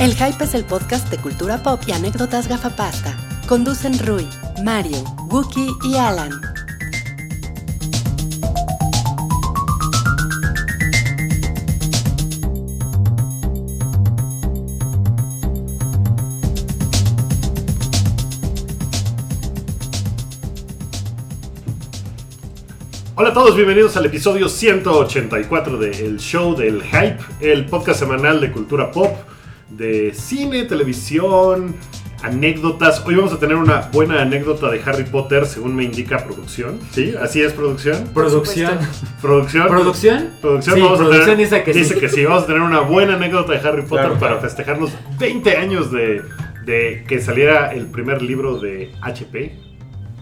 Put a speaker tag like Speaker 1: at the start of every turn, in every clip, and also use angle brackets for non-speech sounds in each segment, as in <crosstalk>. Speaker 1: El Hype es el podcast de cultura pop y anécdotas gafapasta. Conducen Rui, Mario, Wookie y Alan.
Speaker 2: Hola a todos, bienvenidos al episodio 184 de El Show del Hype, el podcast semanal de cultura pop, de cine, televisión, anécdotas. Hoy vamos a tener una buena anécdota de Harry Potter, según me indica producción. ¿Sí? ¿Así es producción?
Speaker 3: Producción. Ah,
Speaker 2: ¿Producción?
Speaker 3: ¿Producción?
Speaker 2: Producción,
Speaker 3: Sí,
Speaker 2: vamos a
Speaker 3: producción
Speaker 2: tener-
Speaker 3: dice que sí.
Speaker 2: sí. Vamos a tener una buena anécdota de Harry Potter
Speaker 3: Claro,
Speaker 2: para
Speaker 3: claro.
Speaker 2: festejar los 20 años de, de que saliera el primer libro de HP.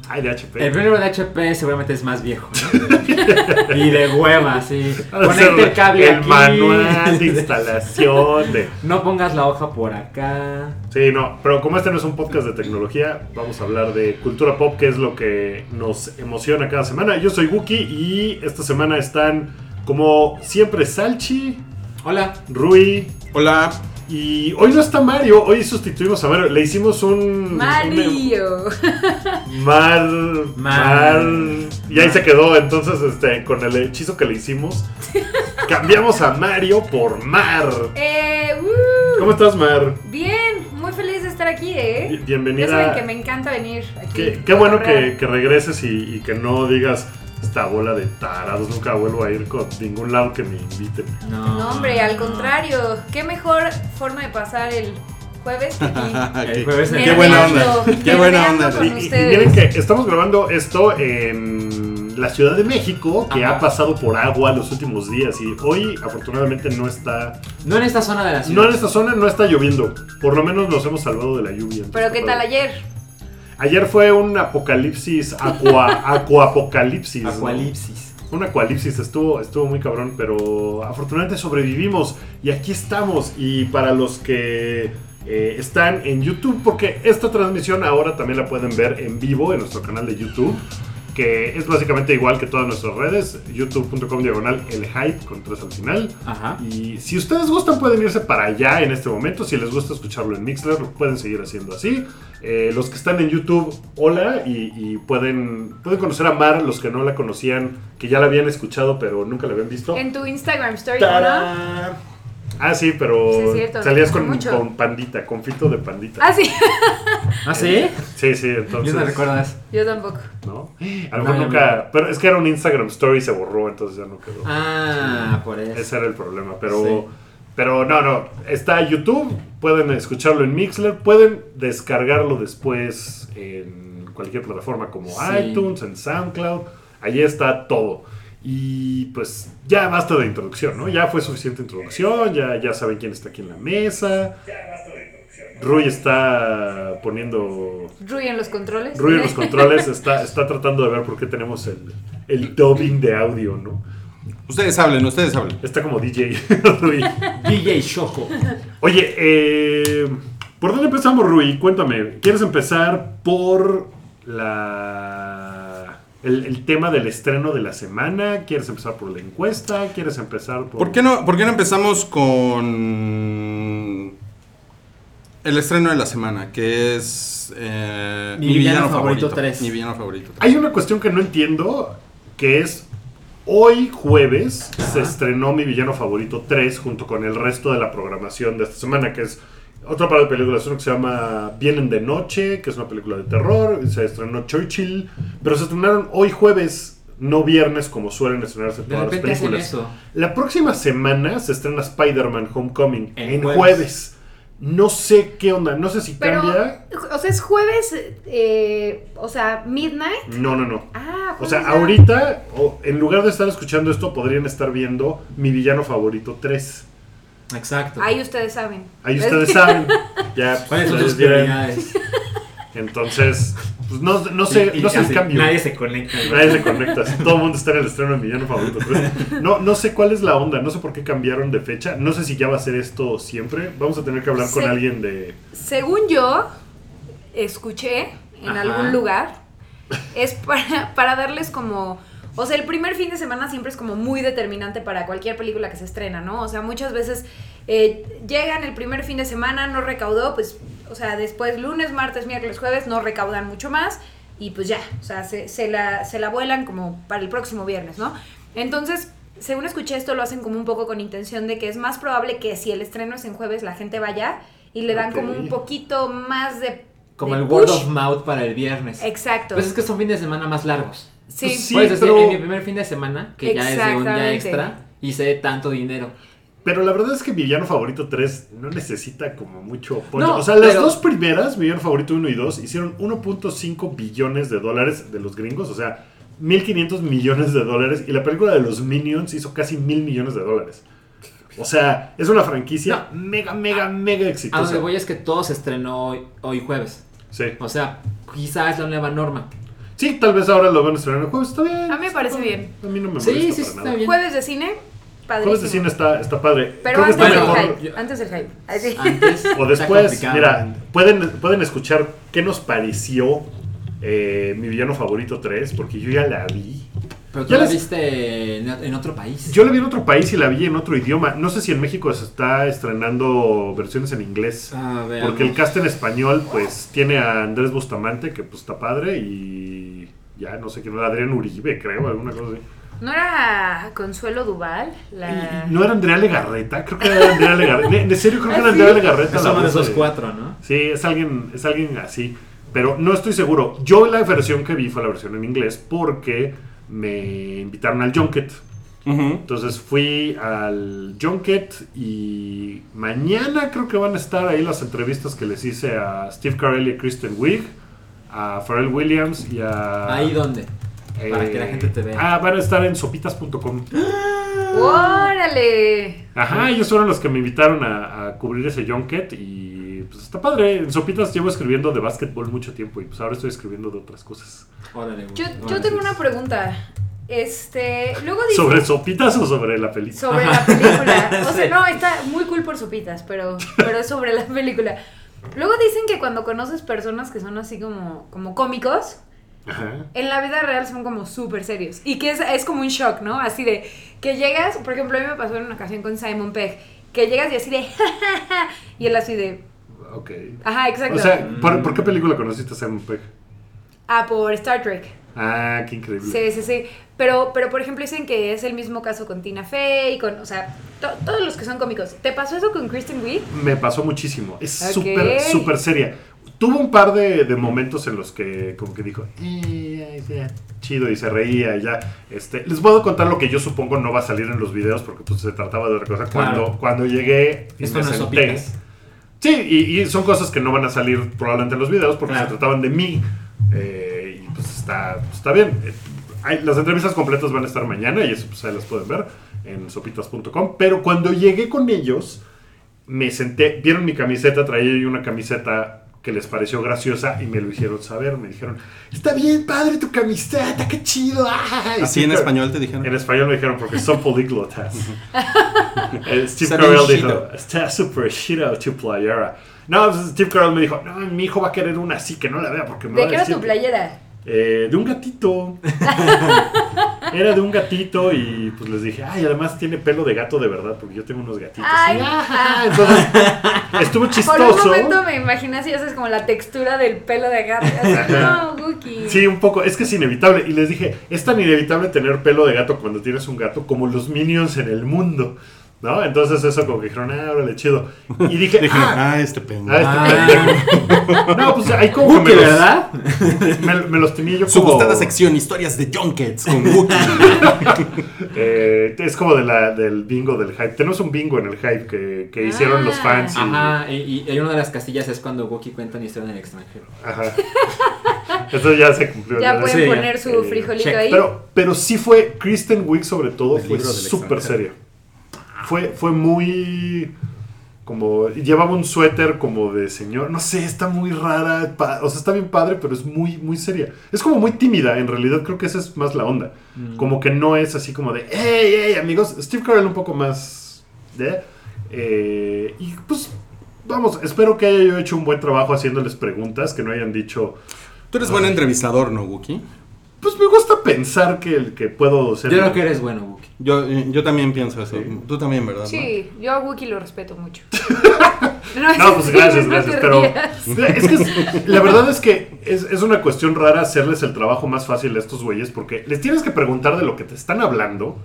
Speaker 2: Ay, de HP.
Speaker 3: El primer de HP seguramente es más viejo.
Speaker 2: <laughs>
Speaker 3: ¿no? y de hueva, sí.
Speaker 2: Ha de ser
Speaker 3: Conecta el cable
Speaker 2: el
Speaker 3: aquí.
Speaker 2: manual
Speaker 3: <laughs>
Speaker 2: de instalación de...
Speaker 3: No pongas la hoja por acá.
Speaker 2: Sí, no, pero como este no es un podcast de tecnología, vamos a hablar de cultura pop, que es lo que nos emociona cada semana. Yo soy Wookie y esta semana están, como siempre, Salchi,
Speaker 3: Hola.
Speaker 2: Rui
Speaker 4: Hola,
Speaker 2: y hoy no está Mario, hoy sustituimos a Mario, le hicimos un...
Speaker 5: Mario.
Speaker 2: un- mar... Mar...
Speaker 3: Mar-
Speaker 2: Y ahí
Speaker 3: Mar.
Speaker 2: se quedó, entonces, este, con el hechizo que le
Speaker 3: <laughs>
Speaker 2: hicimos, cambiamos a Mario por Mar.
Speaker 5: Eh, uh,
Speaker 2: ¿Cómo estás, Mar?
Speaker 5: bien, muy feliz de estar aquí,
Speaker 2: Bi-
Speaker 5: ¿eh?
Speaker 2: Bienvenida.
Speaker 5: Ya saben que me encanta venir aquí.
Speaker 2: Qué, qué bueno que,
Speaker 5: cotorrear.
Speaker 2: que regreses y, y que no digas esta bola de tarados, nunca vuelvo a ir con ningún lado que me inviten.
Speaker 3: No,
Speaker 5: No, hombre, al contrario. Qué mejor forma de pasar el jueves
Speaker 2: <laughs>
Speaker 5: que aquí.
Speaker 4: <laughs>
Speaker 3: El jueves en-
Speaker 4: Qué buena
Speaker 5: Nerviando,
Speaker 4: onda. Qué buena
Speaker 5: nerviando
Speaker 4: onda.
Speaker 2: Y,
Speaker 5: con
Speaker 2: y- y
Speaker 5: ustedes.
Speaker 2: miren que estamos grabando esto en la Ciudad de México, que
Speaker 3: Ajá.
Speaker 2: ha pasado por agua los últimos días y hoy afortunadamente no está,
Speaker 3: No en esta zona de la ciudad.
Speaker 2: no en esta zona no está lloviendo, por lo menos nos hemos salvado de la lluvia.
Speaker 5: Pero qué tal
Speaker 2: ayer?
Speaker 5: ayer.
Speaker 2: Ayer fue un apocalipsis, aqua, acuapocalipsis. ¿no?
Speaker 3: Acualipsis.
Speaker 2: Un acualipsis estuvo, estuvo muy cabrón, pero afortunadamente sobrevivimos y aquí estamos. Y para los que eh, están en YouTube, porque esta transmisión ahora también la pueden ver en vivo en nuestro canal de YouTube, que es básicamente igual que todas nuestras redes, youtube.com diagonal el hype con tres al final.
Speaker 3: Ajá.
Speaker 2: Y si ustedes gustan pueden irse para allá en este momento. Si les gusta escucharlo en Mixler, lo pueden seguir haciendo así. Eh, los que están en YouTube, hola. Y, y pueden, pueden conocer a Mar, los que no la conocían, que ya la habían escuchado pero nunca la habían visto.
Speaker 5: En tu Instagram story, ¿no?
Speaker 2: ¡Tarán! Ah, sí, pero
Speaker 5: Sí, es cierto,
Speaker 2: salías
Speaker 5: hace
Speaker 2: con,
Speaker 5: mucho.
Speaker 2: con pandita, con fito de pandita.
Speaker 5: Ah, sí. <laughs>
Speaker 3: ¿Ah, sí?
Speaker 2: Sí, sí, entonces.
Speaker 3: Yo no recuerdo eso.
Speaker 5: Yo tampoco.
Speaker 2: ¿no? A lo mejor
Speaker 3: No, ya
Speaker 2: nunca. Pero es que era un Instagram story, se borró, entonces ya no quedó.
Speaker 3: Ah, por eso.
Speaker 2: Ese era el problema, pero,
Speaker 3: Sí.
Speaker 2: pero no, no. Está YouTube, pueden escucharlo en Mixler, pueden descargarlo después en cualquier plataforma como
Speaker 3: Sí.
Speaker 2: iTunes, en SoundCloud. Allí está todo. Y pues ya basta de introducción, ¿no? Ya fue suficiente introducción, ya, ya saben quién está aquí en la mesa. Rui está poniendo...
Speaker 5: Rui en los controles.
Speaker 2: Rui en los controles está, está tratando de ver por qué tenemos el, el dubbing de audio, ¿no?
Speaker 4: ustedes hablen, ustedes hablen.
Speaker 2: Está como DJ <laughs> Rui.
Speaker 3: DJ Shoko.
Speaker 2: Oye, eh, ¿por dónde empezamos, Rui? Cuéntame, ¿quieres empezar por la... El, el tema del estreno de la semana, ¿quieres empezar por la encuesta? ¿Quieres empezar por.?
Speaker 4: ¿Por qué no, por qué no empezamos con el estreno de la semana, que es eh,
Speaker 3: Mi villano favorito tres.
Speaker 4: Mi villano favorito tres.
Speaker 2: Hay una cuestión que no entiendo, que es. Hoy jueves se estrenó Mi Villano Favorito 3 junto con el resto de la programación de esta semana, que es otra par de películas, uno que se llama Vienen de Noche, que es una película de terror, se estrenó Churchill, pero se estrenaron hoy jueves, no viernes como suelen estrenarse
Speaker 3: De
Speaker 2: todas las
Speaker 3: repente hacen
Speaker 2: películas.
Speaker 3: eso.
Speaker 2: La próxima semana se estrena Spider-Man Homecoming
Speaker 3: En
Speaker 2: en jueves.
Speaker 3: jueves.
Speaker 2: No sé qué onda, no sé si
Speaker 5: <laughs> Pero,
Speaker 2: cambia.
Speaker 5: o sea, es jueves, eh, o sea, midnight.
Speaker 2: No, no, no.
Speaker 5: Ah,
Speaker 2: O sea,
Speaker 5: jueves ya.
Speaker 2: ahorita, o- en lugar de estar escuchando esto, podrían estar viendo Mi Villano Favorito 3.
Speaker 3: Exacto.
Speaker 5: Ahí ustedes saben.
Speaker 2: Ahí ustedes saben. Ya, pues,
Speaker 3: ¿Cuáles son tus
Speaker 2: ustedes dirán.
Speaker 3: prioridades?
Speaker 2: Entonces, pues no, no sé,
Speaker 3: Y- y
Speaker 2: no sé el
Speaker 3: así,
Speaker 2: cambio.
Speaker 3: Nadie se conecta. güey.
Speaker 2: Nadie se conecta. así, Todo el mundo está en el estreno de Mi Villano Favorito 3. No, no sé cuál es la onda, no sé por qué cambiaron de fecha. No sé si ya va a ser esto siempre. Vamos a tener que hablar con
Speaker 5: Sí.
Speaker 2: alguien de...
Speaker 5: Según yo, escuché en
Speaker 3: Ajá.
Speaker 5: algún lugar, es para, para darles como O sea, el primer fin de semana siempre es como muy determinante para cualquier película que se estrena, ¿no? O sea, muchas veces eh, llegan el primer fin de semana, no recaudó, pues, o sea, después lunes, martes, miércoles, jueves, no recaudan mucho más y pues ya, o sea, se, se la, se la vuelan como para el próximo viernes, ¿no? Entonces, según escuché esto, lo hacen como un poco con intención de que es más probable que si el estreno es en jueves, la gente vaya y le dan
Speaker 2: Ok.
Speaker 5: como un poquito más de...
Speaker 3: Como
Speaker 5: de
Speaker 3: el word
Speaker 5: push.
Speaker 3: of mouth para el viernes.
Speaker 5: Exacto.
Speaker 3: Pues es que son fines de semana más largos.
Speaker 5: sí.
Speaker 2: pues sí.
Speaker 3: Puedes decir,
Speaker 2: pero-
Speaker 3: en mi primer fin de semana, que ya es de un día
Speaker 5: Exactamente.
Speaker 3: extra, hice tanto dinero.
Speaker 2: Pero la verdad es que mi villano favorito 3 no necesita como mucho apoyo.
Speaker 3: No,
Speaker 2: o sea, las
Speaker 3: pero-
Speaker 2: dos primeras, mi villano favorito 1 y 2, hicieron 1.5 billones de dólares de los gringos, o sea, 1.500 millones de dólares. Y la película de los Minions hizo casi 1.000 millones de dólares. O sea, es una franquicia mega, mega, mega
Speaker 3: A
Speaker 2: exitosa.
Speaker 3: donde voy es que todo se estrenó hoy, hoy jueves.
Speaker 2: Sí.
Speaker 3: O sea, quizá es la nueva norma.
Speaker 2: sí, tal vez ahora lo van a estrenar el jueves. Está bien.
Speaker 5: A mí me
Speaker 2: está
Speaker 5: parece
Speaker 2: padre.
Speaker 5: bien.
Speaker 2: A mí no me molesta
Speaker 3: Sí, sí,
Speaker 2: para
Speaker 3: está
Speaker 2: nada.
Speaker 3: bien.
Speaker 5: Jueves de cine, padrísimo.
Speaker 2: Jueves de cine está, está padre.
Speaker 5: Pero antes
Speaker 2: está Ah.
Speaker 5: del
Speaker 3: mejor-
Speaker 5: hype,
Speaker 3: yo-
Speaker 5: antes del hype. Así. <laughs>
Speaker 3: Antes
Speaker 2: O
Speaker 3: está
Speaker 2: después,
Speaker 3: complicado. ¿eh?
Speaker 2: mira, pueden, pueden escuchar qué nos pareció eh, mi villano favorito 3, porque yo ya la vi.
Speaker 3: Pero tú
Speaker 2: ya
Speaker 3: la
Speaker 2: les-
Speaker 3: viste en, en otro país.
Speaker 2: Yo la vi en otro país y la vi en otro idioma. No sé si en México se está estrenando versiones en inglés.
Speaker 3: A ver,
Speaker 2: Porque el
Speaker 3: no.
Speaker 2: cast en español, pues, tiene a Andrés Bustamante, que pues está padre, y ya no sé quién era, Adrián Uribe, creo, alguna cosa así.
Speaker 5: ¿No era Consuelo Duval? La...
Speaker 2: Y- y no era Andrea Legarreta, creo que era Andrea Legarreta.
Speaker 3: <laughs>
Speaker 2: En serio, creo que
Speaker 3: Ah,
Speaker 2: era Andrea Legarreta.
Speaker 3: Es
Speaker 2: la
Speaker 3: uno de
Speaker 2: voz
Speaker 3: esos cuatro, ¿no?
Speaker 2: Sí, es alguien, es alguien así. Pero no estoy seguro. Yo la versión que vi fue la versión en inglés porque me invitaron al Junket.
Speaker 4: Ujú.
Speaker 2: Entonces fui al Junket y mañana creo que van a estar ahí las entrevistas que les hice a Steve Carell y Kristen Wiig, a Pharrell Williams y a...
Speaker 3: Ahí donde.
Speaker 2: eh,
Speaker 3: para que la gente te vea.
Speaker 2: Ah, van a estar en sopitas.com.
Speaker 5: ¡Órale!
Speaker 2: Ajá, ellos fueron los que me invitaron a, a cubrir ese junket y pues está padre. En Sopitas llevo escribiendo de básquetbol mucho tiempo y pues ahora estoy escribiendo de otras cosas.
Speaker 3: Órale, güey.
Speaker 5: Yo, yo
Speaker 3: Órale.
Speaker 5: tengo una pregunta. Este, luego dice
Speaker 2: ¿Sobre Sopitas o sobre la película?
Speaker 5: sobre la
Speaker 3: Ajá.
Speaker 5: película. O sea,
Speaker 3: Sí.
Speaker 5: no, está muy cool por sopitas, pero, pero es sobre la película. Luego dicen que cuando conoces personas que son así como, como cómicos,
Speaker 2: Ajá.
Speaker 5: en la vida real son como súper serios. Y que es, es como un shock, ¿no? Así de que llegas, por ejemplo, a mí me pasó en una ocasión con Simon Pegg, que llegas y así de, <laughs> y él así de,
Speaker 2: Ok.
Speaker 5: ajá, exacto.
Speaker 2: O sea, ¿por, por qué película conociste a Simon Pegg?
Speaker 5: ah, por Star Trek.
Speaker 2: Ah, qué increíble.
Speaker 5: Sí, sí, sí. Pero, pero, por ejemplo, dicen que es el mismo caso con Tina Fey, con, o sea, to- todos los que son cómicos. ¿Te pasó eso con Kristen Wiig?
Speaker 2: Me pasó muchísimo. Es
Speaker 5: Ok.
Speaker 2: súper, súper seria. Tuvo un par de, de momentos en los que como que dijo, "Eh, ay, ya, chido, y se reía, y ya. Este, les puedo contar lo que yo supongo no va a salir en los videos, porque pues se trataba de otra cosa.
Speaker 3: Claro.
Speaker 2: Cuando, cuando llegué y
Speaker 3: Esto
Speaker 2: me
Speaker 3: no es
Speaker 2: senté-
Speaker 3: sopitas.
Speaker 2: Sí, y, y son cosas que no van a salir probablemente en los videos, porque
Speaker 3: Claro.
Speaker 2: se trataban de mí. Eh, y pues está, está bien. Eh, hay- las entrevistas completas van a estar mañana, y eso pues ahí las pueden ver en sopitas.com. Pero cuando llegué con ellos me senté, vieron mi camiseta, traía yo una camiseta que les pareció graciosa y me lo hicieron saber, me dijeron, está bien, padre, tu camiseta, qué chido. ah". Y
Speaker 4: Así
Speaker 2: Steve
Speaker 4: en
Speaker 2: Car-
Speaker 4: español te dijeron. Ah.
Speaker 2: En español me dijeron porque son
Speaker 5: <laughs>
Speaker 2: políglotas. Eh, Steve
Speaker 4: Está
Speaker 2: Carell
Speaker 4: bien
Speaker 2: dijo,
Speaker 4: chido.
Speaker 2: está súper chido tu playera. No, pues, Steve Carell me dijo, no, mi hijo va a querer una así que no la vea porque me va
Speaker 5: ¿De
Speaker 2: a
Speaker 5: qué era
Speaker 2: decir
Speaker 5: tu
Speaker 2: que-".
Speaker 5: playera?
Speaker 2: Eh, de un
Speaker 5: <laughs>
Speaker 2: gatito. Era de un gatito y pues les dije, ay, además tiene pelo de gato de verdad, porque yo tengo unos gatitos.
Speaker 5: Ay,
Speaker 2: Y, <laughs> "Ah".
Speaker 5: ah.
Speaker 2: entonces estuvo
Speaker 5: <laughs> Por un
Speaker 2: chistoso.
Speaker 5: momento me imaginé así, haces como la textura del pelo de gato. Así,
Speaker 2: Ajá.
Speaker 5: no, Guki.
Speaker 2: Sí, un poco, es que es inevitable. Y les dije, es tan inevitable tener pelo de gato cuando tienes un gato como los minions en el mundo. ¿No? Entonces eso como que dijeron, ah, órale, chido. Y dije,
Speaker 4: <laughs> Dijeron,
Speaker 2: ah,
Speaker 4: ah, este pendejo.
Speaker 2: ah, <laughs> no, pues ahí como
Speaker 3: Uy,
Speaker 2: que
Speaker 3: ¿qué
Speaker 2: me los,
Speaker 3: verdad?
Speaker 2: me- me los tenía yo
Speaker 4: Su
Speaker 2: como...
Speaker 4: gustada sección, historias de
Speaker 2: <laughs>
Speaker 4: Junkets con Wookie.
Speaker 2: Eh, es como de la, del bingo del hype. Tenemos un bingo en el hype que, que hicieron
Speaker 5: Ah.
Speaker 2: los fans. y-
Speaker 3: Ajá, y, y- y una de las castillas es cuando Wookiee cuenta una historia en el extranjero.
Speaker 2: ajá. <laughs> Eso ya se cumplió.
Speaker 5: Ya pueden
Speaker 3: Sí, ya.
Speaker 5: poner su
Speaker 2: Eh,
Speaker 5: frijolito
Speaker 3: check.
Speaker 5: ahí.
Speaker 2: Pero, pero sí fue, Kristen Wiig sobre todo
Speaker 4: El
Speaker 2: fue
Speaker 4: libro del
Speaker 2: súper seria.
Speaker 4: extranjero.
Speaker 2: Fue, fue muy... Como, llevaba un suéter como de señor, no sé, está muy rara, pa- o sea, está bien padre, pero es muy, muy seria. Es como muy tímida, en realidad creo que esa es más la onda.
Speaker 4: Mm.
Speaker 2: Como que no es así como de, hey, hey, amigos, Steve Carell un poco más de... eh, y pues, vamos, espero que haya yo hecho un buen trabajo haciéndoles preguntas, que no hayan dicho...
Speaker 4: Tú eres buen entrevistador, ¿no, Wookie?
Speaker 2: Pues me gusta pensar que, el que puedo ser.
Speaker 3: Yo creo que eres bueno, Buki.
Speaker 4: Yo, eh, yo también pienso eso.
Speaker 2: Sí.
Speaker 4: Tú también, ¿verdad?
Speaker 5: Sí, yo a Wookiee lo respeto
Speaker 2: <laughs>
Speaker 5: mucho. <laughs>
Speaker 2: No, pues gracias,
Speaker 5: no
Speaker 2: gracias.
Speaker 5: te
Speaker 2: Pero
Speaker 5: rías.
Speaker 2: es que es- la verdad es que es, es una cuestión rara hacerles el trabajo más fácil a estos güeyes porque les tienes que preguntar de lo que te están hablando,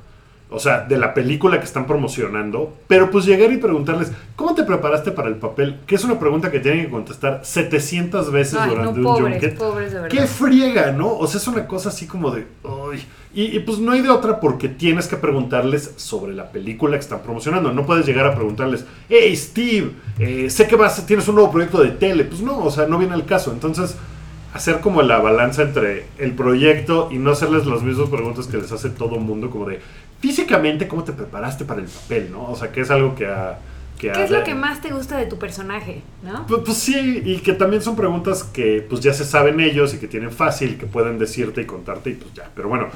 Speaker 2: o sea, de la película que están promocionando, pero pues llegar y preguntarles, ¿cómo te preparaste para el papel? Que es una pregunta que tienen que contestar 700 veces
Speaker 5: Ay, no,
Speaker 2: durante un
Speaker 5: pobres,
Speaker 2: junket.
Speaker 5: pobres de
Speaker 2: ¡Qué
Speaker 5: verdad.
Speaker 2: friega, no! O sea, es una cosa así como de. "Ay". Y, y, pues no hay de otra porque tienes que preguntarles sobre la película que están promocionando. No puedes llegar a preguntarles, hey Steve, eh, sé que vas, tienes un nuevo proyecto de tele. Pues no, o sea, no viene al caso. Entonces, hacer como la balanza entre el proyecto y no hacerles las mismas preguntas que les hace todo mundo, como de físicamente, ¿cómo te preparaste para el papel? ¿No? O sea, que es algo que a. que a-
Speaker 5: ¿Qué es lo que más te gusta de tu personaje? ¿No?
Speaker 2: Pu- Pues, sí, y que también son preguntas que pues ya se saben ellos y que tienen fácil, que pueden decirte y contarte y pues ya. Pero bueno,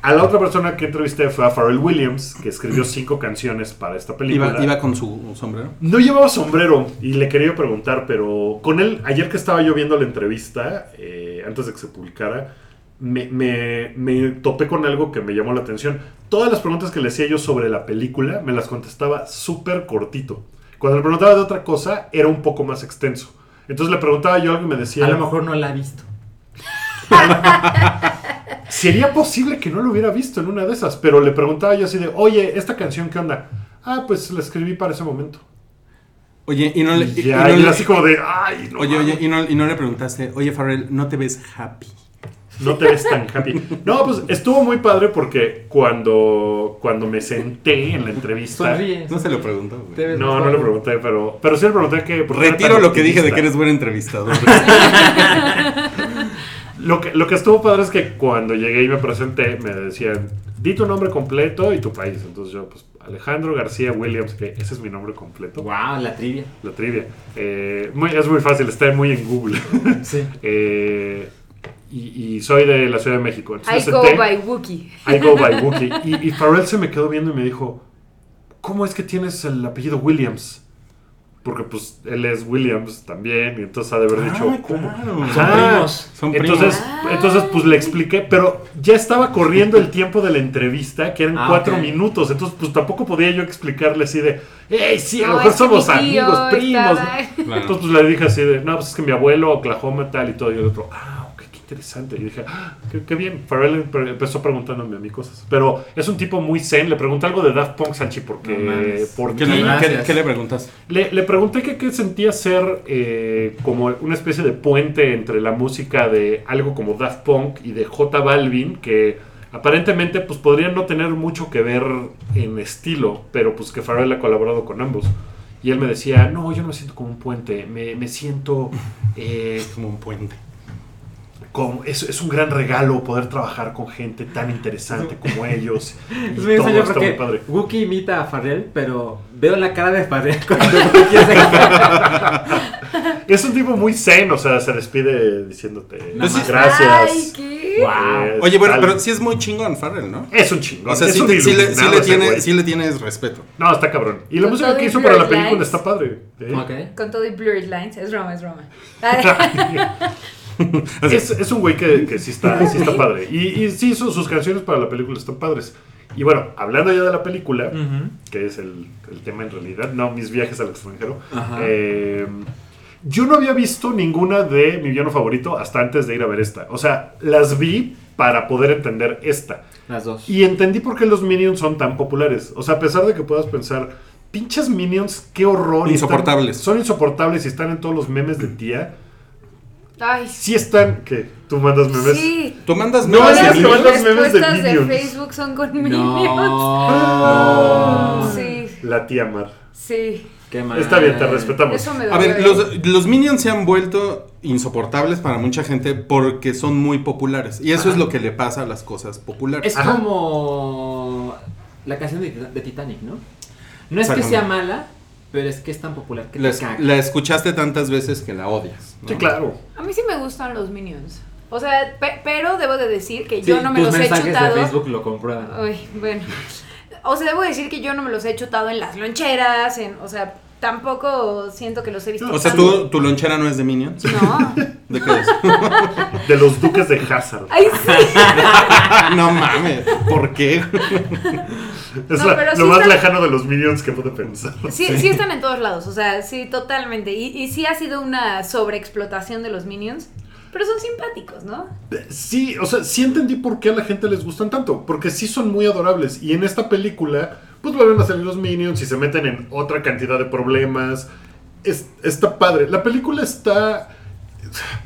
Speaker 2: a la otra persona que entrevisté fue a Pharrell Williams, que escribió cinco canciones para esta película.
Speaker 4: Iba, iba con su sombrero.
Speaker 2: No llevaba sombrero y le quería preguntar, pero con él, ayer que estaba yo viendo la entrevista, eh, antes de que se publicara, me, me- me topé con algo que me llamó la atención. Todas las preguntas que le hacía yo sobre la película me las contestaba súper cortito. Cuando le preguntaba de otra cosa, era un poco más extenso. Entonces le preguntaba yo algo y me decía,
Speaker 3: A lo mejor no la ha visto.
Speaker 2: sería posible que no lo hubiera visto en una de esas, pero le preguntaba yo así de, oye, ¿esta canción qué onda? Ah, pues la escribí para ese momento.
Speaker 4: Oye, y no le.
Speaker 2: Y
Speaker 4: y-
Speaker 2: ya,
Speaker 4: y no
Speaker 2: y
Speaker 4: le-
Speaker 2: era así como de, ay, no.
Speaker 4: Oye,
Speaker 2: mames".
Speaker 4: oye, y no, y no le preguntaste, oye, Farrell, ¿no te ves happy?
Speaker 2: No te ves tan happy. No, pues estuvo muy padre porque cuando, cuando me senté en la entrevista.
Speaker 3: Sonríe.
Speaker 4: No se lo preguntó, güey.
Speaker 3: Te ves
Speaker 2: No, no
Speaker 3: mejor.
Speaker 2: le pregunté, pero, pero sí le pregunté que. por qué era
Speaker 4: Retiro
Speaker 2: tan
Speaker 4: lo que dije de
Speaker 2: optimista.
Speaker 4: que eres
Speaker 2: <laughs>
Speaker 4: buen entrevistador.
Speaker 2: Lo que, lo que estuvo padre es que cuando llegué y me presenté, me decían, di tu nombre completo y tu país. Entonces yo, pues, Alejandro García Williams, que ese es mi nombre completo.
Speaker 3: Wow, la trivia.
Speaker 2: La trivia. Eh, muy- es muy fácil, está muy en Google. <laughs>
Speaker 3: Sí.
Speaker 2: Eh, y, y soy de la Ciudad de México. Entonces me
Speaker 5: I go
Speaker 2: senté.
Speaker 5: by Wookiee.
Speaker 2: I go by Wookie. Y, y Pharrell se me quedó viendo y me dijo, ¿cómo es que tienes el apellido Williams? Porque pues él es Williams también, y entonces ha de
Speaker 3: Ah,
Speaker 2: haber dicho, ¿cómo?
Speaker 3: Son
Speaker 2: Ah,
Speaker 3: primos.
Speaker 4: Son primos.
Speaker 2: entonces, entonces pues le expliqué, pero ya estaba corriendo el tiempo de la entrevista, que eran
Speaker 3: Ah,
Speaker 2: cuatro
Speaker 3: ok.
Speaker 2: minutos, entonces pues tampoco podía yo explicarle así de, hey, sí, a lo
Speaker 5: No,
Speaker 2: mejor
Speaker 5: es que
Speaker 2: somos
Speaker 5: mi tío
Speaker 2: amigos, primos.
Speaker 5: estaba-
Speaker 4: Claro.
Speaker 2: Entonces pues, le dije así de, no, pues es que mi abuelo, Oklahoma, tal y todo. Y el otro, ah, ok, qué interesante. Y dije, ah, qué, qué bien. Pharrell empe- empezó preguntándome a mí cosas. Pero es un tipo muy zen. Le pregunté algo de Daft Punk, Sanchi, porque...
Speaker 3: No mames.
Speaker 2: por
Speaker 4: ¿Qué,
Speaker 2: ti.
Speaker 4: le,
Speaker 3: Gracias.
Speaker 4: qué- qué le preguntas?
Speaker 2: Le, le pregunté que qué sentía ser eh, como una especie de puente entre la música de algo como Daft Punk y de J Balvin, que aparentemente pues podrían no tener mucho que ver en estilo, pero pues que Pharrell ha colaborado con ambos. Y él me decía, no, yo no me siento como un puente, me, me siento... eh,
Speaker 4: Es como un puente.
Speaker 2: como- es, es un gran regalo poder trabajar con gente tan interesante como ellos. Y
Speaker 3: <laughs> Es muy
Speaker 2: todo
Speaker 3: extraño
Speaker 2: está muy padre.
Speaker 3: porque Wookie imita a Farrell, pero veo la cara de Farrell <laughs> cuando Wookie hace que-
Speaker 2: Es un tipo muy zen, o sea, se despide diciéndote "Pues
Speaker 3: Nada más.
Speaker 2: gracias.
Speaker 5: Ay, ¿qué?
Speaker 3: Wow.
Speaker 2: Es
Speaker 4: Oye, bueno,
Speaker 2: tal-
Speaker 4: pero sí es muy chingón Farrell, ¿no?
Speaker 2: Es un chingón.
Speaker 4: O sea,
Speaker 2: es
Speaker 4: sí,
Speaker 2: un
Speaker 4: te- sí le, sí
Speaker 2: iluminado ese
Speaker 4: le
Speaker 2: güey.
Speaker 4: tiene, sí le tienes respeto.
Speaker 2: No, está cabrón. Y la
Speaker 5: Con
Speaker 2: música
Speaker 5: todo
Speaker 2: que
Speaker 5: y
Speaker 2: hizo para la
Speaker 5: Blurred
Speaker 2: película
Speaker 5: Lines.
Speaker 2: está padre. ¿eh?
Speaker 3: Ok.
Speaker 5: Con todo y blurred lines. Es broma, es broma.
Speaker 2: <laughs>
Speaker 5: Ay,
Speaker 2: Es, es un güey que, que sí, está, sí está padre. Y, y sí, su- sus canciones para la película están padres. Y bueno, hablando ya de la película, que es el, el tema en realidad, no mis viajes al extranjero,
Speaker 3: Ajá.
Speaker 2: eh, yo no había visto ninguna de mi villano favorito hasta antes de ir a ver esta. O sea, las vi para poder entender esta.
Speaker 3: Las dos.
Speaker 2: Y entendí por qué los Minions son tan populares. O sea, a pesar de que puedas pensar, pinches Minions, qué horror. y están-
Speaker 4: Insoportables.
Speaker 2: son insoportables y están en todos los memes de tía.
Speaker 5: Ay,
Speaker 2: Sí están, que tú mandas memes.
Speaker 5: sí.
Speaker 4: ¿Tú mandas
Speaker 2: No,
Speaker 5: Todas
Speaker 4: memes
Speaker 2: es
Speaker 4: de
Speaker 5: las
Speaker 2: que
Speaker 4: niños?
Speaker 2: mandas memes de
Speaker 5: respuestas de,
Speaker 2: Minions.
Speaker 5: Facebook son con Minions.
Speaker 3: No.
Speaker 5: Sí,
Speaker 2: La tía Mar.
Speaker 5: sí.
Speaker 3: Qué mal.
Speaker 2: Está bien, te respetamos.
Speaker 5: Eso me
Speaker 4: A
Speaker 5: dolió,
Speaker 4: ver,
Speaker 5: ¿eh?
Speaker 4: los, los minions se han vuelto insoportables para mucha gente porque son muy populares. Y eso es lo que le pasa a las cosas populares.
Speaker 3: Es
Speaker 4: Ah,
Speaker 2: Ajá.
Speaker 3: como la canción de, Tita- de Titanic, ¿no? No es que
Speaker 4: Exactamente.
Speaker 3: sea mala, pero es que es tan popular que
Speaker 4: La,
Speaker 3: te
Speaker 4: es-
Speaker 3: caga.
Speaker 4: la escuchaste tantas veces que la odias. ¿no?
Speaker 2: Sí, claro.
Speaker 5: A mí sí me gustan los Minions. O sea, pe- pero debo de decir que
Speaker 3: Sí,
Speaker 5: yo no me
Speaker 3: tus
Speaker 5: los he
Speaker 3: mensajes
Speaker 5: chutado.
Speaker 3: de Facebook lo comprueban.
Speaker 5: Ay, bueno. O sea, debo decir que yo no me los he chutado en las loncheras, en, o sea, tampoco siento que los he visto.
Speaker 4: O sea,
Speaker 5: tanto.
Speaker 4: ¿tú, tu lonchera no es de Minions. <laughs>
Speaker 5: No.
Speaker 4: ¿De qué
Speaker 2: <laughs>
Speaker 4: es?
Speaker 2: De los duques de Hazard.
Speaker 5: Ay, sí.
Speaker 4: <laughs> no mames. ¿Por qué?
Speaker 2: Es
Speaker 5: No,
Speaker 2: la-
Speaker 5: pero
Speaker 2: lo
Speaker 5: sí
Speaker 2: más
Speaker 5: está-
Speaker 2: lejano de los Minions que pude pensar.
Speaker 5: Sí, sí están en todos lados, o sea, sí, totalmente. Y, y sí ha sido una sobreexplotación de los minions, pero son simpáticos, ¿no?
Speaker 2: Sí, o sea, sí entendí por qué a la gente les gustan tanto, porque sí son muy adorables. Y en esta película, pues vuelven a salir los minions y se meten en otra cantidad de problemas. Es- está padre. La película está...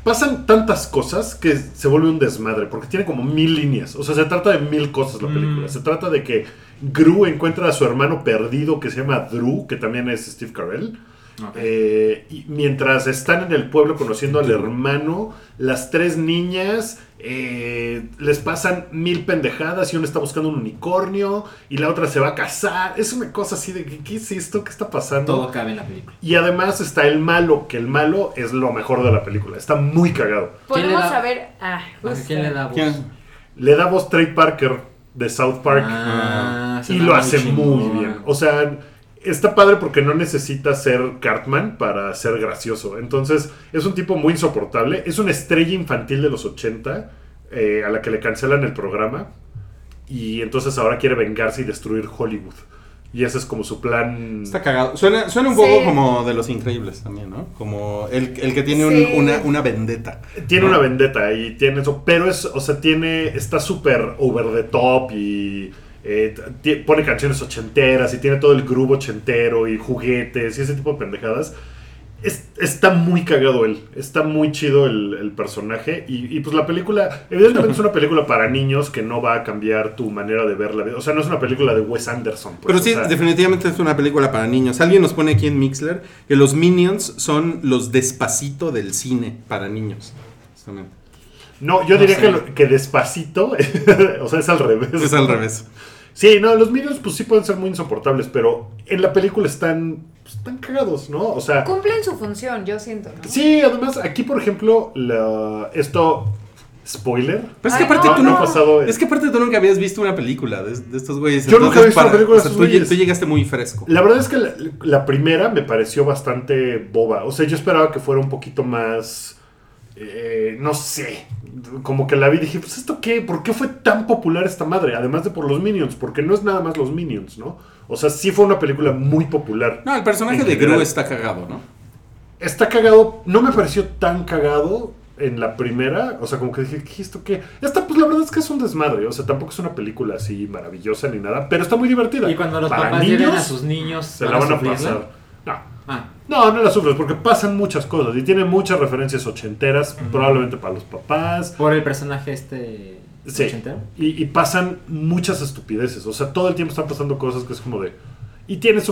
Speaker 2: Pasan tantas cosas que se vuelve un desmadre, porque tiene como mil líneas. O sea, se trata de mil cosas la película.
Speaker 3: Mm.
Speaker 2: Se trata de que Gru encuentra a su hermano perdido que se llama Drew, que también es Steve Carell.
Speaker 3: Ok.
Speaker 2: Eh, y mientras están en el pueblo conociendo al hermano, las tres niñas eh, les pasan mil pendejadas y una está buscando un unicornio y la otra se va a casar. Es una cosa así de que, ¿qué es esto? ¿Qué está pasando?
Speaker 3: Todo cabe en la película.
Speaker 2: Y además está el malo, que el malo es lo mejor de la película. Está muy cagado.
Speaker 3: ¿Quién le
Speaker 5: Podemos
Speaker 3: da-
Speaker 5: saber... Ah,
Speaker 3: ¿A
Speaker 5: justo.
Speaker 3: quién le da voz?
Speaker 4: ¿Quién?
Speaker 2: Le da voz Trey Parker de South Park.
Speaker 3: Ah,
Speaker 2: y
Speaker 3: suena
Speaker 2: lo hace muy
Speaker 3: chingón.
Speaker 2: bien. O sea, está padre porque no necesita ser Cartman para ser gracioso. Entonces, es un tipo muy insoportable. Es una estrella infantil de los 80 eh, a la que le cancelan el programa. Y entonces ahora quiere vengarse y destruir Hollywood. Y ese es como su plan.
Speaker 4: Está cagado. Suena, suena un
Speaker 5: Sí.
Speaker 4: poco como de los increíbles también, ¿no? Como el, el que tiene un-
Speaker 5: Sí.
Speaker 4: una, una vendetta.
Speaker 2: Tiene una vendetta y tiene eso, pero es, o sea, tiene, está súper over the top y eh, t- ti- pone canciones ochenteras y tiene todo el grupo ochentero y juguetes y ese tipo de pendejadas. Es- está muy cagado él, está muy chido el, el personaje y, y, pues la película, evidentemente es una película para niños que no va a cambiar tu manera de ver la vida, o sea, no es una película de Wes Anderson. pues,
Speaker 4: Pero
Speaker 2: o
Speaker 4: sí,
Speaker 2: sea,
Speaker 4: definitivamente es una película para niños. Alguien nos pone aquí en Mixler que los Minions son los despacito del cine para niños. Justamente.
Speaker 2: no, yo
Speaker 3: no
Speaker 2: diría
Speaker 3: sé.
Speaker 2: que, lo- que despacito, <laughs> o sea, es al revés.
Speaker 4: Es al revés.
Speaker 2: Sí, no, los Minions pues sí pueden ser muy insoportables, pero en la película están, pues, están cagados, ¿no? O sea,
Speaker 5: Cumplen su función, yo siento, ¿no?
Speaker 2: sí, además aquí por ejemplo, la- esto, spoiler.
Speaker 4: Pero es
Speaker 5: Ay,
Speaker 4: que aparte
Speaker 5: no,
Speaker 4: tú
Speaker 5: no.
Speaker 4: no,
Speaker 2: Ha pasado
Speaker 4: es que aparte tú nunca habías visto una película de, de estos güeyes.
Speaker 2: Yo nunca he visto una película de
Speaker 4: o sea,
Speaker 2: estos
Speaker 4: tú, lle-
Speaker 2: güeyes.
Speaker 4: tú llegaste muy fresco.
Speaker 2: La verdad es que la, la primera me pareció bastante boba, o sea, yo esperaba que fuera un poquito más, eh, no sé, como que la vi y dije, pues esto qué, ¿por qué fue tan popular esta madre? Además de por los Minions, porque no es nada más los Minions, ¿no? O sea, sí fue una película muy popular.
Speaker 4: No, el personaje
Speaker 2: En
Speaker 4: de Gru
Speaker 2: general.
Speaker 4: está cagado, ¿no?
Speaker 2: Está cagado, no me pareció tan cagado en la primera, o sea, como que dije, ¿qué esto qué? Esta, pues la verdad es que es un desmadre, o sea, tampoco es una película así maravillosa ni nada, pero está muy divertida.
Speaker 3: Y cuando los
Speaker 2: Para
Speaker 3: papás
Speaker 2: niños,
Speaker 3: lleven a sus niños,
Speaker 2: se la van a
Speaker 3: sufrirla?
Speaker 2: pasar. No.
Speaker 3: Ah,
Speaker 2: No, no la sufres, porque pasan muchas cosas y tiene muchas referencias ochenteras, probablemente para los papás.
Speaker 3: por el personaje este.
Speaker 2: Sí.
Speaker 3: ochentero.
Speaker 2: Y, y pasan muchas estupideces. O sea, todo el tiempo están pasando cosas que es como de. Y tiene su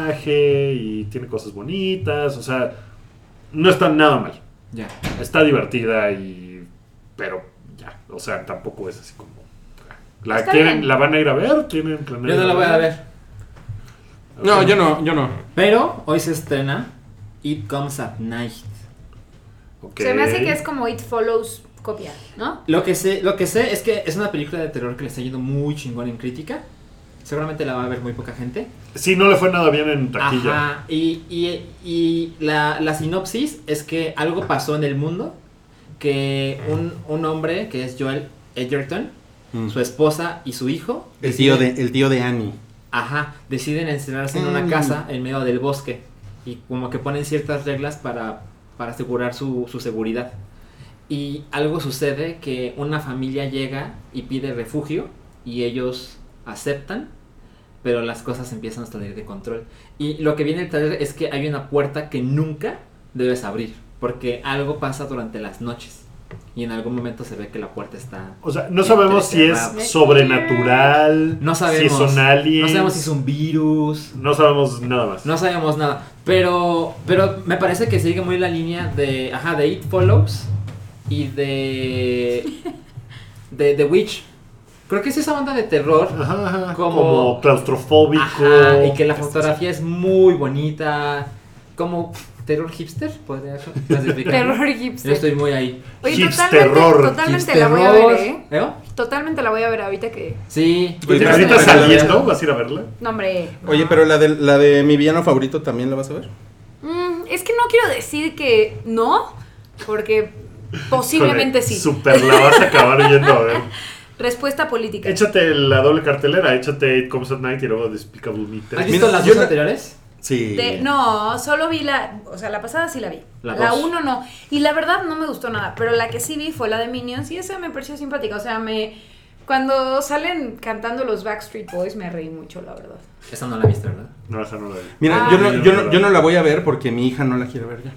Speaker 2: mensaje, y tiene cosas bonitas. O sea, no está nada mal.
Speaker 3: Ya.
Speaker 2: Está divertida y. Pero ya. O sea, tampoco es así como. La,
Speaker 5: Está
Speaker 2: quieren-
Speaker 5: bien.
Speaker 2: la van a ir a ver, tienen planeado.
Speaker 3: Yo no la voy a ver.
Speaker 4: No, yo no, yo no.
Speaker 3: Pero hoy se estrena It Comes at Night.
Speaker 2: Ok.
Speaker 5: Se me hace que es como It Follows copia, ¿no?
Speaker 3: Lo que sé, lo que sé es que es una película de terror que le está yendo muy chingón en crítica. Seguramente la va a ver muy poca gente.
Speaker 2: Sí, no le fue nada bien en taquilla.
Speaker 3: Ajá. Y, y- y la, la sinopsis es que algo pasó en el mundo que un, un hombre que es Joel Edgerton,
Speaker 4: Mm.
Speaker 3: su esposa y su hijo.
Speaker 4: El tío, de,
Speaker 3: deciden-
Speaker 4: el tío de Annie.
Speaker 3: Ajá, deciden encerrarse en
Speaker 4: Mm.
Speaker 3: una casa en medio del bosque y como que ponen ciertas reglas para, para asegurar su, su seguridad. Y algo sucede que una familia llega y pide refugio y ellos aceptan, pero las cosas empiezan a salir de control. Y lo que viene el trailer es que hay una puerta que nunca debes abrir, porque algo pasa durante las noches y en algún momento se ve que la puerta está...
Speaker 2: O sea, no sabemos si es
Speaker 3: Interesante.
Speaker 2: sobrenatural.
Speaker 3: No sabemos,
Speaker 2: Si son aliens.
Speaker 3: no sabemos si es un virus,
Speaker 2: No sabemos nada más.
Speaker 3: No sabemos nada. Pero, pero me parece que sigue muy la línea de, ajá, de It Follows y de,
Speaker 5: <laughs>
Speaker 3: de The Witch. Creo que es esa onda de terror.
Speaker 2: Ajá, ajá, como,
Speaker 3: Como-
Speaker 2: claustrofóbico.
Speaker 3: Ajá, y que la fotografía es muy bonita. Como terror hipster, podría clasificarlo.
Speaker 5: Terror
Speaker 3: Yo
Speaker 5: hipster.
Speaker 3: estoy muy ahí.
Speaker 5: Oye,
Speaker 2: Hipsterror.
Speaker 5: totalmente, totalmente la voy a ver, ¿eh?
Speaker 3: ¿Eo?
Speaker 5: Totalmente la voy a ver ahorita que.
Speaker 3: Sí.
Speaker 4: Oye,
Speaker 2: ¿Y
Speaker 4: pero-
Speaker 2: ahorita
Speaker 4: pero-
Speaker 2: saliendo vas a ir a verla?
Speaker 5: No, hombre.
Speaker 4: Oye,
Speaker 5: no.
Speaker 4: pero la de, la de mi villano favorito también la vas a ver.
Speaker 5: Mm, es que no quiero decir que no, porque posiblemente
Speaker 2: Híjole,
Speaker 5: sí.
Speaker 2: Super, la vas a acabar yendo a ver.
Speaker 5: Respuesta política.
Speaker 2: Échate la doble cartelera, échate It Comes at Night y luego Despicable Me
Speaker 3: ¿Has
Speaker 2: 3.
Speaker 3: visto
Speaker 4: Mira,
Speaker 3: las
Speaker 4: yo
Speaker 3: dos
Speaker 4: la-
Speaker 3: anteriores?
Speaker 4: Sí.
Speaker 5: De- no, solo vi la. O sea, la pasada sí la vi.
Speaker 3: La
Speaker 5: La
Speaker 3: dos.
Speaker 5: 1 no. Y la verdad no me gustó nada. Pero la que sí vi fue la de Minions y esa me pareció simpática. O sea, me. Cuando salen cantando los Backstreet Boys me reí mucho, la verdad.
Speaker 3: Esa no la viste, ¿verdad?
Speaker 2: No, esa no la vi.
Speaker 4: Mira,
Speaker 5: Ah.
Speaker 4: yo, no, yo, no, yo no la voy a ver porque mi hija no la quiere ver ya.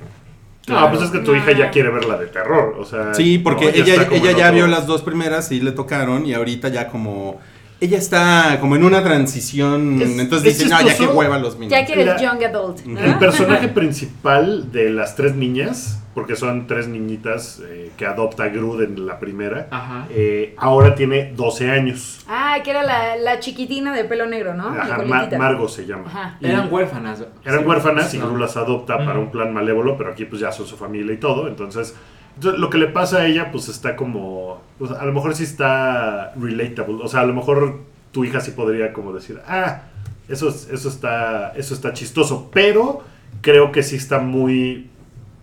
Speaker 2: No, pues es que tu hija ya quiere ver la de terror, o sea...
Speaker 4: Sí, porque
Speaker 2: Ah, no,
Speaker 4: ella,
Speaker 2: está
Speaker 4: ella,
Speaker 2: como en
Speaker 4: ya
Speaker 2: otro-
Speaker 4: vio las dos primeras y le tocaron y ahorita ya como... Ella está como en una transición,
Speaker 2: Es-
Speaker 4: Mm, entonces
Speaker 2: es
Speaker 4: dice, no, ya que
Speaker 2: chistoso.
Speaker 4: hueva los niños.
Speaker 5: Ya que eres
Speaker 2: La-
Speaker 5: young adult. ¿no?
Speaker 2: El personaje principal de las tres niñas, porque son tres niñitas eh, que adopta Groot en la primera,
Speaker 3: Ajá.
Speaker 2: eh, ahora tiene 12 años.
Speaker 5: Ah, que era la, la chiquitina de pelo negro, ¿no? La
Speaker 2: Ajá, Ma-
Speaker 5: coletita.
Speaker 2: Margo se llama.
Speaker 5: Ah, Ajá.
Speaker 3: Eran huérfanas.
Speaker 2: Eran
Speaker 3: Sí,
Speaker 2: huérfanas
Speaker 3: sí,
Speaker 2: y
Speaker 3: no.
Speaker 2: Gru las adopta
Speaker 3: Ujú.
Speaker 2: para un plan malévolo, pero aquí pues ya son su familia y todo. Entonces, entonces, lo que le pasa a ella pues está como... pues, a lo mejor sí está relatable. O sea, a lo mejor tu hija sí podría como decir, ah, eso, es- eso, está, eso está chistoso, pero creo que sí está muy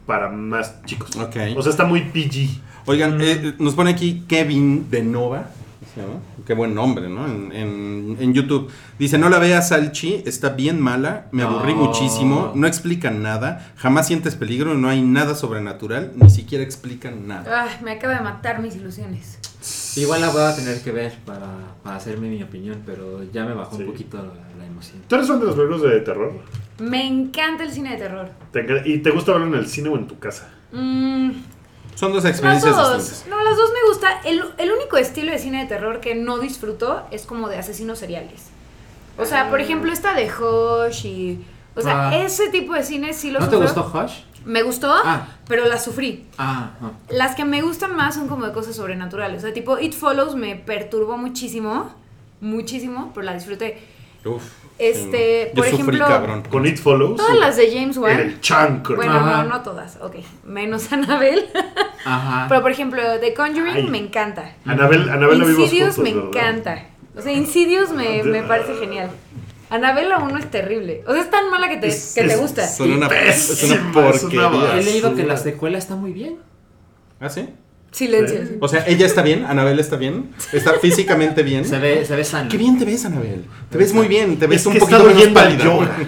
Speaker 2: para más chicos.
Speaker 4: Ok.
Speaker 2: O sea, está muy PG.
Speaker 4: Oigan,
Speaker 3: Mm.
Speaker 4: eh, nos pone aquí Kevin de Nova. ¿se llama? Qué buen nombre, ¿no? En, en- en YouTube. Dice, no la veas, Salchi, está bien mala, me aburrí
Speaker 3: No.
Speaker 4: muchísimo, no explican nada, jamás sientes peligro, no hay nada sobrenatural, ni siquiera explican nada.
Speaker 5: Ay, Ah, me acaba de matar mis ilusiones.
Speaker 3: Igual la voy a tener que ver para, para hacerme mi opinión, pero ya me bajó
Speaker 2: Sí.
Speaker 3: un poquito la, la emoción.
Speaker 2: ¿Tú eres fan de los libros de terror?
Speaker 5: Me encanta el cine de terror.
Speaker 2: ¿Te enc- ¿Y te gusta verlo en el cine o en tu casa?
Speaker 5: Mm,
Speaker 4: Son dos
Speaker 5: las
Speaker 4: experiencias
Speaker 5: dos.
Speaker 4: distintas.
Speaker 5: No, las dos me gusta. El, el único estilo de cine de terror que no disfruto es como de asesinos seriales. O sea, por ejemplo, esta de Hosh y... O sea,
Speaker 3: Ah.
Speaker 5: ese tipo de cine sí lo
Speaker 3: ¿No te
Speaker 5: sufro.
Speaker 3: gustó Hush?
Speaker 5: Me gustó,
Speaker 3: Ah.
Speaker 5: pero la sufrí.
Speaker 3: Ah, ah.
Speaker 5: Las que me gustan más son como de cosas sobrenaturales. O sea, tipo It Follows me perturbó muchísimo. Muchísimo, pero la disfruté.
Speaker 4: Uf,
Speaker 5: Este,
Speaker 4: sí, no.
Speaker 5: por
Speaker 4: Yo sufrí,
Speaker 5: ejemplo,
Speaker 4: cabrón.
Speaker 2: Con It Follows.
Speaker 5: Todas las de James
Speaker 2: en
Speaker 5: Wan.
Speaker 2: el chancro.
Speaker 5: Bueno,
Speaker 3: Ajá.
Speaker 5: no, no todas. Ok, menos <laughs> Annabelle.
Speaker 3: Ajá.
Speaker 5: Pero por ejemplo, The Conjuring
Speaker 2: Ah. Ay.
Speaker 5: me encanta.
Speaker 2: Anabel, Anabel la vimos
Speaker 5: Insidious
Speaker 2: juntos,
Speaker 5: me
Speaker 2: ¿verdad? Ah,
Speaker 5: encanta. O sea, Insidious me, me parece genial. Anabela 1 es terrible. O sea, es tan mala que te,
Speaker 2: Es-
Speaker 5: que te
Speaker 2: es-
Speaker 5: gusta.
Speaker 4: Son una, es
Speaker 2: Pésima,
Speaker 4: una
Speaker 2: es una
Speaker 4: porquería.
Speaker 3: He leído que
Speaker 2: basura.
Speaker 3: la secuela está muy bien.
Speaker 4: ¿Ah, sí?
Speaker 5: Silencio.
Speaker 2: Sí.
Speaker 4: O sea, ella está bien, Anabel está bien, está físicamente bien.
Speaker 3: Se ve, se ve sana.
Speaker 4: Qué bien te ves, Anabel. Te ves muy bien, te ves
Speaker 2: Es
Speaker 4: un
Speaker 2: que
Speaker 4: poquito
Speaker 2: estaba
Speaker 4: menos
Speaker 2: yendo al
Speaker 4: pálida.
Speaker 2: yoga.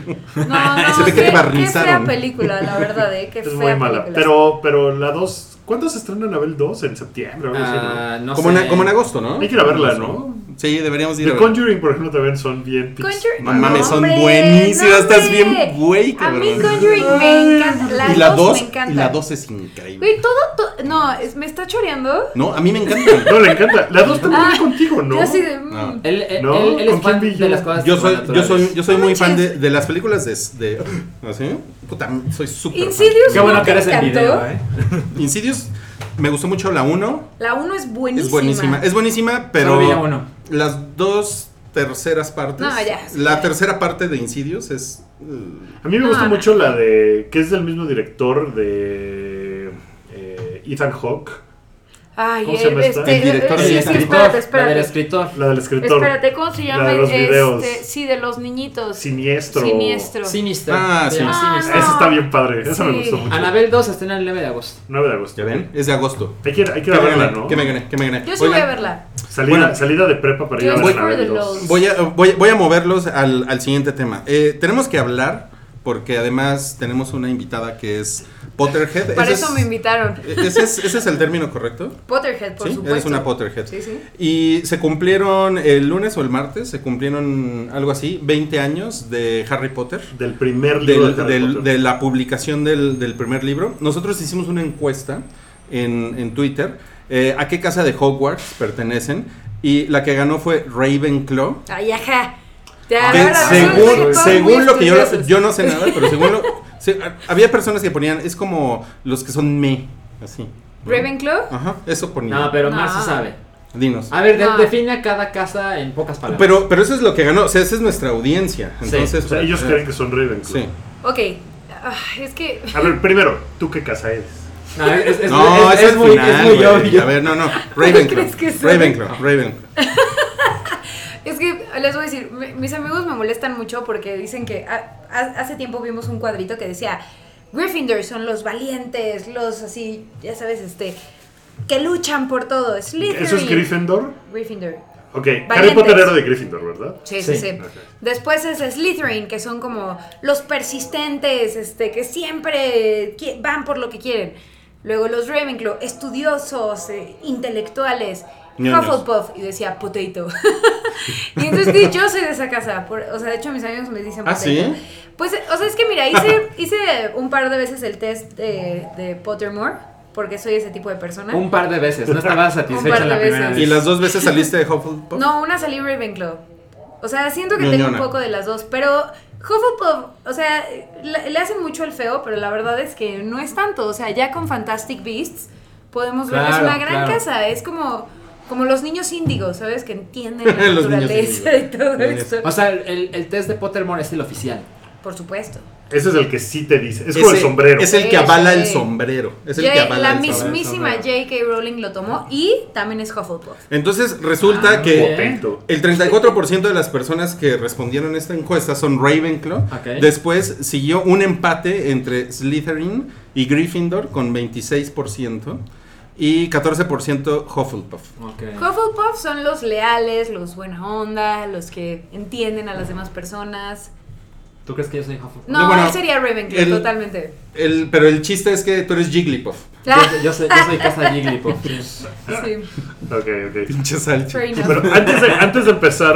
Speaker 2: <laughs>
Speaker 5: No, no,
Speaker 4: Se ve que
Speaker 5: qué-
Speaker 4: te
Speaker 5: qué fea
Speaker 4: barnizaron.
Speaker 5: película, la verdad, eh. Qué
Speaker 2: Es
Speaker 5: fea
Speaker 2: muy mala.
Speaker 5: película.
Speaker 2: Pero, pero la 2. ¿Cuándo se estrena Anabel 2? En septiembre. o algo así, ¿no?
Speaker 3: Ah, no
Speaker 4: Como,
Speaker 3: sé.
Speaker 4: en, como en agosto, ¿no?
Speaker 2: Hay que ir a verla, ¿no?
Speaker 4: Sí, deberíamos ir a
Speaker 2: The
Speaker 4: verla.
Speaker 2: Conjuring, por ejemplo, también son bien pinches.
Speaker 5: Conjuring.
Speaker 4: No mames, son
Speaker 5: hombre,
Speaker 4: buenísimas,
Speaker 5: no,
Speaker 4: estás
Speaker 5: hombre.
Speaker 4: bien güey,
Speaker 5: A mí
Speaker 4: cabrón.
Speaker 5: Conjuring me encanta. La
Speaker 4: y la
Speaker 5: 2
Speaker 4: dos
Speaker 5: me encanta.
Speaker 4: y la dos es increíble.
Speaker 5: Güey, todo, to- No, es- me está choreando.
Speaker 4: No, a mí
Speaker 5: <laughs>
Speaker 4: me encanta.
Speaker 2: No, le encanta. La 2 también
Speaker 5: Ah,
Speaker 2: es contigo, ¿no?
Speaker 5: Yo así de.
Speaker 4: No.
Speaker 5: mm.
Speaker 3: Él, él-
Speaker 2: No,
Speaker 3: él- él
Speaker 2: ¿con
Speaker 3: es fan
Speaker 2: quién vi
Speaker 3: de
Speaker 2: yo?
Speaker 3: las cosas
Speaker 4: Yo soy, yo soy, yo soy
Speaker 5: No
Speaker 4: muy
Speaker 5: manches.
Speaker 4: fan de, de las películas de, de ¿así? Puta, soy súper fan.
Speaker 5: Insidious.
Speaker 3: Qué bueno
Speaker 5: ¿No
Speaker 3: que
Speaker 5: te
Speaker 3: eres el
Speaker 5: encantó?
Speaker 3: video, ¿eh?
Speaker 4: Insidious me gustó mucho la 1,
Speaker 5: La 1 es buenísima.
Speaker 4: es buenísima, es buenísima,
Speaker 3: Solo vi la
Speaker 4: pero
Speaker 3: uno.
Speaker 4: las dos terceras partes,
Speaker 5: No, ya.
Speaker 4: la tercera parte de Insidious es eh,
Speaker 2: A mí me
Speaker 5: No,
Speaker 2: gusta
Speaker 5: no.
Speaker 2: mucho la de. que es del mismo director de. eh, Ethan Hawke.
Speaker 5: Ay,
Speaker 2: ¿Cómo se llama
Speaker 5: eh,
Speaker 2: esta?
Speaker 5: este,
Speaker 4: El director
Speaker 5: eh,
Speaker 4: de
Speaker 5: sí,
Speaker 3: El
Speaker 5: sí,
Speaker 4: Ethan Hawke.
Speaker 3: escritor, la
Speaker 5: espérate,
Speaker 3: del
Speaker 5: espérate.
Speaker 3: escritor.
Speaker 2: La del escritor.
Speaker 5: Espérate, ¿cómo se llama?
Speaker 2: La de los
Speaker 5: Este,
Speaker 2: videos.
Speaker 5: sí, de los niñitos.
Speaker 2: Siniestro.
Speaker 5: Siniestro.
Speaker 3: Sinister.
Speaker 4: Ah,
Speaker 3: se
Speaker 4: sí.
Speaker 3: llama
Speaker 5: Ah,
Speaker 3: Sinister.
Speaker 2: Esa está bien padre. Esa me
Speaker 5: Sí.
Speaker 2: gustó mucho.
Speaker 3: Anabel 2 estrena el 9 de agosto.
Speaker 2: 9 de agosto.
Speaker 4: ¿Ya ven? Es de agosto.
Speaker 2: Hay que, ir- hay que
Speaker 4: ¿Qué
Speaker 2: ir a
Speaker 4: me
Speaker 2: verla,
Speaker 4: gané?
Speaker 2: ¿no?
Speaker 4: ¿Qué me gané? ¿Qué me gané?
Speaker 5: Yo sí voy
Speaker 4: Oigan,
Speaker 5: a verla.
Speaker 2: Salida,
Speaker 4: Bueno.
Speaker 2: salida de prepa para ir a
Speaker 5: Yo
Speaker 2: ver
Speaker 5: voy
Speaker 2: Anabel
Speaker 5: for the
Speaker 2: 2.
Speaker 5: lows.
Speaker 4: Voy a, voy, voy a moverlos al, al siguiente tema. Eh, tenemos que hablar porque además tenemos una invitada que es Potterhead.
Speaker 5: Para
Speaker 4: Ese
Speaker 5: eso
Speaker 4: es- e-,
Speaker 5: me invitaron.
Speaker 4: Ese es, ese es el término correcto.
Speaker 5: Potterhead, por
Speaker 4: sí,
Speaker 5: supuesto.
Speaker 4: eres una Potterhead.
Speaker 5: Sí, sí.
Speaker 4: Y se cumplieron el lunes o el martes, se cumplieron algo así, 20 años de Harry Potter.
Speaker 2: Del primer libro
Speaker 4: del-
Speaker 2: de Harry
Speaker 4: del-
Speaker 2: Potter.
Speaker 4: de la publicación del, del primer libro. Nosotros hicimos una encuesta en, en Twitter eh, a qué casa de Hogwarts pertenecen y la que ganó fue Ravenclaw.
Speaker 5: Ay, ajá. Ya,
Speaker 4: Que
Speaker 5: Ah, ahora resulta que
Speaker 4: según
Speaker 5: todos muy
Speaker 4: según lo que yo,
Speaker 5: estudiosos.
Speaker 4: yo no sé nada, pero según
Speaker 5: <laughs>
Speaker 4: lo... se- había personas que ponían, es como los que son me, así. ¿no?
Speaker 5: ¿Ravenclaw?
Speaker 4: Ajá, eso ponía.
Speaker 3: No, pero más
Speaker 5: No.
Speaker 3: se sabe.
Speaker 4: Dinos.
Speaker 2: Ah,
Speaker 3: A ver, de-
Speaker 5: No.
Speaker 3: define a cada casa en pocas palabras.
Speaker 4: Pero, pero eso es lo que ganó, o sea, esa es nuestra audiencia.
Speaker 3: Sí.
Speaker 4: Entonces,
Speaker 2: O sea, ellos creen que son Ravenclaw.
Speaker 4: Sí.
Speaker 5: Ok. Ay, es que.
Speaker 2: A ver, primero, ¿tú qué casa eres?
Speaker 3: No, es, es-
Speaker 4: No,
Speaker 3: es-
Speaker 4: es,
Speaker 3: es
Speaker 4: el
Speaker 3: muy,
Speaker 4: final,
Speaker 3: es muy
Speaker 4: güey.
Speaker 3: obvio.
Speaker 4: A ver, no, no. Ravenclaw.
Speaker 5: crees que soy?
Speaker 4: Ravenclaw, Ravenclaw.
Speaker 5: Es que les voy a decir, mi- mis amigos me molestan mucho porque dicen que ha- ha- hace tiempo vimos un cuadrito que decía Gryffindor son los valientes, los así, ya sabes, este, que luchan por todo. Slytherin.
Speaker 2: ¿Eso es Gryffindor?
Speaker 5: Gryffindor.
Speaker 2: Ok, Harry Potter
Speaker 5: Valientes.
Speaker 2: era de Gryffindor, ¿verdad?
Speaker 5: Sí, sí,
Speaker 3: Sí.
Speaker 5: sí.
Speaker 2: Ok.
Speaker 5: Después es Slytherin, que son como los persistentes, este, que siempre qui- van por lo que quieren. Luego los Ravenclaw, estudiosos, eh, intelectuales.
Speaker 4: Ñoños.
Speaker 5: Hufflepuff, y decía potato. <laughs> y entonces di, yo soy de esa casa. por- o sea, de hecho, mis amigos me dicen
Speaker 4: ¿Ah,
Speaker 5: potato.
Speaker 4: sí?
Speaker 5: Pues, o sea, es que mira,
Speaker 4: <laughs>
Speaker 5: hice, hice un par de veces el test de, de Pottermore, porque soy ese tipo de persona.
Speaker 3: Un par de veces, no estaba
Speaker 5: Un
Speaker 3: satisfecha
Speaker 5: par de
Speaker 3: la primera
Speaker 5: veces.
Speaker 3: vez.
Speaker 4: ¿Y las dos veces saliste de Hufflepuff?
Speaker 5: No, una salí Ravenclaw. O sea, siento que tengo
Speaker 4: Ñoñona.
Speaker 5: un poco de las dos, pero Hufflepuff, o sea, le, le hacen mucho el feo, pero la verdad es que no es tanto. O sea, ya con Fantastic Beasts podemos ver que es
Speaker 3: Claro,
Speaker 5: una gran
Speaker 3: claro.
Speaker 5: casa. Es como, como los niños índigos, ¿sabes? Que
Speaker 4: <laughs>
Speaker 5: entienden la
Speaker 4: Los niños
Speaker 5: naturaleza y
Speaker 4: índigos.
Speaker 5: todo
Speaker 4: Niños.
Speaker 5: eso.
Speaker 3: O sea, el, el test de Pottermore es el oficial.
Speaker 5: Por supuesto.
Speaker 2: Ese es el que sí te dice. Es como el
Speaker 4: Ese-
Speaker 2: sombrero.
Speaker 4: Es el
Speaker 5: Sí,
Speaker 4: que avala
Speaker 5: sí.
Speaker 4: el sombrero. Es el
Speaker 5: J-
Speaker 4: que avala
Speaker 5: la
Speaker 4: el sombrero.
Speaker 5: mismísima J.K. Rowling lo tomó y también es Hufflepuff.
Speaker 4: Entonces resulta
Speaker 3: Ah,
Speaker 4: que
Speaker 3: bien.
Speaker 2: Potato.
Speaker 4: el 34% de las personas que respondieron a esta encuesta son Ravenclaw.
Speaker 3: Ok.
Speaker 4: Después siguió un empate entre Slytherin y Gryffindor con 26% y 14% Hufflepuff.
Speaker 5: Hufflepuff son los leales, los buena onda, los que entienden a las demás personas.
Speaker 3: ¿Tú crees que yo soy Hufflepuff?
Speaker 5: No,
Speaker 4: No, bueno,
Speaker 5: él sería Ravenclaw,
Speaker 4: el-
Speaker 5: totalmente.
Speaker 4: El- pero el chiste es que tú eres Jigglypuff. <laughs>
Speaker 3: Yo, yo soy, yo soy casa Jigglypuff. sí.
Speaker 5: <laughs> Sí,
Speaker 2: Ok, ok.
Speaker 4: Pinche salcha.
Speaker 5: fair enough.
Speaker 2: Pero antes de, antes de empezar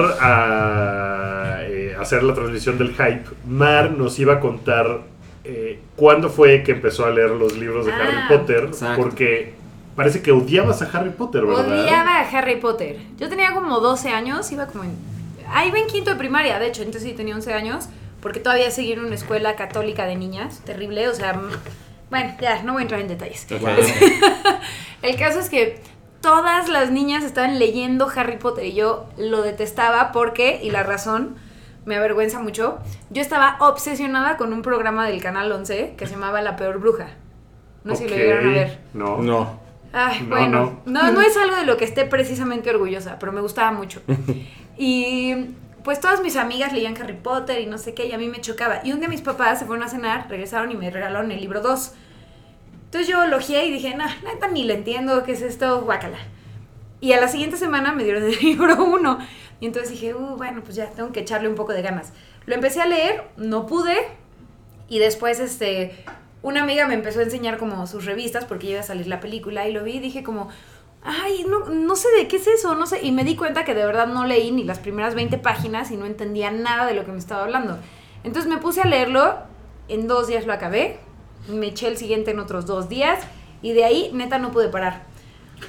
Speaker 2: a eh, hacer la transmisión del hype, Mar nos iba a contar eh, cuándo fue que empezó a leer los libros de
Speaker 5: Ah,
Speaker 2: Harry Potter,
Speaker 3: exacto.
Speaker 2: porque parece que odiabas a Harry Potter, ¿verdad?
Speaker 5: Odiaba a Harry Potter. Yo tenía como 12 años, iba como en... Ahí iba en quinto de primaria, de hecho, entonces sí tenía 11 años, porque todavía seguía en una escuela católica de niñas, terrible, o sea... mm, Bueno, ya, no voy a entrar en detalles. El caso es que todas las niñas estaban leyendo Harry Potter y yo lo detestaba porque, y la razón, me avergüenza mucho, yo estaba obsesionada con un programa del Canal 11 que se llamaba La Peor Bruja. No sé si lo
Speaker 2: Ok,
Speaker 5: llegaron a ver.
Speaker 2: No.
Speaker 4: No.
Speaker 5: Ay,
Speaker 2: No,
Speaker 5: bueno. No. no, es algo de lo que esté precisamente orgullosa, pero me gustaba mucho. Y pues todas mis amigas leían Harry Potter y no sé qué, y a mí me chocaba. Y un día mis papás se fueron a cenar, regresaron y me regalaron el libro 2. Entonces yo lo hojeé y dije, no, neta, ni le entiendo, ¿qué es esto? Guácala. Y a la siguiente semana me dieron el <laughs> libro 1. Y entonces dije, "Uh, bueno, pues ya tengo que echarle un poco de ganas. Lo empecé a leer, no pude. Y después, este, una amiga me empezó a enseñar como sus revistas porque iba a salir la película y lo vi y dije como, ay, no, no sé de qué es eso, no sé. Y me di cuenta que de verdad no leí ni las primeras 20 páginas y no entendía nada de lo que me estaba hablando. Entonces me puse a leerlo, en dos días lo acabé, me eché el siguiente en otros dos días y de ahí neta no pude parar.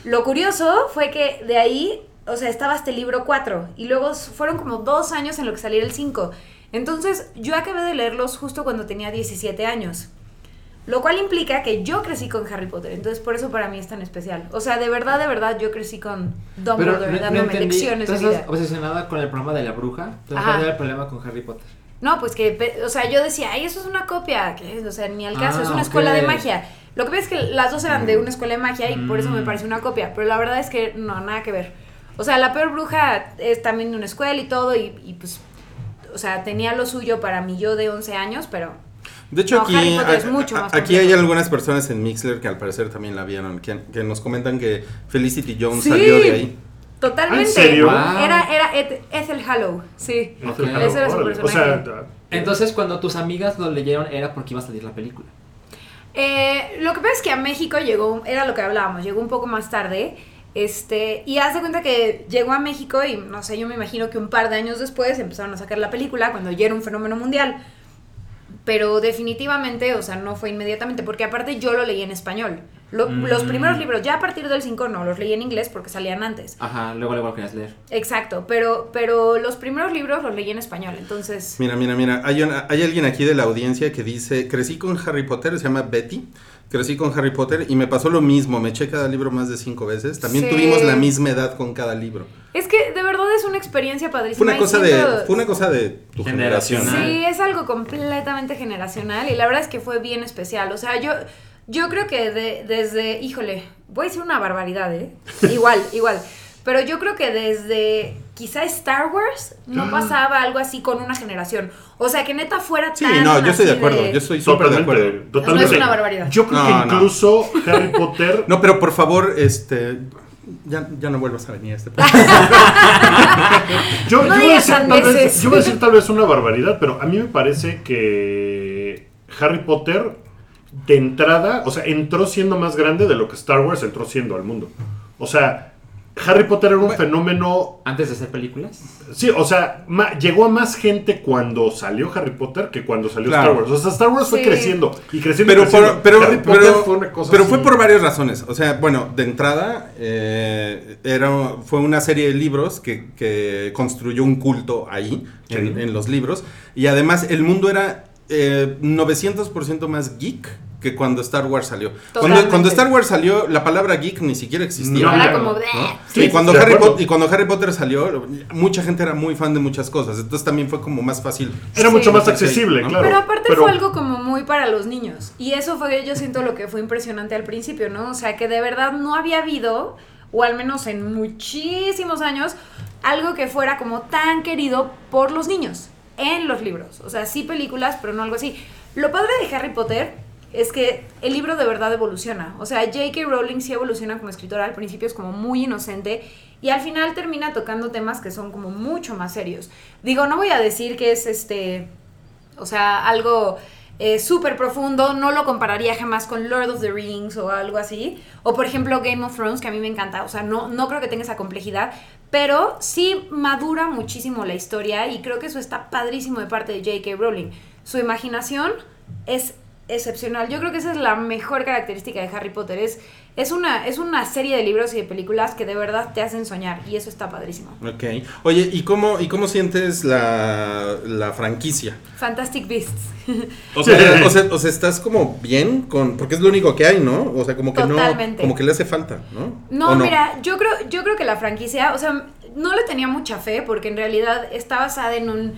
Speaker 5: Lo curioso fue que de ahí, o sea, estaba hasta el libro 4 y luego s- fueron como dos años en lo que saliera el 5. Entonces yo acabé de leerlos justo cuando tenía 17 años. Lo cual implica que yo crecí con Harry Potter, entonces por eso para mí es tan especial. O sea, de verdad, de verdad, yo crecí con
Speaker 3: Pero
Speaker 5: Dumbledore
Speaker 3: no, no
Speaker 5: dándome
Speaker 3: entendí.
Speaker 5: lecciones
Speaker 3: Tú
Speaker 5: de
Speaker 3: estás
Speaker 5: vida.
Speaker 3: obsesionada con el programa de la bruja. Entonces,
Speaker 5: Ajá.
Speaker 3: ¿cuál era el problema con Harry Potter?
Speaker 5: No, pues que, pe- o sea, yo decía, ay, eso es una copia, que es, o sea, ni al caso,
Speaker 3: Ah,
Speaker 5: es una
Speaker 3: ok.
Speaker 5: escuela de magia. Lo que pasa es que las dos eran de una escuela de magia y por eso me
Speaker 3: Mm.
Speaker 5: pareció una copia, pero la verdad es que no, nada que ver. O sea, la peor bruja es también de una escuela y todo, y, y, pues, o sea, tenía lo suyo para mí yo de 11 años, pero
Speaker 4: De hecho,
Speaker 5: No,
Speaker 4: aquí,
Speaker 5: Harry Potter es
Speaker 4: a-
Speaker 5: mucho
Speaker 4: a-
Speaker 5: más
Speaker 4: aquí
Speaker 5: complejo.
Speaker 4: hay algunas personas en Mixler que al parecer también la vieron, que, que nos comentan que Felicity Jones
Speaker 5: Sí.
Speaker 4: salió de ahí.
Speaker 5: totalmente.
Speaker 2: ¿En serio?
Speaker 3: Wow.
Speaker 5: Era, era Eth- Ethel Hallow, sí.
Speaker 2: Este Es
Speaker 3: Ok.
Speaker 2: el Harry
Speaker 5: Ese era su
Speaker 2: Potter.
Speaker 5: personaje.
Speaker 2: O sea,
Speaker 3: Entonces, cuando tus amigas lo leyeron, era porque iba a salir la película.
Speaker 5: Eh, lo que pasa es que a México llegó, era lo que hablábamos, llegó un poco más tarde. Este, y haz de cuenta que llegó a México y no sé, yo me imagino que un par de años después empezaron a sacar la película cuando ya era un fenómeno mundial. Pero definitivamente, o sea, no fue inmediatamente, porque aparte yo lo leí en español. Lo-
Speaker 3: Mm.
Speaker 5: Los primeros libros, ya a partir del 5 no, los leí en inglés porque salían antes.
Speaker 3: Ajá, luego luego lo querías leer.
Speaker 5: Exacto, pero, pero los primeros libros los leí en español, entonces...
Speaker 4: Mira, mira, mira, hay, una- hay alguien aquí de la audiencia que dice, crecí con Harry Potter, se llama Betty, crecí con Harry Potter y me pasó lo mismo, me eché cada libro más de cinco veces, también
Speaker 5: Sí.
Speaker 4: tuvimos la misma edad con cada libro.
Speaker 5: Es que de verdad es una experiencia padrísima.
Speaker 4: Fue una
Speaker 5: y
Speaker 4: cosa
Speaker 5: siento-
Speaker 4: de, fue una cosa de tu generación. ¿eh?
Speaker 3: Generacional.
Speaker 5: Sí, es algo completamente generacional y la verdad es que fue bien especial. O sea, yo, Yo creo que de- desde, híjole, voy a decir una barbaridad,
Speaker 4: <laughs>
Speaker 5: ¿eh? Igual, igual. Pero yo creo que desde quizá Star Wars no pasaba algo así con una generación. O sea, que neta fuera
Speaker 4: Sí,
Speaker 5: tan...
Speaker 4: no, yo estoy de
Speaker 5: así
Speaker 4: acuerdo, yo estoy súper de
Speaker 2: Totalmente.
Speaker 4: acuerdo.
Speaker 2: totalmente.
Speaker 5: No es una barbaridad.
Speaker 2: Yo creo
Speaker 4: No,
Speaker 2: que
Speaker 4: no.
Speaker 2: incluso Harry Potter.
Speaker 4: No, pero por favor, este. Ya, ya no vuelvas a venir a
Speaker 5: <laughs>
Speaker 4: este podcast.
Speaker 2: Yo, yo
Speaker 5: No
Speaker 2: voy a
Speaker 5: digas
Speaker 2: decir,
Speaker 5: tan
Speaker 2: tal vez,
Speaker 5: veces.
Speaker 2: yo voy a decir tal vez una barbaridad, pero a mí me parece que Harry Potter de entrada, o sea, entró siendo más grande de lo que Star Wars entró siendo al mundo. O sea, Harry Potter era un fenómeno
Speaker 3: Antes de hacer películas.
Speaker 2: Sí, o sea, ma- llegó a más gente cuando salió Harry Potter que cuando salió
Speaker 4: Claro.
Speaker 2: Star Wars. O sea, Star Wars fue
Speaker 5: Sí.
Speaker 2: creciendo y creciendo. y
Speaker 4: pero
Speaker 2: creciendo.
Speaker 4: por- pero,
Speaker 2: Harry
Speaker 4: pero,
Speaker 2: Potter fue una cosa
Speaker 4: pero
Speaker 2: así.
Speaker 4: fue por varias razones. O sea, bueno, de entrada, eh, era, fue una serie de libros que, que construyó un culto ahí, en,
Speaker 2: Sí.
Speaker 4: en los libros. Y además, el mundo era eh, 900% más geek que cuando Star Wars salió. Cuando,
Speaker 5: Totalmente.
Speaker 4: cuando Star Wars salió, la palabra geek ni siquiera existía.
Speaker 2: No,
Speaker 5: Era
Speaker 2: ya
Speaker 5: como... "Ah,
Speaker 2: no,
Speaker 5: "Bleh".
Speaker 2: Sí,
Speaker 4: y, cuando
Speaker 2: de
Speaker 4: Harry
Speaker 2: acuerdo.
Speaker 4: Pot- y cuando Harry Potter salió, mucha gente era muy fan de muchas cosas. Entonces también fue como más fácil.
Speaker 2: Era
Speaker 5: Sí.
Speaker 2: mucho más
Speaker 4: Sí,
Speaker 2: accesible,
Speaker 4: ¿no?
Speaker 2: claro.
Speaker 5: Pero aparte fue algo como muy para los niños. Y eso fue, yo siento, lo que fue impresionante al principio, ¿no? O sea, que de verdad no había habido, o al menos en muchísimos años, algo que fuera como tan querido por los niños en los libros. O sea, sí películas, pero no algo así. Lo padre de Harry Potter es que el libro de verdad evoluciona. O sea, J.K. Rowling sí evoluciona como escritora. Al principio es como muy inocente y al final termina tocando temas que son como mucho más serios. Digo, no voy a decir que es este o sea, algo eh, súper profundo. No lo compararía jamás con Lord of the Rings o algo así. O por ejemplo Game of Thrones, que a mí me encanta. O sea, no, no creo que tenga esa complejidad. Pero sí madura muchísimo la historia y creo que eso está padrísimo de parte de J.K. Rowling. Su imaginación es excepcional. Yo creo que esa es la mejor característica de Harry Potter. Es, es, una, es una serie de libros y de películas que de verdad te hacen soñar y eso está padrísimo.
Speaker 4: Ok. Oye, ¿y cómo, y cómo sientes la, la franquicia?
Speaker 5: Fantastic Beasts.
Speaker 4: O sea, o sea, o sea, estás como bien con. Porque es lo único que hay, ¿no? O sea, como que no.
Speaker 5: Totalmente.
Speaker 4: Como que le hace falta, ¿no? ¿O
Speaker 5: No, mira, yo creo, yo creo que la franquicia, o sea, no le tenía mucha fe porque en realidad está basada en un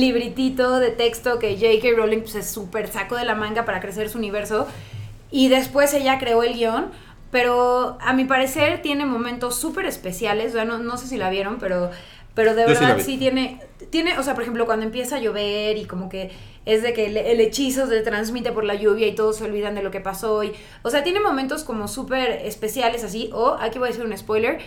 Speaker 5: libritito de texto que J.K. Rowling pues, se super sacó de la manga para crecer su universo y después ella creó el guión, pero a mi parecer tiene momentos súper especiales, o sea, no, no sé si la vieron, pero, pero de
Speaker 4: Yo sí la
Speaker 5: verdad
Speaker 4: vi.
Speaker 5: sí, tiene, tiene, o sea, por ejemplo, cuando empieza a llover y como que es de que el, el hechizo se transmite por la lluvia y todos se olvidan de lo que pasó y, o sea, tiene momentos como súper especiales así, o aquí voy a decir un spoiler,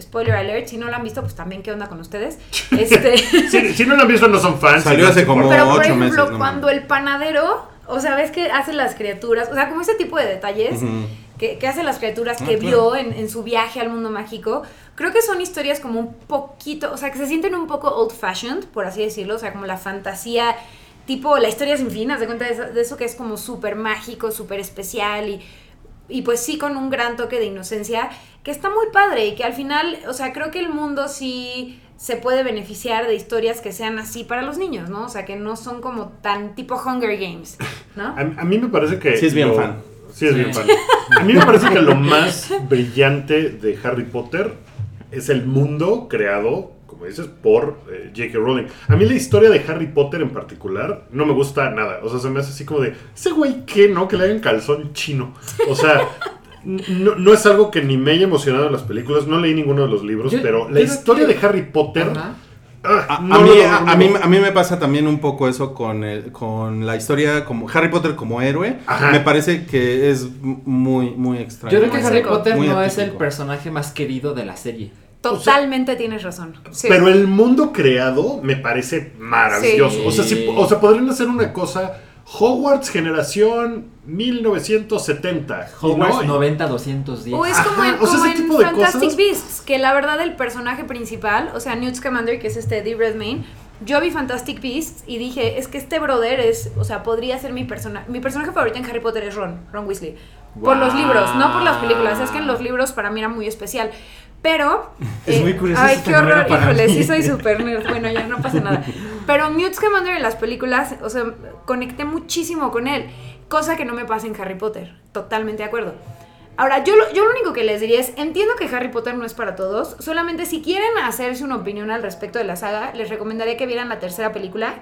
Speaker 5: spoiler alert, si no lo han visto, pues también qué onda con ustedes, este...
Speaker 2: Si, si no lo han visto, no son fans.
Speaker 4: Salió
Speaker 2: no
Speaker 4: hace
Speaker 2: sé
Speaker 4: como-
Speaker 2: por-
Speaker 5: Pero por
Speaker 4: ocho
Speaker 5: ejemplo,
Speaker 4: meses, no
Speaker 5: cuando el panadero, o sea, ves que hace las criaturas, o sea, como ese tipo de detalles
Speaker 4: Ujú.
Speaker 5: que, que hace las criaturas
Speaker 4: Ah,
Speaker 5: que
Speaker 4: claro.
Speaker 5: vio en, en su viaje al mundo mágico, creo que son historias como un poquito, o sea, que se sienten un poco old fashioned, por así decirlo, o sea, como la fantasía, tipo la historia sin fin, haz de cuenta de eso, de eso que es como súper mágico, súper especial y y pues sí con un gran toque de inocencia que está muy padre y que al final, o sea, creo que el mundo sí se puede beneficiar de historias que sean así para los niños, ¿no? O sea, que no son como tan tipo Hunger Games,
Speaker 2: <laughs>
Speaker 5: ¿no?
Speaker 2: A, a mí me parece que.
Speaker 4: Sí es bien fan.
Speaker 2: Sí, es
Speaker 3: Sí.
Speaker 2: bien fan. A mí me parece que lo más brillante de Harry Potter es el mundo creado, como dices, por eh, J.K. Rowling. A mí la historia de Harry Potter en particular no me gusta nada. O sea, se me hace así como de, ese güey que no, que le hagan calzón chino. O sea, n- no, no es algo que ni me haya emocionado en las películas. No leí ninguno de los libros,
Speaker 3: Yo-
Speaker 2: pero
Speaker 3: yo
Speaker 2: la
Speaker 3: no
Speaker 2: historia
Speaker 3: quiero-
Speaker 2: de Harry Potter...
Speaker 3: Ajá.
Speaker 2: ah,
Speaker 4: A, a
Speaker 2: no
Speaker 4: mí,
Speaker 2: lo-
Speaker 4: a,
Speaker 2: no-
Speaker 4: a mí, a mí me pasa también un poco eso con, el- con la historia como Harry Potter como héroe.
Speaker 2: Ajá.
Speaker 4: Me parece que es m- muy, muy extraño.
Speaker 3: Yo creo que
Speaker 5: Muy
Speaker 3: Harry
Speaker 5: seco.
Speaker 3: Potter
Speaker 4: Muy
Speaker 3: no es el
Speaker 4: atípico.
Speaker 3: personaje más querido de la serie.
Speaker 5: Totalmente tienes razón. Sí.
Speaker 2: Pero el mundo creado me parece maravilloso.
Speaker 5: Sí.
Speaker 2: O, sea, sí- o sea, podrían hacer una cosa. Hogwarts generación 1970. y
Speaker 3: Hogwarts
Speaker 2: no-
Speaker 3: 90-210.
Speaker 5: O es
Speaker 2: Ajá,
Speaker 5: como en,
Speaker 2: o sea,
Speaker 5: como
Speaker 2: ese
Speaker 5: en
Speaker 2: tipo de
Speaker 5: Fantastic
Speaker 2: cosas.
Speaker 5: Beasts, que la verdad el personaje principal, o sea, Newt Scamander, que es este Eddie Redmayne, yo vi Fantastic Beasts y dije, es que este brother es, o sea, podría ser mi persona, mi personaje favorito en Harry Potter es Ron, Ron Weasley. Por los
Speaker 3: Guau.
Speaker 5: libros, no por las películas, es que en los libros para mí era muy especial. Pero. eh,
Speaker 6: Es muy curioso
Speaker 5: Ay,
Speaker 6: ese
Speaker 2: este
Speaker 5: qué
Speaker 6: fenómeno
Speaker 5: horror,
Speaker 6: para
Speaker 5: híjole,
Speaker 6: mí.
Speaker 5: sí soy súper nerd. Bueno, ya no
Speaker 2: <laughs>
Speaker 5: pasa nada. Pero Newt Scamander en las películas, o sea, conecté muchísimo con él. Cosa que no me pasa en Harry Potter. Totalmente de acuerdo. Ahora, yo lo, yo lo único que les diría es, entiendo que Harry Potter no es para todos, solamente si quieren hacerse una opinión al respecto de la saga, les recomendaría que vieran la tercera película,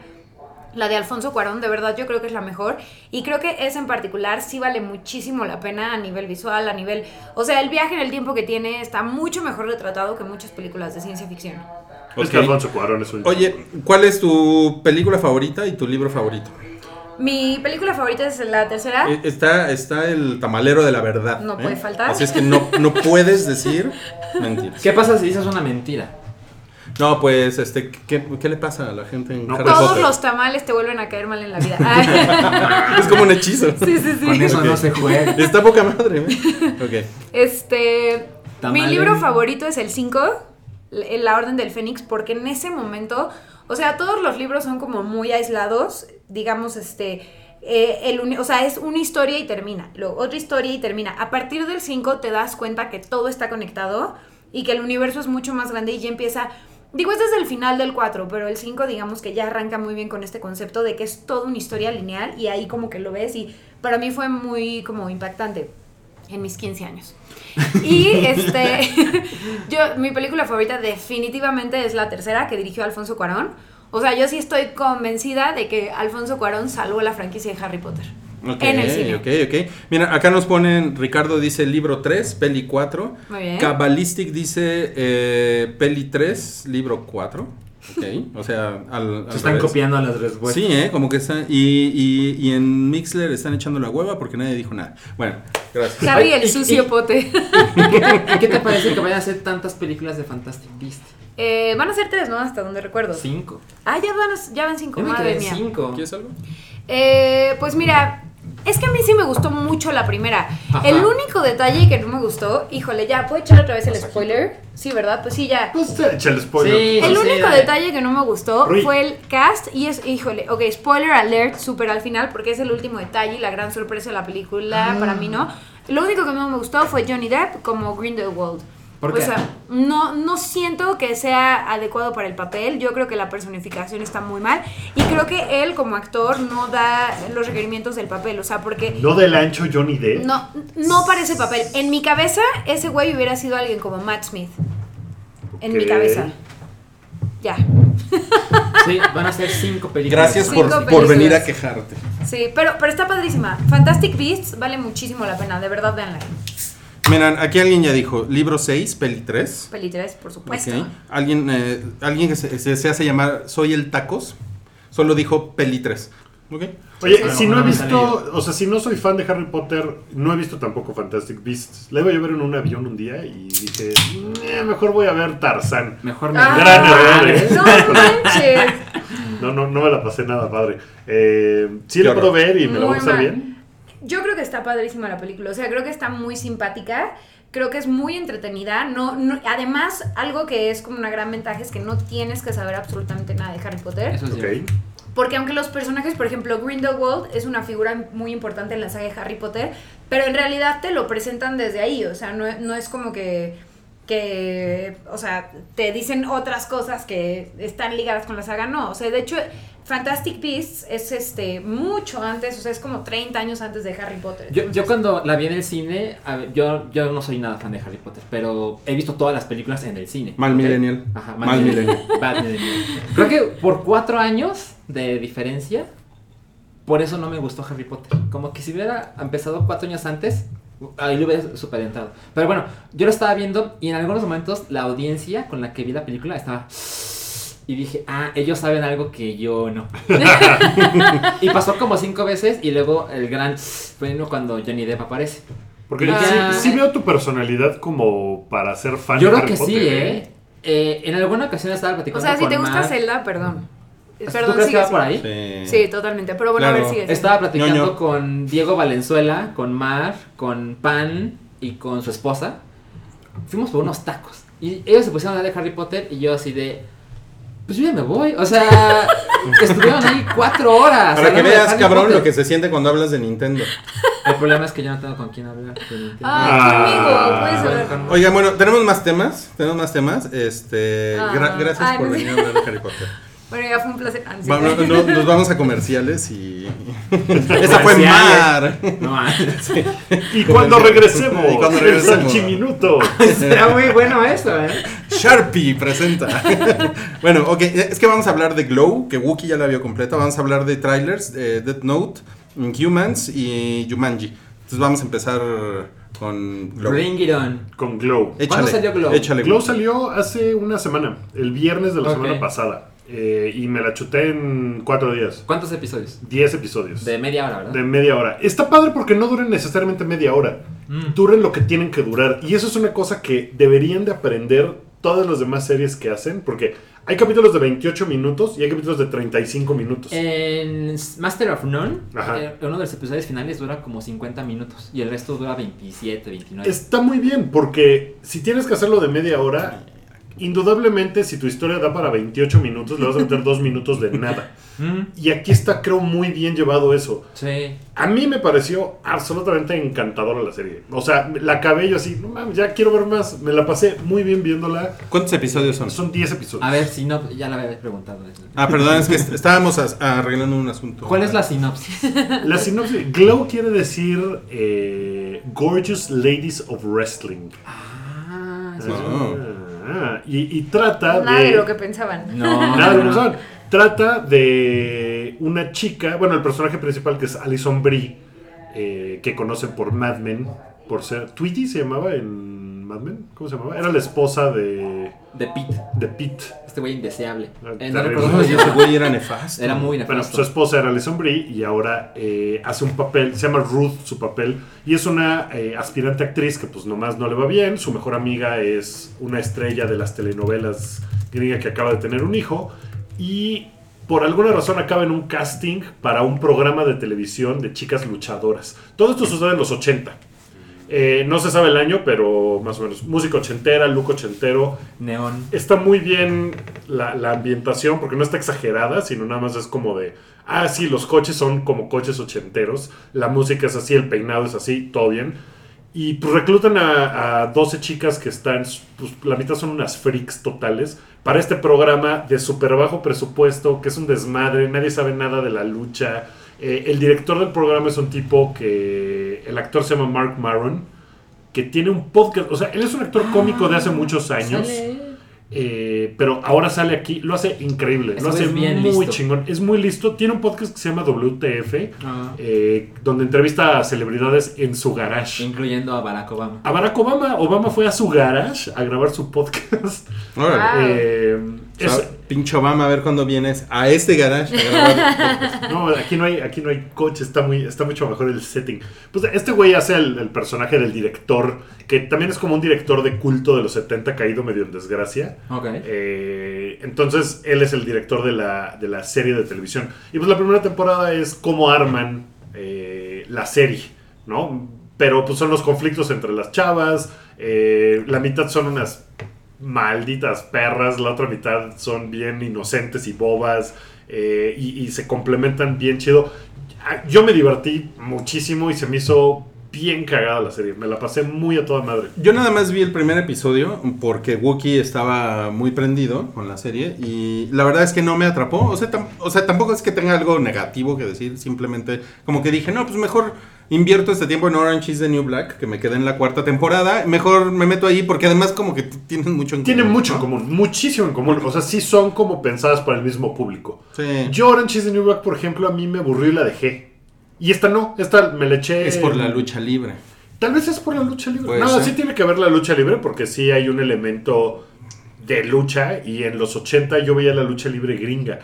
Speaker 5: La de Alfonso Cuarón, de verdad, yo creo que es la mejor. Y creo que esa en particular sí vale muchísimo la pena a nivel visual, a nivel. O sea, el viaje en el tiempo que tiene está mucho mejor retratado que muchas películas de ciencia ficción.
Speaker 2: Es que
Speaker 4: Ok.
Speaker 2: Alfonso Cuarón es un.
Speaker 4: Oye, ¿cuál es tu película favorita y tu libro favorito?
Speaker 5: Mi película favorita es la tercera.
Speaker 4: Eh, Está, está el tamalero de la verdad.
Speaker 5: Ah. No
Speaker 4: ¿eh?
Speaker 5: puede faltar.
Speaker 4: Así es que no, no puedes decir mentiras.
Speaker 3: ¿Qué pasa si dices una mentira?
Speaker 4: No, pues, este, ¿qué, qué le pasa a la gente en
Speaker 2: No,
Speaker 4: Harry
Speaker 5: Todos
Speaker 4: Potter?
Speaker 5: los tamales te vuelven a caer mal en la
Speaker 4: <laughs>
Speaker 5: vida. <laughs> Ay,
Speaker 4: Es como un hechizo.
Speaker 5: sí, sí, sí.
Speaker 3: Con eso
Speaker 4: Ok.
Speaker 3: no se
Speaker 4: <laughs>
Speaker 3: juega.
Speaker 4: Está poca madre. ¿eh?
Speaker 5: Este,
Speaker 3: Tamales.
Speaker 5: mi libro favorito es el 5, La Orden del Fénix, porque en ese momento, o sea, todos los libros son como muy aislados, digamos, este, eh, el uni- o sea, es una historia y termina, luego otra historia y termina. A partir del 5 te das cuenta que todo está conectado y que el universo es mucho más grande y ya empieza... Digo, es desde el final del 4, pero el 5 digamos que ya arranca muy bien con este concepto de que es toda una historia lineal y ahí como que lo ves y para mí fue muy como impactante en mis 15 años. Y este, <laughs> yo, mi película favorita definitivamente es la tercera que dirigió Alfonso Cuarón. O sea, yo sí estoy convencida de que Alfonso Cuarón salvó la franquicia de Harry Potter.
Speaker 4: Ok. Ok,
Speaker 5: En el cine.
Speaker 4: ok, ok. Mira, acá nos ponen, Ricardo dice libro 3, peli 4.
Speaker 5: Muy bien.
Speaker 4: Cabalistic dice eh, peli 3, libro 4. Ok, o sea, al, al
Speaker 3: Se están
Speaker 4: revés.
Speaker 3: copiando las respuestas.
Speaker 4: Sí, ¿eh? como que están. Y, y- y en Mixler están echando la hueva porque nadie dijo nada. Bueno, gracias.
Speaker 5: Harry
Speaker 4: Ay,
Speaker 5: el sucio pote. <laughs>
Speaker 3: ¿Y qué, y qué te parece que vayan a hacer tantas películas de Fantastic Beasts?
Speaker 5: Eh, van a ser tres, ¿no? Hasta donde recuerdo.
Speaker 3: Cinco.
Speaker 5: Ah, ya van, a- ya van cinco,
Speaker 3: Yo me quedé
Speaker 5: madre
Speaker 3: en
Speaker 5: mía.
Speaker 3: cinco.
Speaker 4: ¿Quieres algo?
Speaker 5: Eh, pues mira, es que a mí sí me gustó mucho la primera.
Speaker 3: Ajá.
Speaker 5: El único detalle que no me gustó, híjole, ya, ¿puedo echar otra vez el spoiler? Sí, ¿verdad? Pues sí, ya.
Speaker 2: Pues te echa el spoiler.
Speaker 3: Sí.
Speaker 5: El
Speaker 3: sí,
Speaker 5: único
Speaker 3: dale.
Speaker 5: detalle que no me gustó
Speaker 2: Rui.
Speaker 5: fue el cast y es, híjole, ok, spoiler alert, súper al final porque es el último detalle y la gran sorpresa de la
Speaker 3: Ah.
Speaker 5: película, para mí no. Lo único que no me gustó fue Johnny Depp como Grindelwald.
Speaker 3: ¿Por
Speaker 5: o
Speaker 3: qué?
Speaker 5: sea, no, no siento que sea adecuado para el papel, yo creo que la personificación está muy mal y creo que él como actor no da los requerimientos del papel, o sea, porque...
Speaker 2: No del ancho Johnny Depp.
Speaker 5: No, no parece papel. En mi cabeza, ese güey hubiera sido alguien como Matt Smith. En mi
Speaker 2: Ok.
Speaker 5: cabeza. Ya.
Speaker 3: Sí, van a ser cinco películas.
Speaker 4: Gracias
Speaker 5: Cinco
Speaker 4: por, por
Speaker 5: películas.
Speaker 4: venir a quejarte.
Speaker 5: Sí, pero, pero está padrísima. Fantastic Beasts vale muchísimo la pena, de verdad, véanla.
Speaker 4: Miren, aquí alguien ya dijo libro 6, peli 3.
Speaker 5: Peli 3, por supuesto.
Speaker 4: Alguien, eh, alguien que se, se- se hace llamar Soy el Tacos solo dijo peli 3. Ok.
Speaker 2: Oye,
Speaker 3: Sí,
Speaker 2: si no
Speaker 3: no,
Speaker 2: he
Speaker 3: no me
Speaker 2: visto,
Speaker 3: salió.
Speaker 2: o sea, si no soy fan de Harry Potter, no he visto tampoco Fantastic Beasts. La iba a ver en un avión un día y dije, "Eh, mejor voy a ver Tarzán.
Speaker 3: Mejor me
Speaker 5: Ah,
Speaker 2: Gran error, ¿eh?
Speaker 5: No manches.
Speaker 2: No, no, no me la pasé nada padre. Eh, sí
Speaker 4: Qué
Speaker 2: la puedo
Speaker 4: horror.
Speaker 2: ver <laughs> y me la voy
Speaker 5: Muy
Speaker 2: a pasar
Speaker 5: mal.
Speaker 2: bien.
Speaker 5: Yo creo que está padrísima la película, o sea, creo que está muy simpática, creo que es muy entretenida, no, no- además algo que es como una gran ventaja es que no tienes que saber absolutamente nada de Harry Potter,
Speaker 3: Eso sí.
Speaker 2: Ok.
Speaker 5: porque aunque los personajes, por ejemplo, Grindelwald es una figura muy importante en la saga de Harry Potter, pero en realidad te lo presentan desde ahí, o sea, no, no es como que, que, o sea, te dicen otras cosas que están ligadas con la saga, no, o sea, de hecho... Fantastic Beasts es este mucho antes, o sea, es como 30 años antes de Harry Potter.
Speaker 3: Yo,
Speaker 5: entonces-
Speaker 3: yo cuando la vi en el cine, a ver, yo, yo no soy nada fan de Harry Potter, pero he visto todas las películas en el cine.
Speaker 4: Mal
Speaker 3: ¿ok?
Speaker 4: millennial.
Speaker 3: Ajá,
Speaker 4: Mal
Speaker 3: mal millennial. <laughs> Bad millennial. Creo que por cuatro años de diferencia, por eso no me gustó Harry Potter. Como que si hubiera empezado cuatro años antes, ahí lo hubiera superentado. Pero bueno, yo lo estaba viendo y en algunos momentos la audiencia con la que vi la película estaba... <sniffs> Y dije, ah, ellos saben algo que
Speaker 2: <laughs>
Speaker 3: yo no. y pasó como cinco veces y luego el gran <sniffs> freno cuando Johnny Depp aparece.
Speaker 2: Porque
Speaker 3: Ah.
Speaker 2: sí, sí veo tu personalidad como para ser fan
Speaker 3: Yo
Speaker 2: de
Speaker 3: creo
Speaker 2: Harry
Speaker 3: que sí,
Speaker 2: Potter.
Speaker 3: ¿eh? Eh, En alguna ocasión estaba
Speaker 5: O
Speaker 3: platicando
Speaker 5: sea, si
Speaker 3: con
Speaker 5: te gusta
Speaker 3: Mar-
Speaker 5: Zelda, perdón.
Speaker 3: ¿Tú
Speaker 5: Perdón,
Speaker 3: crees que
Speaker 5: sigue,
Speaker 3: va por
Speaker 5: sigue.
Speaker 3: ahí?
Speaker 4: Sí.
Speaker 5: Sí, totalmente. Pero bueno, a
Speaker 4: Claro.
Speaker 5: ver, sigue. sigue.
Speaker 3: Estaba platicando
Speaker 4: Ñoño.
Speaker 3: con Diego Valenzuela, con Mar, con Pan y con su esposa. Fuimos por unos tacos. Y ellos se pusieron a hablar de Harry Potter y yo así de... Pues yo ya me voy. O
Speaker 4: <laughs>
Speaker 3: sea, estuvieron ahí cuatro horas.
Speaker 4: Para que
Speaker 3: hablando de
Speaker 4: veas,
Speaker 3: Harry
Speaker 4: cabrón,
Speaker 3: Potter.
Speaker 4: lo que se siente cuando hablas de Nintendo.
Speaker 3: El problema es que yo no tengo con quién hablar. de Nintendo.
Speaker 5: Ah,
Speaker 2: Ah.
Speaker 5: conmigo, puedes
Speaker 3: Bueno,
Speaker 5: hablar.
Speaker 3: con-
Speaker 4: Oigan, bueno, tenemos más temas. Tenemos más temas. Este,
Speaker 5: Ah.
Speaker 4: gra- gracias
Speaker 5: Ay,
Speaker 4: por
Speaker 5: no sé.
Speaker 4: venir a hablar de Harry Potter.
Speaker 5: Bueno, ya fue un placer. Ah, sí.
Speaker 4: Vamos- no, nos vamos a
Speaker 3: <laughs>
Speaker 4: comerciales y. Esa fue
Speaker 3: Comerciales.
Speaker 4: Mar.
Speaker 3: <laughs> No, ah.
Speaker 4: <laughs>
Speaker 3: antes.
Speaker 2: ¿eh? Y cuando regresemos,
Speaker 4: Y cuando
Speaker 2: el
Speaker 4: regresemos. <laughs>
Speaker 2: salchiminuto.
Speaker 3: Será muy bueno eso, ¿eh?
Speaker 4: Sharpie presenta. <laughs> bueno, ok, eh, es que vamos a hablar de Glow, que Wookiee ya la vio completa. Vamos a hablar de trailers, eh, Death Note, Humans y Jumanji. Entonces vamos a empezar con Glow.
Speaker 3: Bring it on.
Speaker 2: Con Glow.
Speaker 4: Échale,
Speaker 3: salió Glow?
Speaker 4: Échale,
Speaker 2: Glow
Speaker 4: Wookiee.
Speaker 2: salió hace una semana, el viernes de la
Speaker 3: Ok.
Speaker 2: semana pasada. eh, y me la chuté en cuatro días.
Speaker 3: ¿Cuántos episodios?
Speaker 2: 10 episodios.
Speaker 3: De media hora, ¿verdad?
Speaker 2: de media hora. Está padre porque no duren necesariamente media hora.
Speaker 3: Mm.
Speaker 2: Duren lo que tienen que durar. Y eso es una cosa que deberían de aprender todas las demás series que hacen. Porque hay capítulos de 28 minutos y hay capítulos de 35 minutos.
Speaker 3: En Master of None,
Speaker 2: Ajá.
Speaker 3: eh, uno de los episodios finales dura como 50 minutos y el resto dura 27, 29.
Speaker 2: Está muy bien porque si tienes que hacerlo de media hora, indudablemente si tu historia da para 28 minutos, le vas a meter 2 minutos de nada.
Speaker 3: Mm,
Speaker 2: Y aquí está, creo, muy bien llevado eso.
Speaker 3: sí.
Speaker 2: A mí me pareció absolutamente encantadora la serie. O sea, la acabé yo así, no mames, ya quiero ver más. Me la pasé muy bien viéndola.
Speaker 4: ¿Cuántos episodios son?
Speaker 2: Son 10 episodios.
Speaker 3: A ver, si no, ya la había preguntado.
Speaker 4: Ah, perdón, es que est- estábamos as- arreglando un asunto.
Speaker 3: ¿Cuál es la sinopsis?
Speaker 2: <laughs> La sinopsis, Glow quiere decir eh, Gorgeous Ladies of Wrestling.
Speaker 3: Ah, sí.
Speaker 4: No.
Speaker 2: Ah, y, y trata
Speaker 5: <laughs> Nada de
Speaker 2: de...
Speaker 5: lo que pensaban.
Speaker 3: no.
Speaker 2: <laughs> Nada de
Speaker 3: no, no.
Speaker 2: razón. Trata de una chica, bueno, el personaje principal que es Alison Brie, eh, que conocen por Mad Men, por ser... Tweety se llamaba en Mad Men, ¿cómo se llamaba? Era la esposa de,
Speaker 3: De Pete,
Speaker 2: de Pete.
Speaker 3: este güey indeseable.
Speaker 2: Ah,
Speaker 3: Eh, no
Speaker 2: terrible. pues,
Speaker 3: <laughs> recuerdo
Speaker 4: No,
Speaker 3: cómo
Speaker 4: y
Speaker 3: se
Speaker 4: ese
Speaker 2: <laughs>
Speaker 3: llama.
Speaker 4: güey era nefasto.
Speaker 3: Era muy
Speaker 2: Bueno,
Speaker 3: nefasto.
Speaker 2: su esposa era Alison Brie y ahora eh, hace un papel, se llama Ruth su papel, y es una eh, aspirante actriz que pues nomás no le va bien, su mejor amiga es una estrella de las telenovelas gringa que acaba de tener un hijo, y por alguna razón acaba en un casting para un programa de televisión de chicas luchadoras. Todo esto sucede en los 80. Eh, no se sabe el año, pero más o menos. Música ochentera, look ochentero,
Speaker 3: Neón.
Speaker 2: Está muy bien la, la ambientación porque no está exagerada, sino nada más es como de, ah, sí, los coches son como coches ochenteros, la música es así, el peinado es así, todo bien. Y pues reclutan a, a 12 chicas que están, pues la mitad son unas freaks totales, para este programa de súper bajo presupuesto, que es un desmadre, nadie sabe nada de la lucha. Eh, el director del programa es un tipo que, el actor se llama Mark Maron, que tiene un podcast, o sea, él es un actor cómico de hace muchos años.
Speaker 3: Ah, Sale.
Speaker 2: Eh, pero ahora sale aquí, lo hace increíble,
Speaker 3: Este
Speaker 2: lo hace
Speaker 3: güey es bien
Speaker 2: muy
Speaker 3: listo.
Speaker 2: chingón, es muy listo, tiene un podcast que se llama WTF,
Speaker 3: Ah.
Speaker 2: eh, donde entrevista a celebridades en su garage.
Speaker 3: Incluyendo a Barack Obama.
Speaker 2: A Barack Obama, Obama fue a su garage a grabar su
Speaker 3: <laughs>
Speaker 2: podcast.
Speaker 4: Órale.
Speaker 5: Ah.
Speaker 2: Eh,
Speaker 4: O sea,
Speaker 2: es-
Speaker 4: pinche Obama, a ver cuándo vienes a este garage a
Speaker 3: <laughs>
Speaker 4: grabar.
Speaker 2: no, aquí no hay, aquí no hay coche, está muy, está mucho mejor el setting. Pues este güey hace el, el personaje del director, que también es como un director de culto de los 70 caído medio en desgracia.
Speaker 3: Ok.
Speaker 2: Eh, entonces, él es el director de la, de la serie de televisión. Y pues la primera temporada es cómo arman eh, la serie, ¿no? Pero pues son los conflictos entre las chavas, eh, la mitad son unas malditas perras, la otra mitad son bien inocentes y bobas, eh, y, y se complementan bien chido. Ah, Yo me divertí muchísimo y se me hizo bien cagada la serie, me la pasé muy a toda madre.
Speaker 4: Yo nada más vi el primer episodio porque Wookiee estaba muy prendido con la serie y la verdad es que no me atrapó. O sea, tam- o sea, tampoco es que tenga algo negativo que decir, simplemente como que dije, no, pues mejor invierto este tiempo en Orange is the New Black, que me quedé en la cuarta temporada, mejor me meto ahí porque además como que t- tienen mucho en
Speaker 2: Tienen
Speaker 4: común,
Speaker 2: mucho en
Speaker 4: ¿no?
Speaker 2: común, muchísimo en común. O sea, sí son como pensadas para el mismo público.
Speaker 4: Sí.
Speaker 2: Yo Orange is the New Black, por ejemplo, a mí me aburrió y la dejé. Y esta no, esta me la eché...
Speaker 4: Es por la lucha libre.
Speaker 2: Tal vez es por la lucha libre.
Speaker 4: Puede
Speaker 2: no,
Speaker 4: ser.
Speaker 2: sí tiene que ver la lucha libre porque sí hay un elemento de lucha y en los 80 yo veía la lucha libre gringa.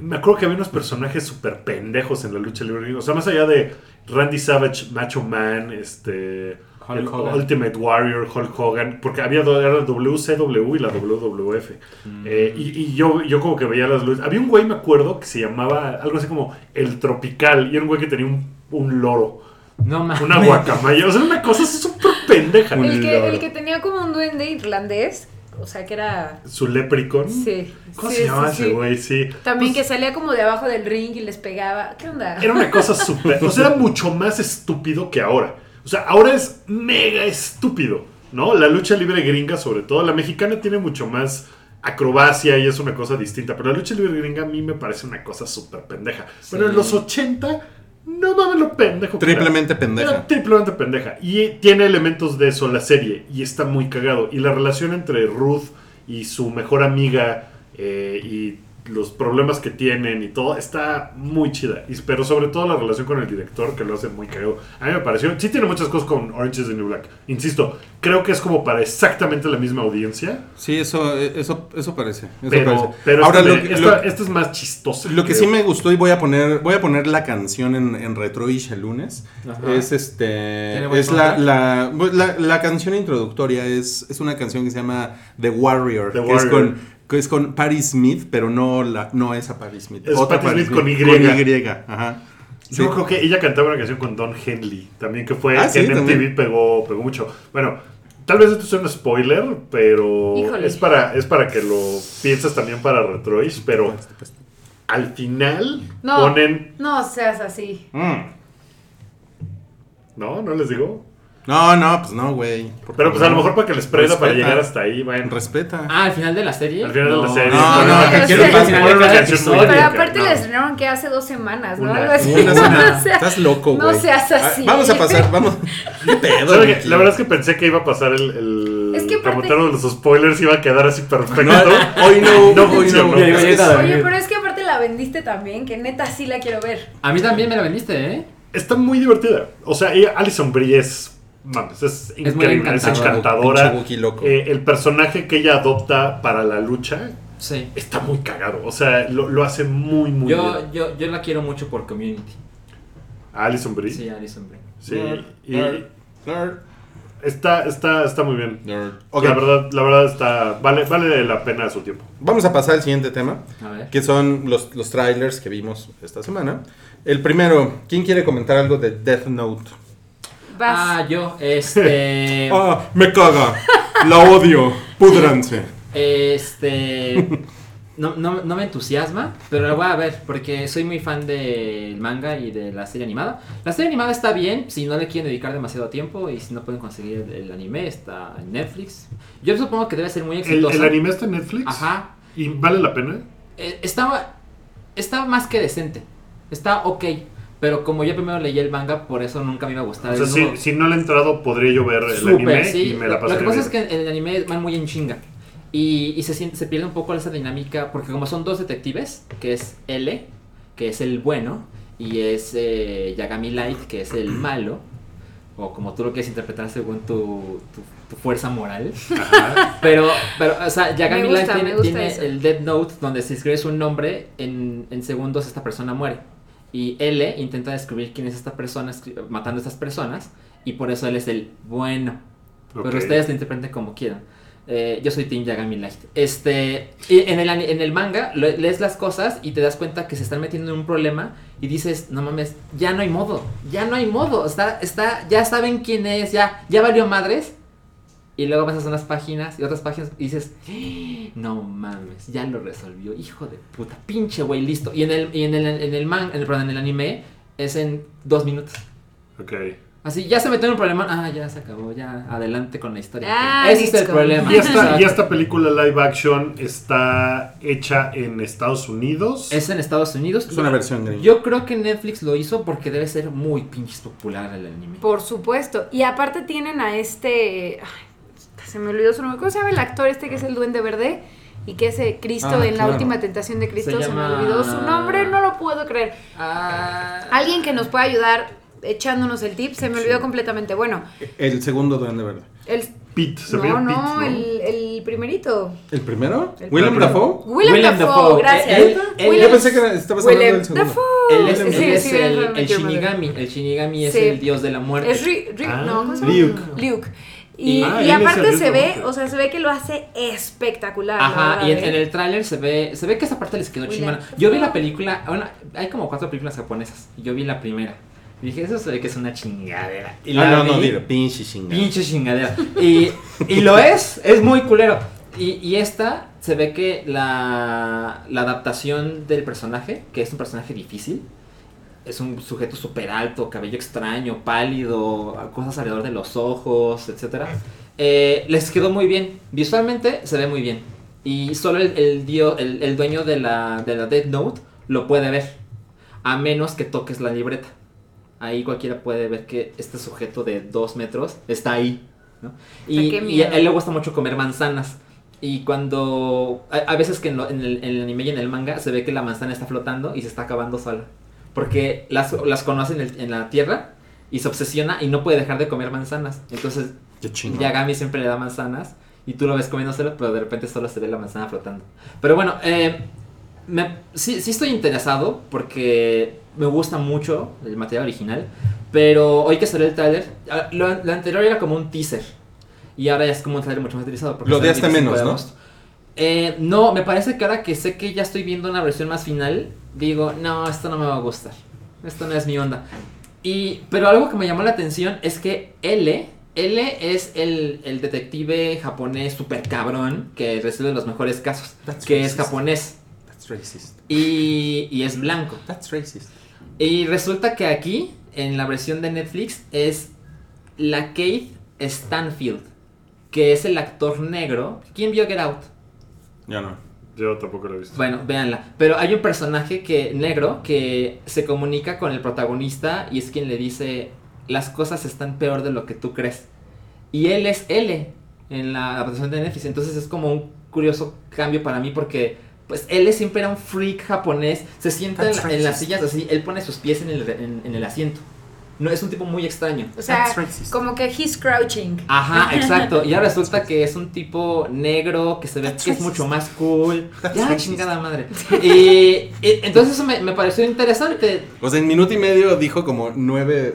Speaker 2: Me acuerdo que había unos personajes súper pendejos en la lucha libre gringa. O sea, más allá de Randy Savage, Macho Man, este...
Speaker 3: Hulk
Speaker 2: el
Speaker 3: Hogan.
Speaker 2: Ultimate Warrior, Hulk Hogan, porque había do- era la WCW y la WWF.
Speaker 3: Mm.
Speaker 2: Eh, y y yo, yo como que veía las luchas. Había un güey, me acuerdo, que se llamaba algo así como El Tropical, y era un güey que tenía un, un loro.
Speaker 3: No mames.
Speaker 2: Una guacamaya. O sea, una cosa súper pendeja.
Speaker 5: El que,
Speaker 2: loro.
Speaker 5: el que tenía como un duende irlandés, o sea que era.
Speaker 2: Su leprechaun.
Speaker 5: Sí.
Speaker 2: ¿Cómo
Speaker 5: sí,
Speaker 2: se llamaba
Speaker 5: sí,
Speaker 2: ese
Speaker 5: sí.
Speaker 2: güey? Sí. Pues,
Speaker 5: También que salía como de abajo del ring y les pegaba. ¿Qué onda?
Speaker 2: Era una
Speaker 5: <laughs>
Speaker 2: cosa súper. O sea, era mucho más estúpido que ahora. O sea, ahora es mega estúpido, ¿no? La lucha libre gringa, sobre todo. La mexicana tiene mucho más acrobacia y es una cosa distinta. Pero la lucha libre gringa a mí me parece una cosa súper pendeja. Bueno, en los 80, no mames lo pendejo. que era.
Speaker 4: Triplemente pendeja.
Speaker 2: Era triplemente pendeja. Y tiene elementos de eso la serie. Y está muy cagado. Y la relación entre Ruth y su mejor amiga eh, y los problemas que tienen y todo, está muy chida. Y- pero sobre todo la relación con el director, que lo hace muy cagado. A mí me pareció, sí tiene muchas cosas con Orange is the New Black. Insisto, creo que es como para exactamente la misma audiencia.
Speaker 4: Sí, eso, eh, eso, eso parece. eso
Speaker 2: Pero,
Speaker 4: parece.
Speaker 2: pero
Speaker 4: Ahora,
Speaker 2: esta,
Speaker 4: lo,
Speaker 2: me-
Speaker 4: que-
Speaker 2: esta-
Speaker 4: lo-
Speaker 2: esta es más chistosa.
Speaker 4: Lo que
Speaker 2: creo.
Speaker 4: sí me gustó y voy a poner, voy a poner la canción en, en retroish el lunes.
Speaker 3: Ajá.
Speaker 4: Es este.
Speaker 3: buen
Speaker 4: Es la,
Speaker 3: soundtrack?
Speaker 4: la, pues, la- la canción introductoria. Es, es una canción que se llama The Warrior.
Speaker 2: The
Speaker 4: que
Speaker 2: Warrior.
Speaker 4: es con que es con Patti Smith, pero no la, no esa Patti Smith.
Speaker 2: Es
Speaker 4: otra
Speaker 2: Patti Smith con Y.
Speaker 4: Con Y, ajá. Sí.
Speaker 2: Yo creo que ella cantaba una canción con Don Henley, también que fue
Speaker 4: Ah,
Speaker 2: que
Speaker 4: sí,
Speaker 2: en MTV
Speaker 4: también.
Speaker 2: pegó, pegó mucho. Bueno, tal vez esto es un spoiler, pero
Speaker 5: Híjole.
Speaker 2: es para es para que lo pienses también para Retroish, pero al final
Speaker 5: No,
Speaker 2: ponen,
Speaker 5: no seas así.
Speaker 4: Mm.
Speaker 2: no, no les digo.
Speaker 4: No, no, pues no, güey. Por
Speaker 2: Pero pues a lo
Speaker 4: favor.
Speaker 2: mejor para que les prenda para
Speaker 4: Respeta.
Speaker 2: llegar hasta ahí, bueno.
Speaker 4: Respeta.
Speaker 3: Ah, al final de la serie. Ah,
Speaker 2: Al final de la serie.
Speaker 4: No, no, que
Speaker 5: Pero
Speaker 4: quiero
Speaker 5: sí,
Speaker 4: que-
Speaker 5: al final
Speaker 2: ponen una
Speaker 3: de cada
Speaker 2: canción muy
Speaker 3: episodio.
Speaker 5: Pero
Speaker 2: épica,
Speaker 5: aparte
Speaker 2: no.
Speaker 5: le estrenaron que hace dos semanas, ¿no?
Speaker 2: Una-
Speaker 5: Algo así.
Speaker 4: Una semana.
Speaker 5: <laughs> O sea,
Speaker 4: Estás loco,
Speaker 5: no
Speaker 4: güey.
Speaker 5: seas
Speaker 4: Ah,
Speaker 5: así.
Speaker 4: Vamos a
Speaker 5: <laughs>
Speaker 4: pasar, vamos. ¿Qué pedo,
Speaker 2: ¿Saben
Speaker 4: Ricky?
Speaker 2: qué? La verdad es que pensé que iba a pasar el, el
Speaker 5: Es que aparte-
Speaker 2: comentario de los spoilers iba a quedar así perfecto.
Speaker 4: No, hoy no,
Speaker 2: <laughs> No
Speaker 4: hoy no.
Speaker 2: funcionó.
Speaker 4: Es que
Speaker 3: Oye,
Speaker 4: soy-
Speaker 5: Oye, pero es que aparte la vendiste también, que neta sí la quiero ver.
Speaker 3: A mí también me la vendiste, ¿eh?
Speaker 2: Está muy divertida. O sea, ella, Alison Brie es. Mames, es
Speaker 3: muy
Speaker 2: increíble, es,
Speaker 4: encantadora,
Speaker 2: encantadora.
Speaker 4: pinche Wookiee loco.
Speaker 2: Eh, el personaje que ella adopta para la lucha
Speaker 3: Sí.
Speaker 2: está muy cagado. O sea, lo, lo hace muy, muy bien.
Speaker 3: Yo, yo, yo la quiero mucho por community.
Speaker 2: A Alison Brie. Sí.
Speaker 3: Sí, Alison Brie.
Speaker 2: Y
Speaker 4: Nerd, nerd,
Speaker 2: está, está, está muy bien.
Speaker 4: nerd. Ok,
Speaker 2: La verdad, la verdad está. Vale, vale la pena su tiempo.
Speaker 4: vamos a pasar al siguiente tema,
Speaker 3: A ver.
Speaker 4: que son los, los trailers que vimos esta semana. El primero, ¿quién quiere comentar algo de Death Note?
Speaker 5: Vas.
Speaker 3: Ah, yo,
Speaker 2: <laughs>
Speaker 3: este.
Speaker 2: Oh.
Speaker 4: Ah, me caga, la odio, pudranse.
Speaker 3: Este. No, no, no me entusiasma, pero la voy a ver porque soy muy fan del manga y de la serie animada. La serie animada está bien si no le quieren dedicar demasiado tiempo y si no pueden conseguir el, el anime, está en Netflix. Yo supongo que debe ser muy
Speaker 2: El,
Speaker 3: exitosa.
Speaker 2: el anime está en Netflix.
Speaker 3: Ajá.
Speaker 2: ¿Y vale la pena?
Speaker 3: Eh, Está, está más que decente. Está ok. Pero como yo primero leí el manga, por eso nunca me iba a gustar.
Speaker 2: O sea,
Speaker 3: el
Speaker 2: si,
Speaker 3: nuevo.
Speaker 2: si no le he entrado, podría yo ver el
Speaker 3: Súper,
Speaker 2: anime
Speaker 3: sí.
Speaker 2: y me la
Speaker 3: Lo- Lo que
Speaker 2: pasaría.
Speaker 3: pasa es
Speaker 2: bien.
Speaker 3: que en el anime van muy en chinga. Y, y se, siente- se pierde un poco esa dinámica, porque como son dos detectives, que es L, que es el bueno, y es eh, Yagami Light, que es el malo, o como tú lo quieres interpretar según tu, tu- tu fuerza moral. Pero, pero, o sea, Yagami
Speaker 5: Me gusta,
Speaker 3: Light tiene,
Speaker 5: me gusta
Speaker 3: tiene
Speaker 5: eso.
Speaker 3: el Dead Note, donde si escribes un nombre, en, en segundos esta persona muere. Y L intenta descubrir quién es esta persona, escri- matando a estas personas, y por eso él es el bueno.
Speaker 2: Ok.
Speaker 3: Pero ustedes lo interpreten como quieran. Eh, yo soy Team Yagami Light. Este, y en, el, ani- en el manga lo- lees las cosas y te das cuenta que se están metiendo en un problema y dices, no mames, ya no hay modo, ya no hay modo, está, está, ya saben quién es, ya, ya valió madres. Y luego pasas unas páginas y otras páginas y dices, "Ah, no mames, ya lo resolvió, hijo de puta, pinche güey, listo. Y en el, y en el, en el man, en el, perdón, en el anime es en dos minutos.
Speaker 2: Ok.
Speaker 3: Así, ya se metió en un problema. Ah, ya se acabó, ya adelante con la historia.
Speaker 5: Ah,
Speaker 3: Ese es el
Speaker 5: listo.
Speaker 3: problema.
Speaker 2: Y esta,
Speaker 3: Exacto.
Speaker 2: y esta película live action está hecha en Estados Unidos.
Speaker 3: Es en Estados Unidos.
Speaker 4: Es una versión gringa.
Speaker 3: Yo creo que Netflix lo hizo porque debe ser muy pinches popular el anime.
Speaker 5: Por supuesto. Y aparte tienen a este. ay, se me olvidó su nombre. ¿Cómo se llama el actor este que es el Duende Verde? Y que es eh, Cristo
Speaker 4: Ah,
Speaker 5: en
Speaker 4: claro.
Speaker 5: la última tentación de Cristo.
Speaker 3: Se
Speaker 5: Se,
Speaker 3: llama-
Speaker 5: me olvidó su nombre, no lo puedo creer. Alguien que nos pueda ayudar echándonos el tip, se me olvidó completamente. Bueno,
Speaker 4: El segundo Duende Verde.
Speaker 5: el.
Speaker 2: Pete, se
Speaker 5: No,
Speaker 2: veía
Speaker 5: no,
Speaker 2: Pete,
Speaker 5: El, el primerito.
Speaker 4: ¿El primero?
Speaker 5: El
Speaker 4: ¿William
Speaker 2: primero.
Speaker 4: Dafoe? Eh,
Speaker 5: William,
Speaker 3: Willem
Speaker 5: Dafoe,
Speaker 3: Dafoe.
Speaker 5: gracias.
Speaker 3: Él- él-
Speaker 5: Willem-
Speaker 4: Yo pensé que estabas hablando
Speaker 5: Willem
Speaker 4: del segundo.
Speaker 5: Dafoe.
Speaker 3: Él es,
Speaker 5: Sí,
Speaker 3: él es
Speaker 5: sí,
Speaker 3: el,
Speaker 5: How I Met
Speaker 3: el
Speaker 5: Your Mother.
Speaker 3: Shinigami. El Shinigami es
Speaker 5: Sí.
Speaker 3: el dios de la muerte.
Speaker 5: Es Ri- Ri-
Speaker 2: Ah.
Speaker 5: no, ¿cómo se llama?
Speaker 2: Luke.
Speaker 5: Luke. Y,
Speaker 2: Ah, él es el
Speaker 5: y aparte
Speaker 2: Luke
Speaker 5: se ve,
Speaker 2: Skywalker.
Speaker 5: o sea, se ve que lo hace espectacular. la
Speaker 3: Ajá,
Speaker 5: verdad,
Speaker 3: y en,
Speaker 5: ¿eh?
Speaker 3: en el tráiler se ve, se ve que esa parte les quedó
Speaker 5: William
Speaker 3: chingona.
Speaker 5: Dafoe.
Speaker 3: Yo vi la película, una- hay como cuatro películas japonesas. y Yo vi la primera. Y dije, eso se ve que es una chingadera. Y
Speaker 4: Ah,
Speaker 3: la
Speaker 4: no, no,
Speaker 3: vi,
Speaker 4: dilo. Pinche chingada.
Speaker 3: Pinche chingadera. Y, y lo es, es muy culero. Y, y esta se ve que la, la adaptación del personaje, que es un personaje difícil, es un sujeto súper alto, cabello extraño, pálido, cosas alrededor de los ojos, etcétera Eh, les quedó muy bien. Visualmente se ve muy bien. Y solo el, el, dio- el, el dueño de la, de la Dead Note lo puede ver. A menos que toques la libreta. Ahí cualquiera puede ver que este sujeto de dos metros está ahí. ¿no?
Speaker 5: Ay,
Speaker 3: Y,
Speaker 5: qué
Speaker 3: y
Speaker 5: miedo.
Speaker 3: a él le gusta mucho comer manzanas. Y cuando. A, a veces que en, lo- en el, en el anime y en el manga se ve que la manzana está flotando y se está acabando sola. Porque las, las conoce en, el- en la tierra y se obsesiona y no puede dejar de comer manzanas. Entonces,
Speaker 4: Qué chingón.
Speaker 3: Yagami siempre le da manzanas y tú lo ves comiéndoselo, pero de repente solo se ve la manzana flotando. Pero bueno, eh, me- sí, sí estoy interesado porque me gusta mucho el material original, pero hoy que salió el trailer, ah, lo, lo anterior era como un teaser y ahora ya es como un trailer mucho más utilizado.
Speaker 4: Lo odiaste menos, ¿no?
Speaker 3: Eh, no, me parece que ahora que sé que ya estoy viendo una versión más final, digo, no, esto no me va a gustar. Esto no es mi onda. Y, pero algo que me llamó la atención es que L, L es el, el detective japonés super cabrón que recibe los mejores casos,
Speaker 4: That's
Speaker 3: que es
Speaker 4: racist.
Speaker 3: japonés
Speaker 4: That's racist.
Speaker 3: y, y es blanco.
Speaker 4: That's racist.
Speaker 3: Y resulta que aquí, en la versión de Netflix, es la Keith Stanfield, que es el actor negro. ¿Quién vio Get Out?
Speaker 4: Yo no.
Speaker 2: Yo tampoco lo he visto.
Speaker 3: Bueno, véanla. Pero hay un personaje que negro que se comunica con el protagonista y es quien le dice las cosas están peor de lo que tú crees. Y él es L en la adaptación de Netflix, entonces es como un curioso cambio para mí porque pues L siempre era un freak japonés, se sienta en, la- en las sillas así, él pone sus pies en el, en- en el asiento. No es un tipo muy extraño.
Speaker 5: O sea,
Speaker 4: That's racist.
Speaker 5: como que he's crouching.
Speaker 3: Ajá,
Speaker 5: <laughs>
Speaker 3: exacto. Y ahora resulta que es un tipo negro que se ve que es mucho más cool.
Speaker 5: <laughs>
Speaker 3: Ya, chingada madre. Y, y entonces eso me, me pareció interesante.
Speaker 4: O sea, en minuto y medio dijo como nueve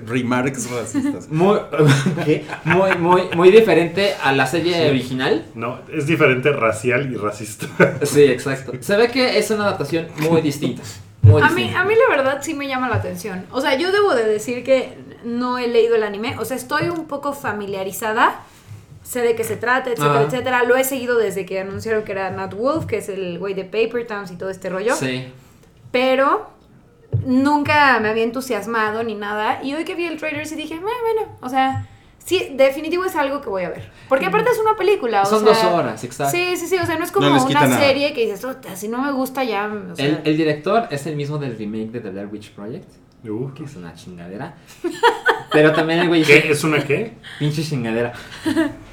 Speaker 5: <laughs>
Speaker 4: remarks racistas.
Speaker 3: Muy, <laughs> ¿qué? muy, muy, muy diferente a la serie original.
Speaker 2: No, es diferente racial y racista. <laughs>
Speaker 3: Sí, exacto. Se ve que es una adaptación muy distinta. Muy
Speaker 5: A mí,
Speaker 3: distinta.
Speaker 5: a mí la verdad sí me llama la atención. O sea, yo debo de decir que no he leído el anime. O sea, estoy un poco familiarizada. Sé de qué se trata, etcétera,
Speaker 3: Ajá.
Speaker 5: etcétera. Lo he seguido desde que anunciaron que era Nat Wolf, que es el güey de Paper Towns y todo este rollo.
Speaker 3: Sí.
Speaker 5: Pero nunca me había entusiasmado ni nada. Y hoy que vi el trailer sí dije, "Ah, bueno, o sea, sí, definitivo es algo que voy a ver. Porque aparte es una película. O
Speaker 3: Son
Speaker 5: sea,
Speaker 3: dos horas, exacto.
Speaker 5: Sí, sí, sí. O sea, no es como
Speaker 4: No les quita
Speaker 5: una
Speaker 4: nada.
Speaker 5: serie que dices, "Ota, si no me gusta ya. o sea,
Speaker 3: El, el director es el mismo del remake de The Blair Witch Project,
Speaker 2: Uh,
Speaker 3: que es una
Speaker 5: <laughs>
Speaker 3: chingadera. Pero también el güey
Speaker 2: ¿Qué? ¿Es una qué?
Speaker 3: Pinche chingadera.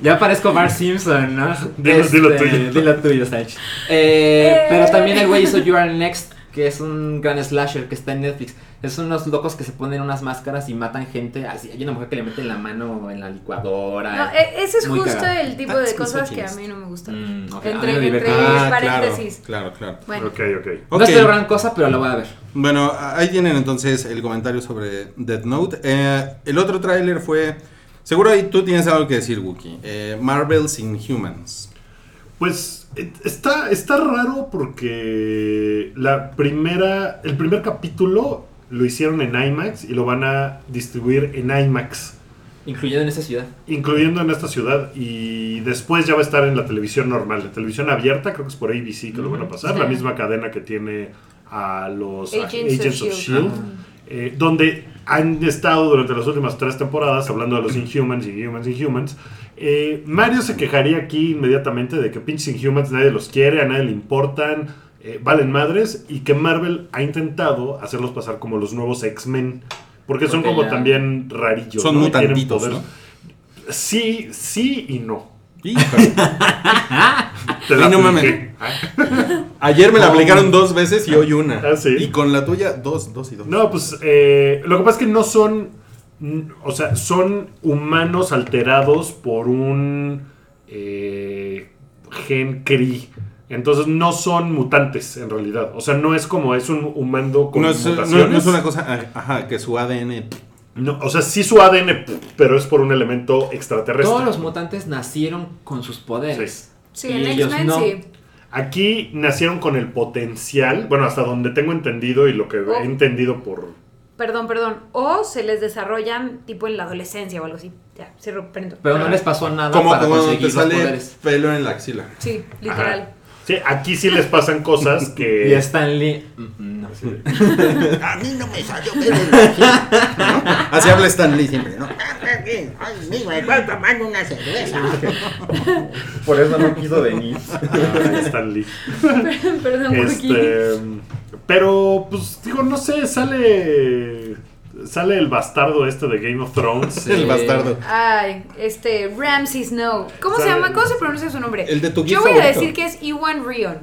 Speaker 3: Ya parezco Bart Simpson, ¿no? Este,
Speaker 2: Dilo- dilo tuyo.
Speaker 3: Dilo tuyo, Sach. Eh,
Speaker 5: Eh.
Speaker 3: Pero también el güey hizo You Are Next, que es un gran slasher que está en Netflix. Es unos locos que se ponen unas máscaras y matan gente. Así, hay una mujer que le meten la mano en la licuadora.
Speaker 5: No, e- ese es
Speaker 3: Muy
Speaker 5: justo
Speaker 3: cagado.
Speaker 5: el tipo de
Speaker 4: That's
Speaker 5: cosas que a
Speaker 4: misogynist.
Speaker 5: mí no me gustan.
Speaker 3: Mm, ok,
Speaker 5: Entre-
Speaker 3: a mí me divierte.
Speaker 5: entre-
Speaker 3: Ah,
Speaker 4: claro,
Speaker 5: paréntesis.
Speaker 4: claro, claro.
Speaker 5: Bueno,
Speaker 2: Ok, ok.
Speaker 3: No
Speaker 4: Ok.
Speaker 3: espero gran cosa, pero la voy a ver.
Speaker 4: Bueno, ahí tienen entonces el comentario sobre Death Note. Eh, el otro tráiler fue... Seguro ahí tú tienes algo que decir, Wookie. Eh, Marvel's Inhumans.
Speaker 2: Pues eh, está, está raro porque la primera, el primer capítulo lo hicieron en IMAX y lo van a distribuir en IMAX.
Speaker 3: Incluyendo en esa ciudad.
Speaker 2: incluyendo en esta ciudad y después ya va a estar en la televisión normal, la televisión abierta, creo que es por ABC que lo van a pasar, la
Speaker 5: Sí.
Speaker 2: misma cadena que tiene a los a-
Speaker 5: Agents of
Speaker 2: Agents of
Speaker 5: S.H.I.E.L.D..
Speaker 2: Shield, eh, donde han estado durante las últimas tres temporadas hablando de los Inhumans, Inhumans, Inhumans. Eh, Mario se quejaría aquí inmediatamente de que pinches Inhumans nadie los quiere, a nadie le importan, eh, valen madres y que Marvel ha intentado hacerlos pasar como los nuevos X-Men. Porque son
Speaker 3: Porque
Speaker 2: como
Speaker 3: ya-
Speaker 2: también rarillos.
Speaker 4: Son
Speaker 2: ¿no? Y tienen
Speaker 4: mutantitos,
Speaker 2: poderes.
Speaker 4: ¿no?
Speaker 2: Sí, sí y no.
Speaker 4: Híjole.
Speaker 2: Te
Speaker 4: Ay,
Speaker 2: la
Speaker 4: no mames.
Speaker 2: apliqué.
Speaker 4: Ayer me la
Speaker 3: No.
Speaker 4: aplicaron dos veces y hoy una.
Speaker 2: Ah, sí.
Speaker 4: Y con la tuya, dos, dos y dos.
Speaker 2: No, pues eh, lo que pasa es que no son, mm, o sea, son humanos alterados por un eh, gen Kree. Entonces no son mutantes en realidad. O sea, no es como es un humano con
Speaker 4: No es, no-
Speaker 2: mutaciones.
Speaker 4: no es una cosa, ah, ajá, que su ADN.
Speaker 2: No, o sea, sí su ADN, pero es por un elemento extraterrestre.
Speaker 3: Todos los mutantes nacieron con sus poderes.
Speaker 5: sí,
Speaker 3: Y
Speaker 5: en
Speaker 3: ellos
Speaker 5: X-Men
Speaker 3: no.
Speaker 5: sí.
Speaker 2: Aquí nacieron con el potencial, bueno, hasta donde tengo entendido y lo que
Speaker 5: Oh.
Speaker 2: he entendido por
Speaker 5: Perdón, perdón. O se les desarrollan tipo en la adolescencia o algo así. Ya, cierro, prendo.
Speaker 3: Pero
Speaker 2: Ah.
Speaker 3: no les pasó nada
Speaker 4: Como
Speaker 3: para
Speaker 4: cuando
Speaker 3: conseguir
Speaker 4: te
Speaker 3: los
Speaker 4: sale
Speaker 3: poderes.
Speaker 4: pelo en la axila.
Speaker 5: Sí,
Speaker 2: Ajá.
Speaker 5: literal. <laughs>
Speaker 2: Sí, aquí sí les pasan cosas
Speaker 4: <laughs>
Speaker 2: <laughs>
Speaker 3: Y
Speaker 2: que.
Speaker 3: Stanley. mm, no.
Speaker 6: A mí no me salió pelo en la axila,
Speaker 4: Así habla Stan Lee siempre, ¿no?
Speaker 6: Ay, mi me voy tomando una cerveza.
Speaker 3: Por eso no quiso venir.
Speaker 2: Ah, Stan Lee.
Speaker 5: perdón, Wookie.
Speaker 2: Este, pero, pues, digo, no sé, sale. sale el bastardo este de Game of Thrones.
Speaker 4: <laughs> El bastardo.
Speaker 5: Ay, este, Ramsey Snow. ¿Cómo se
Speaker 2: Sabe-
Speaker 5: llama? ¿Cómo se pronuncia su nombre?
Speaker 4: El de tu
Speaker 5: Yo
Speaker 4: GIF
Speaker 5: voy a
Speaker 4: favorito.
Speaker 5: decir que es Iwan Rion.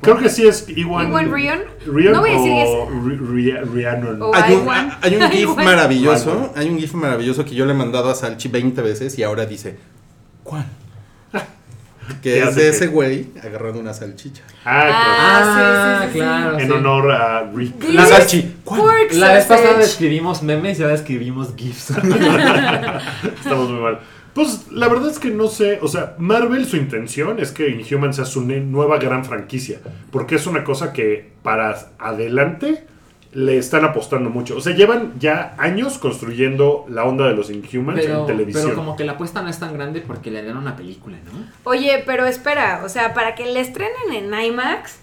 Speaker 2: Creo que sí es Iwan.
Speaker 5: Iwan Rion.
Speaker 2: Rion
Speaker 5: No voy a decir que es- Oh.
Speaker 2: o Ri- Ria- Rianon.
Speaker 5: O-
Speaker 4: Hay un,
Speaker 5: Iwan.
Speaker 4: hay un GIF
Speaker 5: Iwan.
Speaker 4: maravilloso.
Speaker 2: Iwan.
Speaker 4: Hay un GIF maravilloso que yo le he mandado a Salchi 20 veces y ahora dice:
Speaker 3: <laughs>
Speaker 4: ¿Cuál?
Speaker 2: ¿Qué
Speaker 4: Que es
Speaker 2: hace
Speaker 4: de
Speaker 2: qué?
Speaker 4: ese güey agarrando una salchicha.
Speaker 2: Ah,
Speaker 5: Ah,
Speaker 3: Ah,
Speaker 5: sí, sí, sí, sí.
Speaker 2: claro.
Speaker 3: claro.
Speaker 2: En
Speaker 3: sí.
Speaker 2: honor a Rick.
Speaker 4: La
Speaker 5: This
Speaker 4: Salchi. ¿Cuál?
Speaker 5: pork
Speaker 3: La vez pasada
Speaker 5: sausage.
Speaker 3: escribimos memes y ahora escribimos <laughs> GIFs.
Speaker 2: Estamos muy mal. Pues la verdad es que no sé, o sea, Marvel su intención es que Inhuman sea su ne- nueva gran franquicia, porque es una cosa que para adelante le están apostando mucho. O sea, llevan ya años construyendo la onda de los Inhumans en
Speaker 3: pero,
Speaker 2: televisión.
Speaker 3: pero como que la apuesta no es tan grande porque le dieron una película, ¿no?
Speaker 5: Oye, pero espera, o sea, para que le estrenen en IMAX,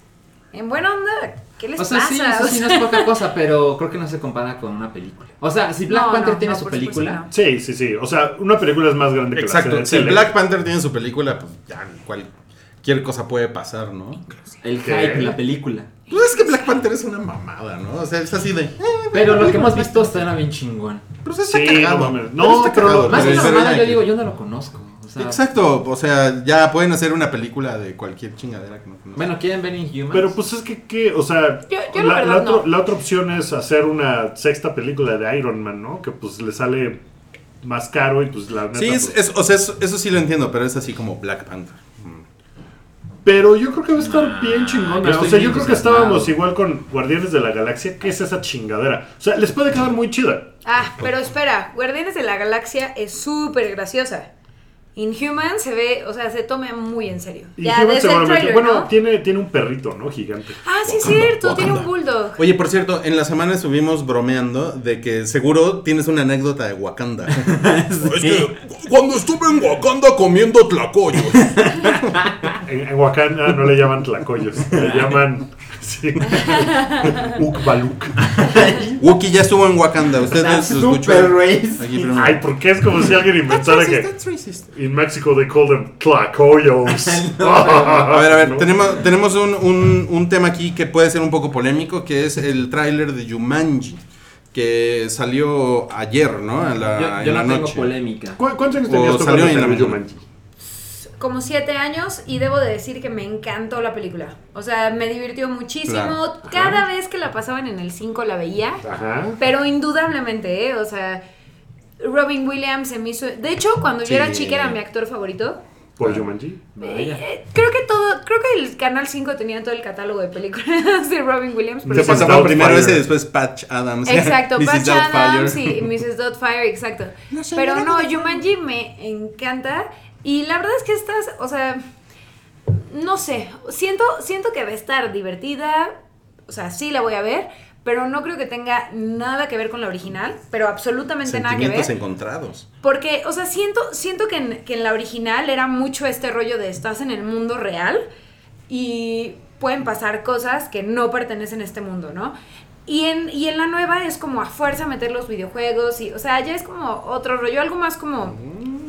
Speaker 5: en buena onda, ¿qué les
Speaker 3: O sea,
Speaker 5: Pues pasa?
Speaker 3: sí,
Speaker 5: O
Speaker 3: eso sí no
Speaker 5: sea,
Speaker 3: es poca cosa, pero creo que no se compara con una película. O sea, si Black
Speaker 5: No,
Speaker 3: Panther
Speaker 5: no,
Speaker 3: tiene
Speaker 5: no,
Speaker 3: su
Speaker 5: por supuesto
Speaker 3: película,
Speaker 5: no.
Speaker 2: Sí, sí, sí. O sea, una película es más grande que
Speaker 4: Exacto.
Speaker 2: la
Speaker 4: Si
Speaker 2: serie de tele.
Speaker 4: Black Panther tiene su película, pues ya cualquier cosa puede pasar, ¿no?
Speaker 3: el
Speaker 2: ¿Qué?
Speaker 3: hype, la película.
Speaker 4: Pues es que Black Panther es una mamada, ¿no? O sea, es así de. eh,
Speaker 3: Pero lo que hemos
Speaker 4: pues,
Speaker 3: visto suena bien chingón.
Speaker 4: Pues está
Speaker 2: Sí,
Speaker 4: cagado.
Speaker 2: no mames.
Speaker 4: Pero
Speaker 2: No,
Speaker 4: está
Speaker 2: pero-
Speaker 4: cagado,
Speaker 3: Más que
Speaker 4: pero-
Speaker 3: nada,
Speaker 4: pero
Speaker 3: yo
Speaker 4: ya que-
Speaker 3: digo, yo no lo conozco. O sea,
Speaker 4: Exacto, o sea, ya pueden hacer una película de cualquier chingadera que no conozcan.
Speaker 3: Bueno, ¿quieren ver Inhumans?
Speaker 2: Pero pues es que, ¿qué? o sea,
Speaker 5: Yo- yo la
Speaker 2: la,
Speaker 5: verdad
Speaker 2: otro-
Speaker 5: no.
Speaker 2: la otra opción es hacer una sexta película de Iron Man, ¿no? Que pues le sale más caro y pues la neta,
Speaker 4: sí, es,
Speaker 2: pues,
Speaker 4: es- o sea, es- eso sí lo entiendo, pero es así como Black Panther.
Speaker 2: Pero yo creo que va a estar bien chingona.
Speaker 3: yo
Speaker 2: o
Speaker 3: estoy
Speaker 2: sea, yo
Speaker 3: bien
Speaker 2: creo que
Speaker 3: entusiasmado.
Speaker 2: estábamos igual con Guardianes de la Galaxia. ¿Qué es esa chingadera? O sea, les puede quedar muy chida.
Speaker 5: Ah, pero espera, Guardianes de la Galaxia es súper graciosa. Inhuman se ve, o sea, se toma muy en serio.
Speaker 2: Y
Speaker 5: Ya
Speaker 2: Human
Speaker 5: desde el
Speaker 2: seguramente-
Speaker 5: trailer,
Speaker 2: bueno,
Speaker 5: ¿no?
Speaker 2: tiene, tiene un perrito, ¿no? Gigante.
Speaker 5: Ah, sí es cierto, tiene un
Speaker 4: Wakanda.
Speaker 5: bulldog.
Speaker 4: Oye, por cierto, en la semana estuvimos bromeando de que seguro tienes una anécdota
Speaker 5: <laughs>
Speaker 4: de Wakanda.
Speaker 7: Es que cuando estuve en Wakanda comiendo tlacoyos,
Speaker 2: En, en Wakanda no le llaman tlacoyos, <laughs> le llaman.
Speaker 4: <laughs>
Speaker 2: Sí. <laughs> Ukbaluk.
Speaker 4: Wookie ya estuvo en Wakanda, usted
Speaker 3: Está
Speaker 4: no lo escuchó.
Speaker 3: super racist.
Speaker 4: Aquí primero.
Speaker 2: Ay, porque es como si alguien inventara que. En México they call them tlacoyos.
Speaker 4: <laughs>
Speaker 2: <laughs>
Speaker 4: A ver,
Speaker 5: Ah,
Speaker 4: a ver, tenemos, tenemos un, un- un tema aquí que puede ser un poco polémico, que es el tráiler de Jumanji, que salió ayer, ¿no? A la,
Speaker 3: yo
Speaker 4: en
Speaker 3: yo
Speaker 4: la
Speaker 3: no tengo
Speaker 4: noche.
Speaker 3: polémica.
Speaker 2: ¿Cu- ¿Cuántos años
Speaker 4: O
Speaker 2: tenías tú
Speaker 4: salió
Speaker 2: cuando
Speaker 4: en la
Speaker 2: salió
Speaker 4: mañana.
Speaker 2: Jumanji?
Speaker 5: Como siete años y debo de decir que me encantó la película. O sea, me divirtió muchísimo.
Speaker 4: Claro.
Speaker 5: Cada vez que la pasaban en el 5 la veía.
Speaker 2: Ajá.
Speaker 5: Pero indudablemente, ¿eh? O sea, Robin Williams se me hizo... De hecho, cuando
Speaker 4: Sí.
Speaker 5: yo era chica era mi actor favorito.
Speaker 4: Ah.
Speaker 2: ¿Por Jumanji?
Speaker 3: Vaya.
Speaker 5: Eh, Creo que todo, creo que el Canal 5 tenía todo el catálogo de películas <laughs> de Robin Williams. pero
Speaker 4: Se
Speaker 2: Mrs.
Speaker 5: sí.
Speaker 4: pasaba primero
Speaker 2: Doubtfire.
Speaker 4: ese, después Patch
Speaker 5: <laughs>
Speaker 4: Adams. <laughs>
Speaker 5: Exacto,
Speaker 4: Mrs.
Speaker 5: Patch
Speaker 4: Doubtfire.
Speaker 5: Adams y Mrs. Dotfire, exacto. Pero no, Jumanji me encanta y la verdad es que estas, o sea, no sé, siento, siento que va a estar divertida, o sea, sí la voy a ver, pero no creo que tenga nada que ver con la original, pero absolutamente nada que ver.
Speaker 4: Sentimientos encontrados.
Speaker 5: Porque, o sea, siento, siento que, en, que en la original era mucho este rollo de estás en el mundo real y pueden pasar cosas que no pertenecen a este mundo, ¿no? Y en, y en la nueva es como a fuerza meter los videojuegos y, o sea, ya es como otro rollo, algo más como,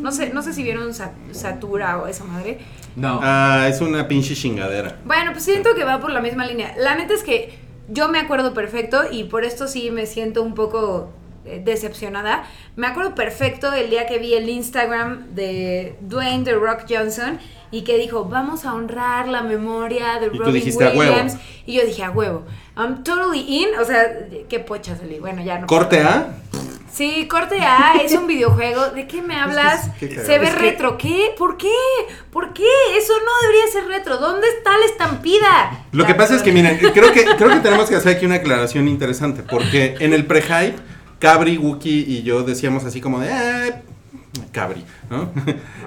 Speaker 5: no sé, no sé si vieron Sa- Satura o esa madre.
Speaker 3: No.
Speaker 4: Ah, es una pinche chingadera.
Speaker 5: Bueno, pues siento que va por la misma línea. La neta es que yo me acuerdo perfecto y por esto sí me siento un poco eh, decepcionada. Me acuerdo perfecto el día que vi el Instagram de Dwayne The Rock Johnson y que dijo, vamos a honrar la memoria de
Speaker 4: tú
Speaker 5: Robin
Speaker 4: dijiste, "A huevo".
Speaker 5: Williams. Y yo dije, a huevo. I'm totally in. O sea, qué pocha salí. Bueno, ya no.
Speaker 4: Corte A.
Speaker 5: Sí, corte A, es un videojuego. ¿De qué me hablas?
Speaker 4: qué cagado.
Speaker 5: Se ve
Speaker 4: Es que-
Speaker 5: retro. ¿Qué? ¿Por qué? ¿Por qué? Eso no debería ser retro. ¿Dónde está la estampida?
Speaker 4: Lo que
Speaker 5: Ya,
Speaker 4: pasa es que,
Speaker 5: perdón.
Speaker 4: miren, creo que, creo que tenemos que hacer aquí una aclaración interesante, porque en el pre-hype, Cabri, Wookie y yo decíamos así como de, "Ay, Cabri, ¿no?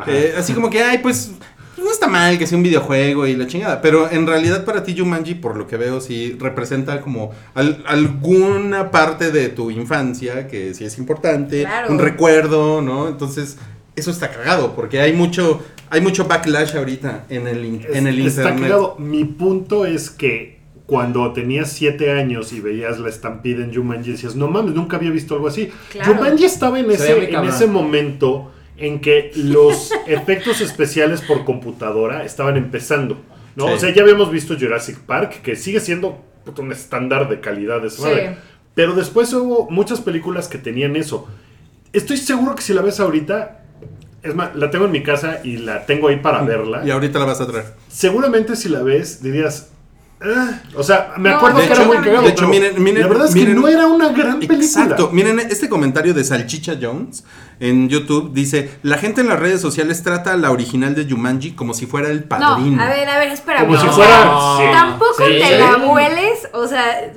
Speaker 4: Eh, así como que, ay, pues, no está mal que sea un videojuego y la chingada, pero en realidad para ti Jumanji, por lo que veo, sí representa como al- alguna parte de tu infancia que sí es importante,
Speaker 5: Claro.
Speaker 4: un recuerdo, ¿no? Entonces... Eso está cagado, porque hay mucho, hay mucho backlash ahorita en el, in- en el
Speaker 2: Está
Speaker 4: internet.
Speaker 2: cagado. Mi punto es que cuando tenías 7 años y veías la estampida en Jumanji, decías, no mames, nunca había visto algo así.
Speaker 5: Claro.
Speaker 2: Jumanji estaba en
Speaker 3: Se veía muy
Speaker 2: ese, en
Speaker 3: cabrón.
Speaker 2: ese momento en que los <laughs> efectos especiales por computadora estaban empezando. ¿no?
Speaker 4: Sí.
Speaker 2: O sea, ya habíamos visto Jurassic Park, que sigue siendo puto, un estándar de calidad de esa
Speaker 5: Sí.
Speaker 2: madre. Pero después hubo muchas películas que tenían eso. Estoy seguro que si la ves ahorita, es más, la tengo en mi casa y la tengo ahí para verla.
Speaker 4: Mm. Y ahorita la vas a traer.
Speaker 2: Seguramente si la ves dirías, "Ah", o sea, me
Speaker 5: No,
Speaker 2: acuerdo
Speaker 5: de
Speaker 2: que era
Speaker 5: hecho-
Speaker 2: muy cagado.
Speaker 5: de
Speaker 2: pero
Speaker 4: hecho, miren- miren-
Speaker 2: la verdad es
Speaker 4: miren-
Speaker 2: que no era una gran película.
Speaker 4: Exacto. Miren, este comentario de Salchicha Jones en YouTube dice: La gente en las redes sociales trata a la original de Jumanji como si fuera el padrino.
Speaker 5: No, a ver, a ver, espérame.
Speaker 2: Como
Speaker 5: o
Speaker 2: si
Speaker 5: sea,
Speaker 2: fuera- sí.
Speaker 5: Tampoco
Speaker 3: Sí.
Speaker 5: te la vueles, o sea,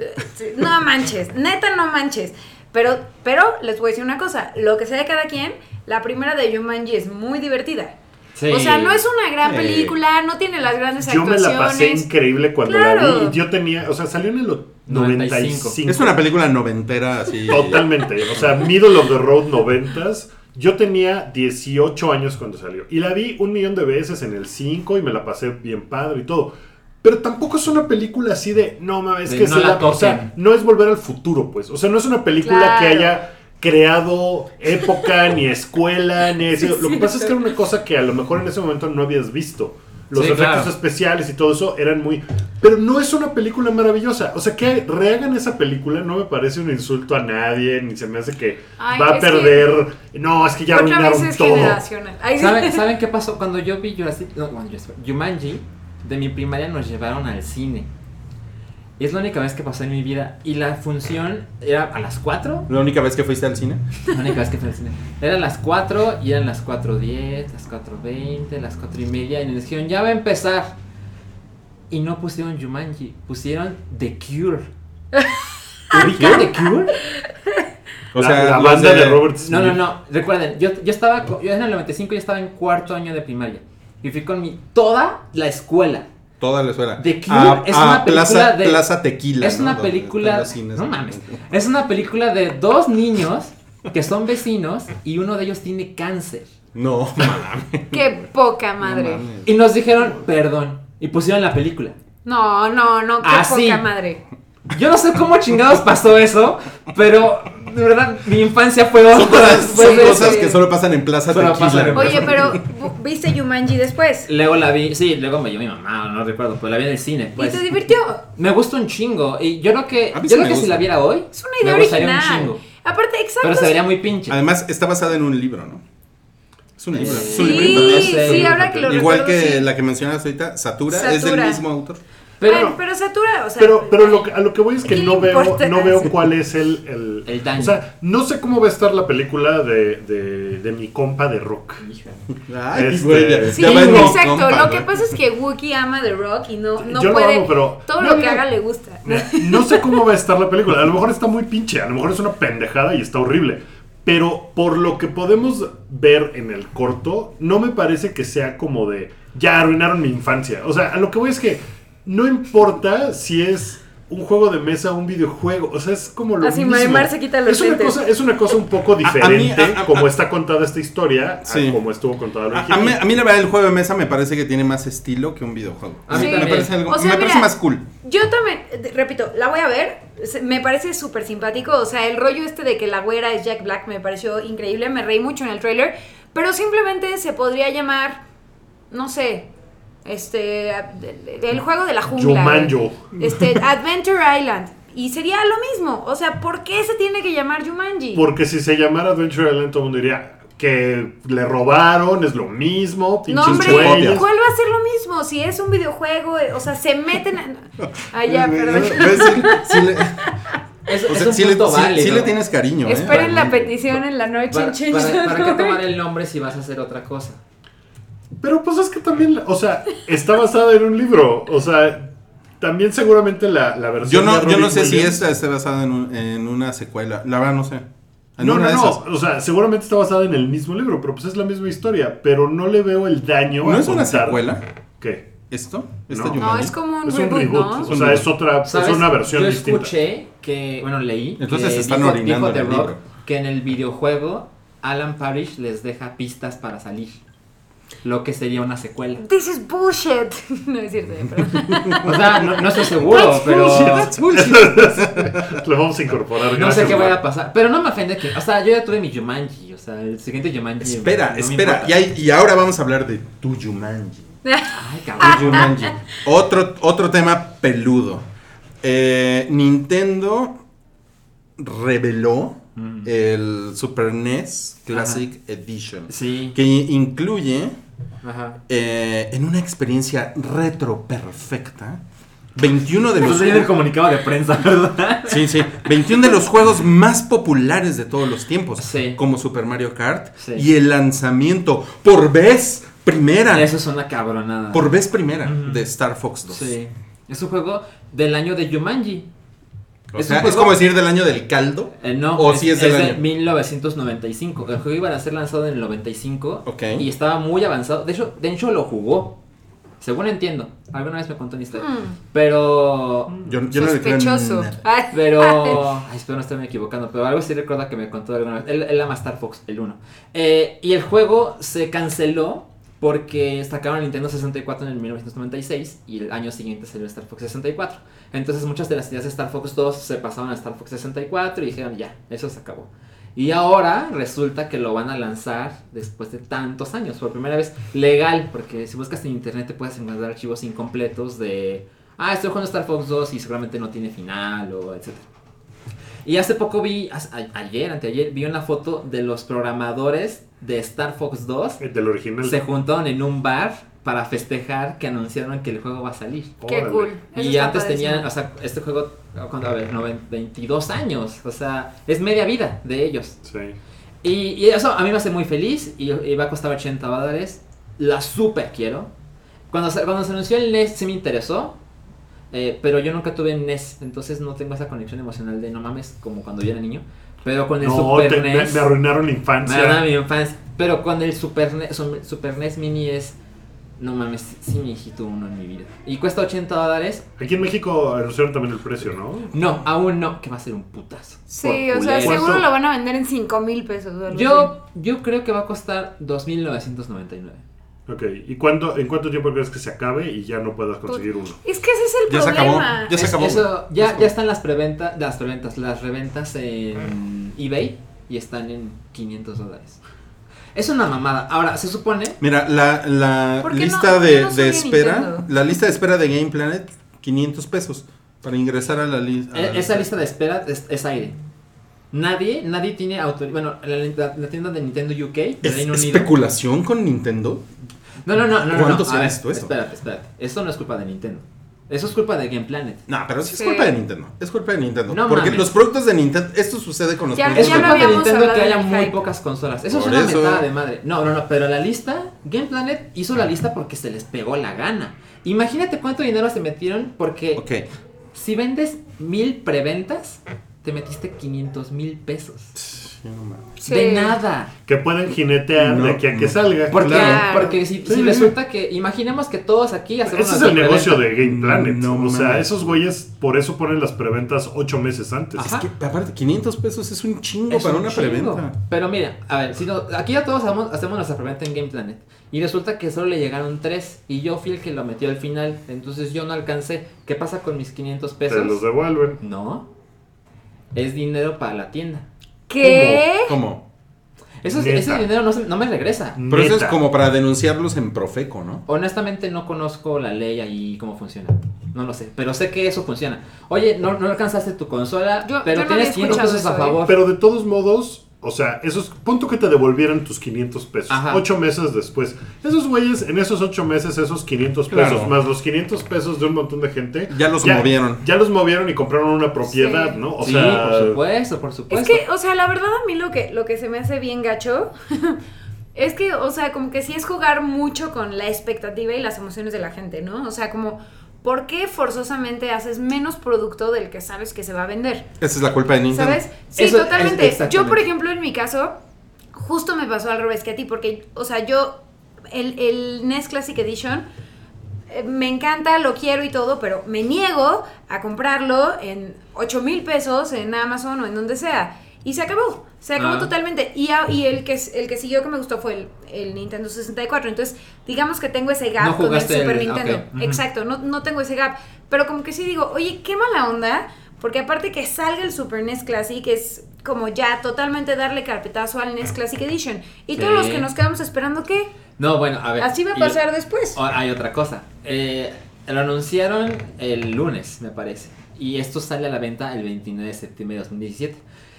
Speaker 5: no manches, neta no manches. Pero, pero les voy a decir una cosa, lo que sea de cada quien, la primera de Jumanji es muy divertida.
Speaker 3: Sí.
Speaker 5: O sea, no es una gran
Speaker 4: Sí.
Speaker 5: película, no tiene las grandes
Speaker 2: Yo me
Speaker 5: actuaciones.
Speaker 2: la pasé increíble cuando la vi.
Speaker 5: Claro.
Speaker 2: Y yo tenía, o sea, salió en el o-
Speaker 3: 95.
Speaker 2: 95.
Speaker 4: Es una película noventera así.
Speaker 2: Totalmente. O sea, Middle of the Road 90s. Yo tenía 18 años cuando salió. Y la vi un millón de veces en el 5 y me la pasé bien padre y todo. Pero tampoco es una película así de, no mames,
Speaker 3: De
Speaker 2: que
Speaker 3: no
Speaker 2: se
Speaker 3: la
Speaker 2: la- O
Speaker 3: toquen.
Speaker 2: sea, no es volver al futuro, pues. O sea, no es una película
Speaker 5: Claro.
Speaker 2: que haya creado época, ni escuela, ni eso. Lo que pasa es que era una cosa que a lo mejor en ese momento no habías visto. Los
Speaker 3: Sí,
Speaker 2: efectos
Speaker 3: claro.
Speaker 2: especiales y todo eso eran muy... Pero no es una película maravillosa. O sea, que rehagan esa película no me parece un insulto a nadie, ni se me hace que
Speaker 5: Ay,
Speaker 2: va a
Speaker 5: es que-
Speaker 2: perder... No, es que ya
Speaker 5: Otra vez
Speaker 2: arruinaron
Speaker 5: es
Speaker 2: todo.
Speaker 5: generacional. Ay, sí.
Speaker 3: ¿Saben, saben qué pasó? Cuando yo vi Jurassic, no, bueno, Jurassic- Jumanji, de mi primaria nos llevaron al cine. Es la única vez que pasé en mi vida. Y la función era a las 4.
Speaker 4: La única vez que fuiste al cine.
Speaker 3: La única vez que fui al cine. Eran las 4 y eran las 4.10, las 4.20, las 4 y media. Y nos dijeron, ya va a empezar. Y no pusieron Jumanji, pusieron The Cure. ¿Ubican The Cure?
Speaker 4: O
Speaker 2: La-
Speaker 4: sea,
Speaker 2: la
Speaker 4: los
Speaker 2: banda de Robert Smith.
Speaker 3: No, no, no. Recuerden, yo, yo estaba, co- yo en el 95 yo estaba en cuarto año de primaria. Y fui con mi, toda la escuela.
Speaker 4: Toda la escuela.
Speaker 3: The Cure es una película
Speaker 4: Plaza,
Speaker 3: de-
Speaker 4: Plaza Tequila.
Speaker 3: es
Speaker 4: ¿no?
Speaker 3: una
Speaker 4: Donde
Speaker 3: película,
Speaker 4: están los cines.
Speaker 3: no mames, es una película de dos niños que son vecinos y uno de ellos tiene cáncer. <laughs>
Speaker 4: No mames.
Speaker 5: Qué poca madre.
Speaker 3: Y nos dijeron, perdón, y pusieron la película.
Speaker 5: No, no, no, qué
Speaker 3: Ah, sí.
Speaker 5: poca madre.
Speaker 3: Yo no sé cómo chingados pasó eso, pero de verdad mi infancia fue otra después
Speaker 4: Son
Speaker 3: de
Speaker 4: cosas
Speaker 3: eso.
Speaker 4: que solo pasan en Plaza
Speaker 3: Solo pasan
Speaker 4: Tequila.
Speaker 3: en-
Speaker 5: Oye, pero ¿vu- ¿viste Jumanji después?
Speaker 3: Luego la vi, sí, luego me llevó mi mamá, no recuerdo, pero la vi en el cine.
Speaker 5: ¿Y
Speaker 3: Pues.
Speaker 5: te divirtió?
Speaker 3: Me gusta un chingo. Y yo creo que,
Speaker 4: A
Speaker 3: yo
Speaker 4: mí sí
Speaker 3: creo
Speaker 4: me
Speaker 3: que si
Speaker 4: gusta.
Speaker 3: la viera hoy,
Speaker 5: Es una idea
Speaker 3: me gustaría
Speaker 5: original.
Speaker 3: un chingo.
Speaker 5: Aparte, exacto.
Speaker 3: Pero se vería muy pinche.
Speaker 4: Además, está basada en un libro, ¿no? Es un libro.
Speaker 3: Sí.
Speaker 4: es un librito.
Speaker 5: Eh, Sí,
Speaker 3: Es un
Speaker 5: sí,
Speaker 3: libro.
Speaker 5: ahora que lo
Speaker 4: Igual
Speaker 5: recuerdo,
Speaker 4: que
Speaker 5: sí.
Speaker 4: la que mencionas ahorita, Satura, es del
Speaker 5: Satura.
Speaker 4: mismo autor.
Speaker 3: Pero
Speaker 5: Ay, pero satura, o sea.
Speaker 2: Pero, pero lo que- a lo que voy es que
Speaker 5: ¿Qué
Speaker 2: no
Speaker 5: le
Speaker 2: veo,
Speaker 5: importa?
Speaker 2: no veo cuál es el, el,
Speaker 3: El daño.
Speaker 2: O sea, no sé cómo va a estar la película de, de, de mi compa de rock.
Speaker 4: Ay,
Speaker 2: Este-
Speaker 4: güey, ya-
Speaker 5: Sí,
Speaker 4: ya va en mi
Speaker 5: exacto.
Speaker 4: compa,
Speaker 5: lo que
Speaker 4: güey.
Speaker 5: pasa es que Wookiee ama The Rock y no, no
Speaker 2: Yo lo
Speaker 5: puede.
Speaker 2: amo, pero-
Speaker 5: Todo
Speaker 2: no,
Speaker 5: lo que
Speaker 2: mira.
Speaker 5: haga le gusta.
Speaker 2: No sé cómo va a estar la película. A lo mejor está muy pinche, a lo mejor es una pendejada y está horrible. Pero por lo que podemos ver en el corto, no me parece que sea como de ya arruinaron mi infancia. O sea, a lo que voy es que no importa si es un juego de mesa o un videojuego. O sea, es como lo
Speaker 5: Así,
Speaker 2: mismo.
Speaker 5: Marimar se quita los
Speaker 2: es una
Speaker 5: lentes.
Speaker 2: cosa Es una cosa un poco diferente
Speaker 4: a- a-
Speaker 2: como está contada esta historia
Speaker 4: Sí.
Speaker 2: a como estuvo contada la
Speaker 4: A, a mí, a mí la verdad el juego de mesa me parece que tiene más estilo que un videojuego.
Speaker 3: A mí
Speaker 4: me,
Speaker 3: también.
Speaker 4: parece algo-
Speaker 5: O sea,
Speaker 4: me parece
Speaker 5: mira,
Speaker 4: más cool.
Speaker 5: Yo también, eh, repito, la voy a ver. se- Me parece súper simpático. O sea, el rollo este de que la güera es Jack Black me pareció increíble. Me reí mucho en el trailer. Pero simplemente se podría llamar, no sé, este, a- el- el juego de la jungla.
Speaker 2: Jumanji.
Speaker 5: Este, Adventure Island. Y sería lo mismo. O sea, ¿por qué se tiene que llamar Jumanji?
Speaker 2: Porque si se llamara Adventure Island, todo el mundo diría que le robaron, es lo mismo,
Speaker 5: No,
Speaker 2: pinches
Speaker 5: hombre,
Speaker 2: güeyes.
Speaker 5: ¿cuál va a ser lo mismo? Si es un videojuego, eh, o sea, se meten. a- Ay, ya, perdón.
Speaker 4: <laughs> Ves, sí-
Speaker 5: <laughs>
Speaker 4: sí le-
Speaker 3: es,
Speaker 4: o
Speaker 3: es
Speaker 4: sea,
Speaker 3: un
Speaker 4: sí le-
Speaker 3: punto
Speaker 4: sí-
Speaker 3: válido.
Speaker 4: sí le tienes cariño. ¿eh?
Speaker 5: Esperen la
Speaker 4: Realmente.
Speaker 5: petición en la noche
Speaker 3: Para,
Speaker 5: en Change
Speaker 3: para-
Speaker 5: dot
Speaker 3: ¿para qué
Speaker 5: org.
Speaker 3: tomar el nombre si vas a hacer otra cosa?
Speaker 2: Pero pues es que también, o sea, está basada en un libro. O sea, también seguramente la, la
Speaker 4: Yo
Speaker 2: versión. de
Speaker 4: no, yo
Speaker 2: Robin
Speaker 4: no sé si
Speaker 2: Williams-
Speaker 4: esta esté basada en, un- en una secuela. La verdad no sé. En
Speaker 2: No,
Speaker 4: una
Speaker 2: no,
Speaker 4: de
Speaker 2: no.
Speaker 4: esas.
Speaker 2: O sea, seguramente está basada en el mismo libro, pero pues es la misma historia. Pero no le veo el daño.
Speaker 4: ¿No
Speaker 2: a
Speaker 4: es una
Speaker 2: contar-
Speaker 4: secuela
Speaker 2: ¿Qué?
Speaker 4: esto? ¿Esta
Speaker 2: No.
Speaker 5: No,
Speaker 4: Jumanji?
Speaker 5: es como un
Speaker 2: es un
Speaker 5: reboot,
Speaker 2: reboot.
Speaker 5: ¿no?
Speaker 2: O sea, es otra.
Speaker 3: ¿Sabes?
Speaker 2: Es una versión
Speaker 3: Yo
Speaker 2: distinta.
Speaker 3: escuché que, bueno, leí.
Speaker 4: Entonces
Speaker 3: que
Speaker 4: se están
Speaker 3: dijo-
Speaker 4: orinando
Speaker 3: dijo The
Speaker 4: en el
Speaker 3: Rock
Speaker 4: libro.
Speaker 3: Que en el videojuego, Alan Parrish les deja pistas para salir. Lo que sería una secuela.
Speaker 5: This is bullshit. <laughs> No es cierto, ya, perdón.
Speaker 3: O sea, no, no estoy seguro, pero.
Speaker 5: <laughs>
Speaker 2: Lo vamos a incorporar.
Speaker 3: No sé
Speaker 2: gracias,
Speaker 3: qué
Speaker 2: Mar.
Speaker 3: vaya a pasar. Pero no me ofende que. O sea, yo ya tuve mi Jumanji. O sea, el siguiente Jumanji.
Speaker 4: Espera,
Speaker 3: no me
Speaker 4: espera.
Speaker 3: importa.
Speaker 4: Y, hay- y ahora vamos a hablar de tu Jumanji.
Speaker 3: Ay, cabrón.
Speaker 4: Jumanji. Otro, otro tema peludo. Eh, Nintendo reveló
Speaker 3: Mm.
Speaker 4: el Super NES Classic Edition.
Speaker 3: Sí.
Speaker 4: Que incluye
Speaker 3: Ajá.
Speaker 4: eh, en una experiencia retro perfecta 21 de los
Speaker 3: Entonces el comunicado de prensa, ¿verdad?
Speaker 4: Sí, sí. 21 de los juegos más populares de todos los tiempos.
Speaker 3: Sí.
Speaker 4: Como Super Mario Kart.
Speaker 3: Sí.
Speaker 4: Y el lanzamiento por vez primera.
Speaker 3: Eso es una cabronada.
Speaker 4: Por vez primera
Speaker 3: Ujú.
Speaker 4: de Star Fox 2.
Speaker 3: Sí. Es un juego del año de Jumanji.
Speaker 4: O
Speaker 3: Es
Speaker 4: sea,
Speaker 3: un
Speaker 4: es
Speaker 3: juego-
Speaker 4: como decir del año del caldo.
Speaker 3: Eh, no,
Speaker 4: O si Oh, es del año.
Speaker 3: 1995. El juego iba a ser lanzado en el 95
Speaker 4: Ok.
Speaker 3: y estaba muy avanzado. De hecho, de hecho lo jugó. Según entiendo. Alguna vez me contó una historia.
Speaker 5: Mm.
Speaker 3: Pero.
Speaker 4: Yo, yo no le creo
Speaker 5: Sospechoso.
Speaker 4: nada.
Speaker 5: <laughs> Ay.
Speaker 3: Pero. Ay, espero no estarme equivocando. Pero algo sí recuerda que me contó alguna vez. Él, él ama Star Fox, el 1. Eh, y el juego se canceló porque sacaron el Nintendo 64 en el 1996 y el año siguiente salió Star Fox 64. Entonces muchas de las ideas de Star Fox 2 se pasaron a Star Fox 64 y dijeron ya, eso se acabó. Y ahora resulta que lo van a lanzar después de tantos años, por primera vez legal, porque si buscas en internet te puedes encontrar archivos incompletos de, ah, estoy jugando Star Fox 2 y seguramente no tiene final o etcétera. Y hace poco vi, as- a- ayer, anteayer, vi una foto de los programadores de Star Fox 2
Speaker 2: El Del original.
Speaker 3: se juntaron en un bar para festejar que anunciaron que el juego va a salir.
Speaker 5: Qué
Speaker 2: Órale.
Speaker 5: cool. Eso
Speaker 3: Y
Speaker 5: está
Speaker 3: antes
Speaker 5: padrísimo.
Speaker 3: tenían, o sea, este juego, ¿cuánto? A ver, noven- 22 años, o sea, es media vida de ellos.
Speaker 2: Sí.
Speaker 3: Y, y eso a mí me hace muy feliz y, y va a costar 80 dólares. La super quiero. Cuando se, cuando se anunció el NES sí me interesó, eh, pero yo nunca tuve NES, entonces no tengo esa conexión emocional de no mames como cuando yo era niño. Pero con el
Speaker 2: No,
Speaker 3: Super E
Speaker 2: te- me,
Speaker 3: NES...
Speaker 2: me arruinaron la
Speaker 3: Me da
Speaker 2: infancia.
Speaker 3: mi infancia. Pero con el Super NES, Sum- Super NES Mini es. No mames, sí me hijito uno en mi vida. ¿Y cuesta 80 dólares?
Speaker 2: Aquí en México anunciaron también el precio, ¿no?
Speaker 3: No, aún no, que va a ser un putazo.
Speaker 5: Sí,
Speaker 3: Por
Speaker 5: o sea,
Speaker 3: culero.
Speaker 5: seguro lo van a vender en 5 mil pesos. o algo así.
Speaker 3: Yo, yo creo que va a costar 2.999.
Speaker 2: Ok. ¿Y cuánto, en cuánto tiempo crees que se acabe y ya no puedas conseguir uno?
Speaker 5: Es que ese es el
Speaker 4: Ya se acabó.
Speaker 5: problema.
Speaker 4: Ya se
Speaker 3: Es-
Speaker 4: acabó.
Speaker 3: Eso,
Speaker 4: Se
Speaker 3: ya,
Speaker 4: acabó.
Speaker 3: ya están las preventas, las preventas, las reventas
Speaker 4: Mm.
Speaker 3: en eBay y están en 500 dólares. Es una mamada. Ahora, se supone.
Speaker 4: Mira, la, la
Speaker 5: ¿Por qué no-
Speaker 4: lista
Speaker 5: por qué
Speaker 4: de,
Speaker 5: no
Speaker 4: de
Speaker 5: subió
Speaker 4: espera,
Speaker 5: Nintendo?
Speaker 4: la lista de espera de Game Planet, 500 pesos para ingresar a la lista.
Speaker 3: E- Esa lista de espera es, es aire. Nadie, nadie tiene autoridad. Bueno, la, la- la tienda de Nintendo UK, de
Speaker 4: ¿Es
Speaker 3: Reino Unido.
Speaker 4: especulación con Nintendo?
Speaker 3: No, no, no, no. no, no.
Speaker 4: ¿Cuánto
Speaker 3: A
Speaker 4: será
Speaker 3: ver,
Speaker 4: esto, eso?
Speaker 3: Espérate, espérate. Eso no es culpa de Nintendo. Eso es culpa de Game Planet.
Speaker 4: No, pero sí es
Speaker 5: Sí.
Speaker 4: culpa de Nintendo. Es culpa de Nintendo.
Speaker 3: No
Speaker 4: porque
Speaker 3: mames.
Speaker 4: los productos de Nintendo. Esto sucede con los
Speaker 5: Ya-
Speaker 3: Es
Speaker 5: ya
Speaker 4: productos de
Speaker 5: lo
Speaker 3: culpa de
Speaker 5: habíamos
Speaker 3: Nintendo que
Speaker 5: hablado
Speaker 3: haya
Speaker 5: del
Speaker 3: muy
Speaker 5: hype.
Speaker 3: pocas consolas. Eso
Speaker 4: Por
Speaker 3: es una
Speaker 4: eso.
Speaker 3: metada de madre. No, no, no. Pero la lista, Game Planet hizo la lista porque se les pegó la gana. Imagínate cuánto dinero se metieron porque
Speaker 4: Ok.
Speaker 3: si vendes mil preventas, te metiste 500 mil pesos.
Speaker 4: Sí, no mames.
Speaker 5: Sí.
Speaker 3: De nada.
Speaker 2: Que pueden jinetear
Speaker 4: No,
Speaker 2: de aquí a que
Speaker 4: no.
Speaker 2: salga.
Speaker 3: Porque, ah,
Speaker 5: Claro.
Speaker 3: porque si, si
Speaker 2: Sí.
Speaker 3: resulta que, imaginemos que todos aquí hacemos
Speaker 2: Ese es
Speaker 3: una
Speaker 2: el negocio
Speaker 3: preventa.
Speaker 2: de Game Planet.
Speaker 4: Mm, No
Speaker 2: o sea,
Speaker 4: mames.
Speaker 2: esos güeyes por eso ponen las preventas ocho meses antes.
Speaker 3: Ajá.
Speaker 4: Que, aparte, 500 pesos es un chingo
Speaker 3: Es
Speaker 4: para
Speaker 3: un
Speaker 4: una
Speaker 3: chingo.
Speaker 4: preventa.
Speaker 3: Pero mira, a ver, si no- aquí ya todos hacemos, hacemos nuestra preventa en Game Planet. Y resulta que solo le llegaron tres. Y yo fui el que lo metió al final. Entonces yo no alcancé. ¿Qué pasa con mis 500
Speaker 2: Te los
Speaker 3: pesos?
Speaker 2: devuelven.
Speaker 3: No. Es dinero para la tienda.
Speaker 5: ¿Qué?
Speaker 4: ¿Cómo?
Speaker 3: Eso, es-
Speaker 2: Neta.
Speaker 3: ese dinero no, se- no me regresa.
Speaker 4: Pero eso es
Speaker 2: Neta.
Speaker 4: como para denunciarlos en Profeco, ¿no?
Speaker 3: Honestamente no conozco la ley ahí cómo funciona. No lo sé. Pero sé que eso funciona. Oye, no, no alcanzaste tu consola.
Speaker 5: Yo-
Speaker 3: pero
Speaker 5: yo no había
Speaker 3: tienes 500
Speaker 5: escuchado
Speaker 3: pesos a
Speaker 5: eso, ¿eh?
Speaker 3: favor.
Speaker 2: Pero de todos modos, o sea, esos, punto que te devolvieran tus 500 pesos,
Speaker 3: Ajá.
Speaker 2: ocho meses después. Esos güeyes, en esos ocho meses, esos 500 pesos,
Speaker 4: Claro.
Speaker 2: más los 500 pesos de un montón de gente.
Speaker 4: Ya los movieron.
Speaker 2: Ya los movieron y compraron una propiedad,
Speaker 5: Sí.
Speaker 2: ¿no? O
Speaker 3: sí,
Speaker 2: sea,
Speaker 3: por supuesto, por
Speaker 5: Es
Speaker 3: supuesto.
Speaker 5: que, o sea, la verdad a mí lo que, lo que se me hace bien gacho <laughs> es que, o sea, como que sí es jugar mucho con la expectativa y las emociones de la gente, ¿no? O sea, como, ¿por qué forzosamente haces menos producto del que sabes que se va a vender?
Speaker 4: Esa es la culpa de Nintendo.
Speaker 5: ¿Sabes? Sí,
Speaker 3: Eso es-
Speaker 5: totalmente. Yo, por
Speaker 3: exactamente.
Speaker 5: ejemplo, en mi caso, justo me pasó al revés que a ti, porque, o sea, yo, el, el NES Classic Edition, eh, me encanta, lo quiero y todo, pero me niego a comprarlo en 8 mil pesos en Amazon o en donde sea. Y se acabó, se acabó
Speaker 3: Ah.
Speaker 5: totalmente. Y, a- y el, que, s- el que siguió que me gustó fue el, el Nintendo 64. Entonces, digamos que tengo ese gap
Speaker 3: No
Speaker 5: con el
Speaker 3: jugaste
Speaker 5: Super
Speaker 3: el-
Speaker 5: Nintendo.
Speaker 3: ok, ujú.
Speaker 5: Exacto, no, no tengo ese gap. Pero como que sí digo, oye, qué mala onda, porque aparte que salga el Super NES Classic es como ya totalmente darle carpetazo al NES Classic Edition. Y todos
Speaker 3: Sí.
Speaker 5: los que nos quedamos esperando, ¿qué?
Speaker 3: No, bueno, a ver.
Speaker 5: Así va a
Speaker 3: y- Ah.
Speaker 5: pasar después.
Speaker 3: Ahora, hay otra cosa. Eh, lo anunciaron el lunes, me parece. Y esto sale a la venta el 29 de septiembre de 2017.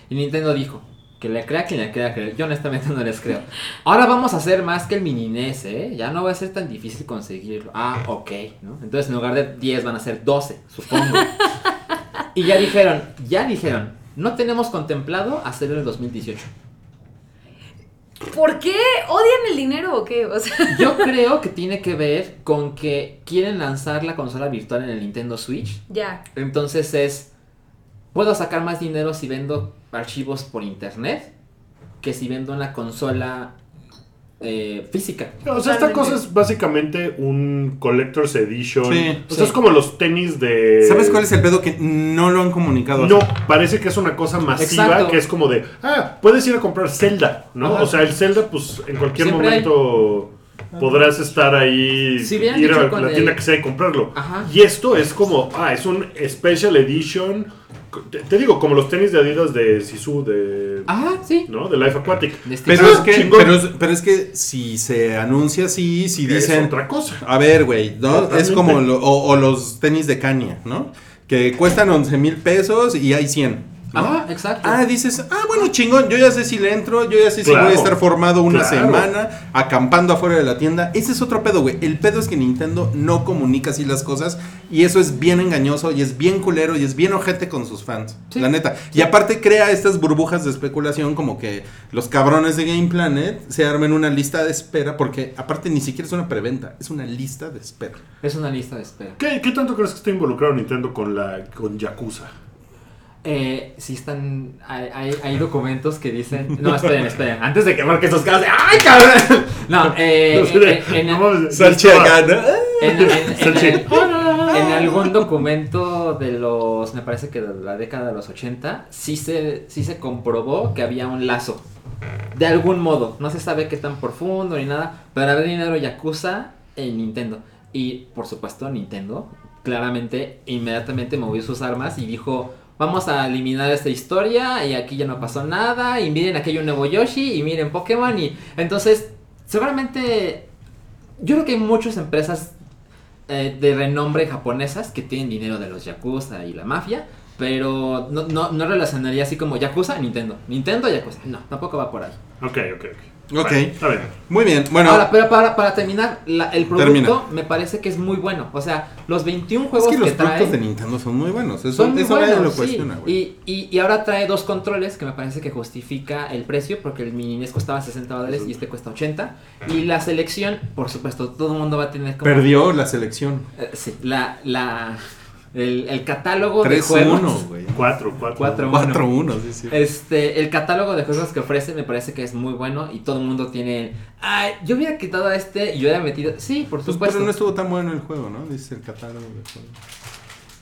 Speaker 3: Y Nintendo dijo que le crea quien le crea creer. Yo honestamente no les creo. Ahora vamos a hacer más que el mini NES, ¿eh? Ya no va a ser tan difícil conseguirlo. Ah, ok, ¿no? Entonces en lugar de 10 van a ser 12, supongo. y ya dijeron, ya dijeron, no tenemos contemplado hacerlo en el 2018.
Speaker 5: ¿Por qué odian el dinero o qué? O sea, <laughs>
Speaker 3: Yo creo que tiene que ver con que quieren lanzar la consola virtual en el Nintendo Switch.
Speaker 5: ya.
Speaker 3: Entonces es, puedo sacar más dinero si vendo archivos por internet que si vendo una consola eh, física.
Speaker 2: O sea, esta
Speaker 5: Totalmente.
Speaker 2: cosa es básicamente un Collector's Edition.
Speaker 4: Sí.
Speaker 2: o sea, es
Speaker 3: Sí.
Speaker 2: como los tenis de.
Speaker 4: ¿Sabes cuál es el pedo que no lo han comunicado?
Speaker 2: No, parece que es una cosa masiva
Speaker 3: Exacto.
Speaker 2: que es como de, ah, puedes ir a comprar Zelda, ¿no?
Speaker 3: Ajá.
Speaker 2: O sea, el Zelda, pues en cualquier
Speaker 3: Siempre hay.
Speaker 2: momento podrás estar ahí,
Speaker 3: Si hubieran
Speaker 2: ir
Speaker 3: dicho
Speaker 2: a la
Speaker 3: con el-
Speaker 2: tienda que sea y comprarlo.
Speaker 3: Ajá.
Speaker 2: Y esto es como, ah, es un Special Edition. Te, te digo, como los tenis de Adidas de Sisu, de.
Speaker 3: Ah, sí.
Speaker 2: ¿No? De Life Aquatic.
Speaker 3: De Steve
Speaker 4: Pero,
Speaker 2: Ah,
Speaker 4: es que,
Speaker 2: chingón.
Speaker 4: pero, es, pero es que si se anuncia así, si
Speaker 2: es
Speaker 4: dicen...
Speaker 2: otra cosa.
Speaker 4: A ver, güey, ¿no?
Speaker 2: Totalmente.
Speaker 4: Es como lo- o, o los tenis de caña, ¿no? Que cuestan 11 mil pesos y hay 100. ¿no?
Speaker 3: Ajá, exacto.
Speaker 4: Ah, dices, ah, bueno, chingón, yo ya sé si le entro, yo ya sé si
Speaker 2: Claro,
Speaker 4: voy a estar formado una
Speaker 2: claro.
Speaker 4: semana acampando afuera de la tienda. Ese es otro pedo, güey. El pedo es que Nintendo no comunica así las cosas y eso es bien engañoso y es bien culero y es bien ojete con sus fans.
Speaker 3: Sí.
Speaker 4: La neta. Y aparte crea estas burbujas de especulación como que los cabrones de Game Planet se armen una lista de espera porque aparte ni siquiera es una preventa, es una lista de espera.
Speaker 3: Es una lista de espera.
Speaker 2: ¿Qué, qué tanto crees que está involucrado Nintendo con la con Yakuza?
Speaker 3: Eh, sí están. Hay, hay, hay documentos que dicen. No, esperen, esperen. Antes de que marque estos casos. ¡Ay, cabrón! <laughs> No, eh. en-
Speaker 2: <laughs>
Speaker 3: en-
Speaker 2: No mames,
Speaker 4: Salchicha
Speaker 2: estaba-
Speaker 3: En, en- en-
Speaker 2: Salchi.
Speaker 3: en algún documento de los, me parece que de la década de los 80, sí se, sí se comprobó que había un lazo. De algún modo. No se sabe qué tan profundo ni nada, pero había dinero Yakuza en Nintendo. Y por supuesto Nintendo claramente inmediatamente movió sus armas y dijo... Vamos a eliminar esta historia y aquí ya no pasó nada y miren aquí hay un nuevo Yoshi y miren Pokémon y entonces seguramente yo creo que hay muchas empresas eh, de renombre japonesas que tienen dinero de los Yakuza y la mafia, pero no, no, no relacionaría así como Yakuza a Nintendo. Nintendo Yakuza. No, tampoco va por ahí.
Speaker 2: Ok, ok, ok.
Speaker 4: Ok.
Speaker 2: Bueno, está bien.
Speaker 4: Muy bien, bueno.
Speaker 3: Ahora, pues, pero para, para terminar, la- el producto
Speaker 4: Termina.
Speaker 3: me parece que es muy bueno. O sea, los 21
Speaker 4: es
Speaker 3: juegos
Speaker 4: que los
Speaker 3: trae...
Speaker 4: productos de Nintendo son muy buenos. Eso,
Speaker 3: Son muy
Speaker 4: eso nadie
Speaker 3: buenos,
Speaker 4: lo
Speaker 3: sí.
Speaker 4: cuestiona, güey.
Speaker 3: y, y, y ahora trae dos controles que me parece que justifica el precio porque el mini NES costaba 60 dólares y este cuesta 80. Y la selección, por supuesto, todo el mundo va a tener como...
Speaker 4: Perdió la selección.
Speaker 3: Eh, sí, la, la, el, el catálogo de juegos.
Speaker 4: 3-1, güey.
Speaker 2: Cuatro, cuatro.
Speaker 3: Cuatro.
Speaker 4: 4-1, sí, sí.
Speaker 3: Este, el catálogo de juegos que ofrece me parece que es muy bueno y todo el mundo tiene. Ay, yo hubiera quitado a este y yo hubiera metido. Sí, por
Speaker 4: Pues,
Speaker 3: supuesto.
Speaker 4: pero no estuvo tan bueno el juego, ¿no? Dice el catálogo de juegos.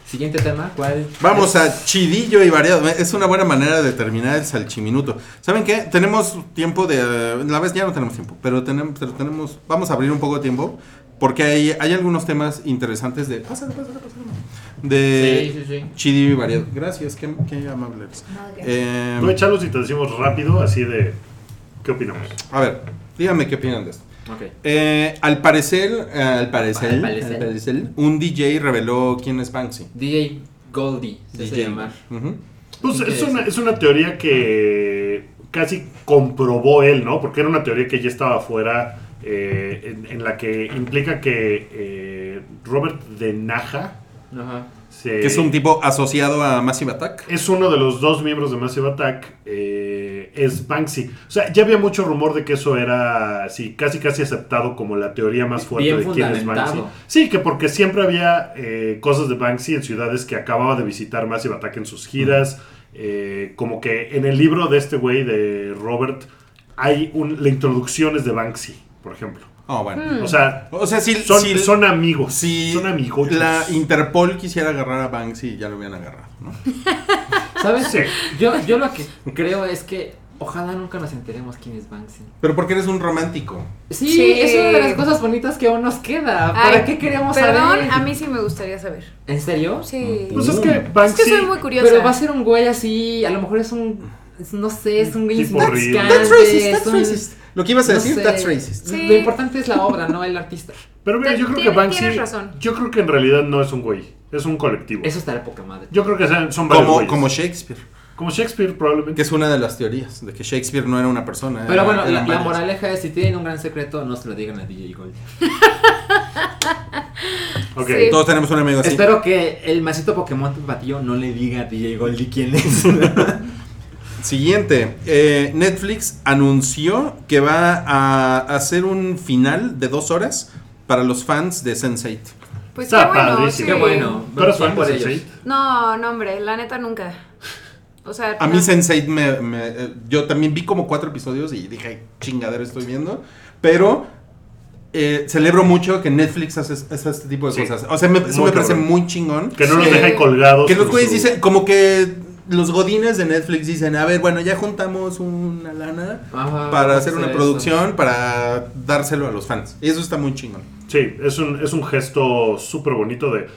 Speaker 3: Siguiente tema, ¿cuál?
Speaker 4: Vamos a chidillo y variado. Es una buena manera de terminar el salchiminuto. ¿Saben qué? Tenemos tiempo de... eh, La vez ya no tenemos tiempo, pero tenemos... pero tenemos vamos a abrir un poco de tiempo. Porque hay, hay algunos temas interesantes de... Pásale, pásale, pásale.
Speaker 3: Sí,
Speaker 4: De
Speaker 3: sí, sí.
Speaker 4: chidillo y variado. Gracias, qué, qué amable eres. Eh,
Speaker 2: Tú échalos y te decimos rápido, así de. ¿Qué opinamos?
Speaker 4: a ver, díganme qué opinan de esto.
Speaker 3: Ok.
Speaker 4: Eh, al parecer, eh, al parecer,
Speaker 3: Al parecer.
Speaker 4: al parecer, un DJ reveló quién es Banksy.
Speaker 3: DJ Goldie, se hace llamar.
Speaker 4: Ujú.
Speaker 2: Pues es
Speaker 3: Interesante.
Speaker 2: una, es una teoría que casi comprobó él, ¿no? Porque era una teoría que ya estaba fuera, eh, en, en la que implica que eh, Robert de Naja
Speaker 3: Ajá.
Speaker 2: se-
Speaker 4: Que es un tipo asociado a Massive Attack.
Speaker 2: es uno de los dos miembros de Massive Attack, eh, es Banksy. O sea, ya había mucho rumor de que eso era así, casi casi aceptado como la teoría más fuerte
Speaker 3: Bien
Speaker 2: de quién es Banksy.
Speaker 3: fundamentado.
Speaker 2: Sí, que porque siempre había eh, cosas de Banksy en ciudades que acababa de visitar Massive Attack en sus giras. eh, como que en el libro de este güey, de Robert, hay un, la introducción es de Banksy, por ejemplo.
Speaker 4: Oh, bueno.
Speaker 3: Hmm.
Speaker 2: O sea,
Speaker 4: O sea, si,
Speaker 2: son,
Speaker 4: si-
Speaker 2: son amigos.
Speaker 4: si
Speaker 2: son amigos.
Speaker 4: la Interpol quisiera agarrar a Banksy, ya lo hubieran agarrado, ¿no?
Speaker 3: ¿Sabes?
Speaker 2: Sí.
Speaker 3: Yo, yo lo que creo es que ojalá nunca nos enteremos quién es Banksy.
Speaker 4: Pero porque eres un romántico.
Speaker 3: Sí,
Speaker 5: Sí.
Speaker 3: es una de las cosas bonitas que aún nos queda. ¿Para
Speaker 5: Ay,
Speaker 3: qué queremos
Speaker 5: Perdón,
Speaker 3: saber?
Speaker 5: a mí sí me gustaría saber.
Speaker 3: ¿En serio?
Speaker 5: Sí.
Speaker 2: Pues es que
Speaker 5: Es
Speaker 2: Banksy.
Speaker 5: que soy muy curiosa.
Speaker 3: Pero va a ser un güey así, a lo mejor es un No sé, es un Willis
Speaker 2: Tipo
Speaker 3: insignificante,
Speaker 2: Ridley.
Speaker 4: That's racist,
Speaker 3: Ah, es
Speaker 4: that's
Speaker 3: un-
Speaker 4: racist. Lo que ibas a
Speaker 3: no
Speaker 4: decir,
Speaker 3: sé.
Speaker 4: that's racist.
Speaker 5: Sí.
Speaker 3: Lo importante es la obra, no el artista.
Speaker 2: Pero mira,
Speaker 5: Te-
Speaker 2: yo creo que
Speaker 5: tiene-
Speaker 2: Banksy.
Speaker 5: tienes razón.
Speaker 2: Yo creo que en realidad no es un güey, es un colectivo.
Speaker 3: Eso estará poca madre.
Speaker 2: Yo creo que son- son varios
Speaker 4: Como,
Speaker 2: güeyes.
Speaker 4: como Shakespeare,
Speaker 2: Como Shakespeare,
Speaker 4: que
Speaker 2: probablemente.
Speaker 4: es una de las teorías, de que Shakespeare no era una persona. era-
Speaker 3: Pero bueno, la,
Speaker 4: eran
Speaker 3: la
Speaker 4: varios.
Speaker 3: moraleja es: si tienen un gran secreto, no se lo digan a DJ Gold.
Speaker 2: Ok.
Speaker 5: Sí.
Speaker 4: Todos tenemos un amigo así.
Speaker 3: Espero que el masito Pokémon Patillo no le diga a DJ Goldy quién es.
Speaker 4: <laughs> Siguiente, eh, Netflix anunció que va a hacer un final de dos horas para los fans de Sense8.
Speaker 5: Pues
Speaker 2: Está
Speaker 5: qué bueno,
Speaker 2: padrísimo.
Speaker 5: sí.
Speaker 3: Qué bueno.
Speaker 2: ¿Tú eres fan
Speaker 3: Bien por
Speaker 2: de
Speaker 3: ellos.
Speaker 2: Sense8?
Speaker 5: No, no, hombre, la neta nunca. O sea,
Speaker 4: A mí
Speaker 5: no.
Speaker 4: Sense8 me, me- eh, yo también vi como cuatro episodios y dije, "Ay, chingadera estoy viendo, pero eh, celebro mucho que Netflix hace, hace este tipo de
Speaker 2: Sí.
Speaker 4: cosas. O sea, me, eso
Speaker 2: Muy
Speaker 4: me parece
Speaker 2: cabrón.
Speaker 4: muy chingón.
Speaker 2: Que no los
Speaker 5: Sí.
Speaker 2: deja ahí colgados.
Speaker 4: Que los
Speaker 2: con
Speaker 4: güeyes
Speaker 2: su-
Speaker 4: dicen, como que los godines de Netflix dicen, a ver, bueno, ya juntamos una lana
Speaker 3: Ajá,
Speaker 4: para
Speaker 3: vamos
Speaker 4: hacer
Speaker 3: a
Speaker 4: una
Speaker 3: Ah, pues eso.
Speaker 4: producción, para dárselo a los fans. Y eso está muy chingón.
Speaker 2: Sí, es un, es un gesto súper bonito de.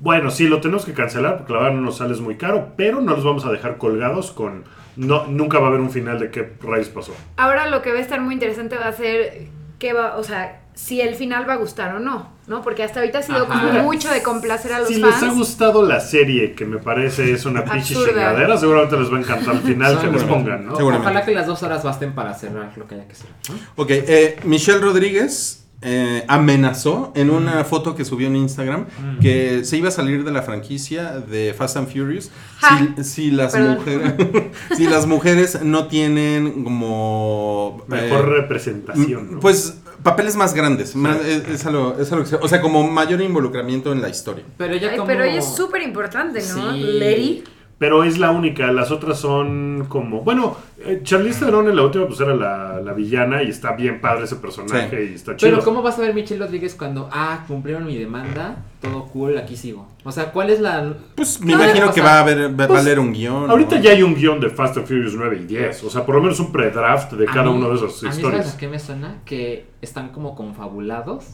Speaker 2: Bueno, sí, lo tenemos que cancelar porque la verdad no nos sale es muy caro, pero no los vamos a dejar colgados con. No, nunca va a haber un final de qué raíz pasó.
Speaker 5: Ahora lo que va a estar muy interesante va a ser qué va, o sea, si el final va a gustar o no, ¿no? Porque hasta ahorita ha sido
Speaker 3: Ajá.
Speaker 5: como mucho de complacer a los
Speaker 2: si les ha
Speaker 5: fans.
Speaker 2: gustado la serie, que me parece es una pinche
Speaker 5: Absurda.
Speaker 2: chingadera, seguramente les va a encantar el final que les
Speaker 4: Seguramente.
Speaker 2: pongan, ¿no?
Speaker 4: Seguro. Seguramente.
Speaker 3: Ojalá que las dos horas basten para cerrar lo que haya que cerrar.
Speaker 4: Ok, eh, Michelle Rodríguez eh, amenazó
Speaker 2: Mm.
Speaker 4: en una foto que subió en Instagram que se iba a salir de la franquicia de Fast and Furious
Speaker 5: Ja.
Speaker 4: si, si las
Speaker 5: Perdón. <laughs>
Speaker 4: mujeres <laughs> si las mujeres no tienen como eh,
Speaker 2: Mejor
Speaker 5: mm,
Speaker 2: representación, ¿no?
Speaker 4: pues papeles más grandes, más- es, es a lo, es a lo que se- o sea, como mayor involucramiento en la historia.
Speaker 3: Pero ella
Speaker 5: Ay,
Speaker 3: como...
Speaker 5: pero ella es súper importante, ¿no?
Speaker 3: Sí.
Speaker 5: Lady.
Speaker 2: Pero es la única, las otras son como. Bueno, eh, Charlize Theron en la última pues era la, la villana y está bien padre ese personaje y está chido.
Speaker 3: Pero ¿cómo vas a ver Michelle Rodríguez cuando, ah, cumplieron mi demanda, todo cool, aquí sigo? O sea, ¿cuál es la...
Speaker 4: Pues me
Speaker 3: No, o
Speaker 4: imagino que
Speaker 3: sea,
Speaker 4: va a haber va a
Speaker 5: pues,
Speaker 4: valer un guión.
Speaker 2: Ahorita
Speaker 4: ¿no?
Speaker 2: ya hay un guión de Fast and Furious 9 y 10, o sea, por lo menos un pre-draft de
Speaker 3: a
Speaker 2: cada
Speaker 3: mí-
Speaker 2: uno de esas
Speaker 3: A mí
Speaker 2: historias.
Speaker 3: ¿sabes a qué me suena? Que están como confabulados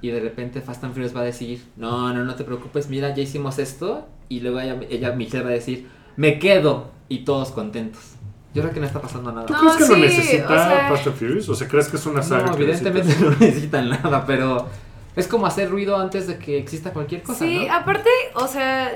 Speaker 3: y de repente Fast and Furious va a decir, no, no, no te preocupes, mira, ya hicimos esto. Y luego ella, ella, Michelle va a decir, me quedo. Y todos contentos. Yo creo que no está pasando nada.
Speaker 2: ¿Tú
Speaker 5: No,
Speaker 2: crees que lo
Speaker 5: sí,
Speaker 2: necesita
Speaker 5: o sea-
Speaker 2: Fast and Furious? O sea, ¿crees que es una saga?
Speaker 3: No,
Speaker 2: que
Speaker 3: evidentemente
Speaker 2: necesitas?
Speaker 3: <laughs> no necesitan nada, pero es como hacer ruido antes de que exista cualquier cosa,
Speaker 5: Sí,
Speaker 3: ¿no?
Speaker 5: aparte, o sea,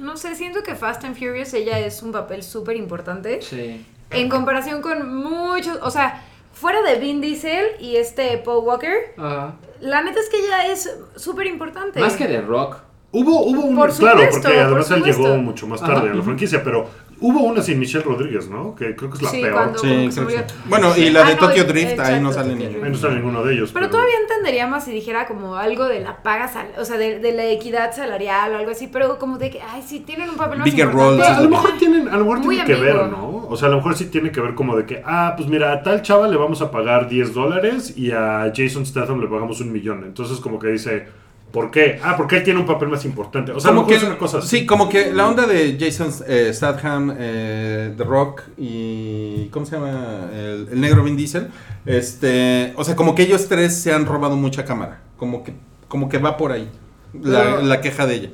Speaker 5: no sé, siento que Fast and Furious ella es un papel súper importante
Speaker 3: Sí.
Speaker 5: en comparación con muchos, o sea, fuera de Vin Diesel y este Paul Walker,
Speaker 3: Ah.
Speaker 5: la neta es que ella es súper importante.
Speaker 3: Más que de rock.
Speaker 2: Hubo, hubo un.
Speaker 5: Por
Speaker 2: claro,
Speaker 5: supuesto,
Speaker 2: porque además
Speaker 5: por
Speaker 2: él llegó
Speaker 5: supuesto.
Speaker 2: mucho más
Speaker 3: Ajá,
Speaker 2: tarde a la
Speaker 3: ujú.
Speaker 2: franquicia, pero hubo una sin Michelle Rodríguez, ¿no? Que creo que es la
Speaker 5: Sí,
Speaker 2: peor.
Speaker 5: cuando
Speaker 4: Sí,
Speaker 5: como que se
Speaker 4: creo que
Speaker 5: murió.
Speaker 4: sí. Bueno, y la
Speaker 5: Ah,
Speaker 4: de
Speaker 5: no,
Speaker 4: Tokyo
Speaker 5: el-
Speaker 4: Drift, ahí
Speaker 5: exacto,
Speaker 4: no sale
Speaker 5: Tokyo
Speaker 4: ni-
Speaker 5: Drift.
Speaker 2: Ahí no sale ninguno de ellos.
Speaker 5: Pero todavía entendería más si dijera como algo de la paga, sal- o sea, de, de la equidad salarial o algo así, pero como de que, ay, sí, tienen un papel más
Speaker 4: Bigger
Speaker 5: importante.
Speaker 2: Pues, a lo
Speaker 4: roles.
Speaker 2: mejor tienen, a lo mejor
Speaker 5: Muy
Speaker 2: tiene que
Speaker 5: amigo.
Speaker 2: ver, ¿no? O sea, a lo mejor sí tiene que ver como de que, ah, pues mira, a tal chava le vamos a pagar 10 dólares y a Jason Statham le pagamos un millón. Entonces como que dice, ¿por qué? Ah, porque él tiene un papel más importante. O sea, como que es una cosa así.
Speaker 4: Sí, como que la onda de Jason eh, Statham, eh, The Rock y. ¿Cómo se llama? El, el negro Vin Diesel. Este, o sea, como que ellos tres se han robado mucha cámara. Como que, como que va por ahí la,
Speaker 3: Pero- Ah.
Speaker 4: la queja de ella.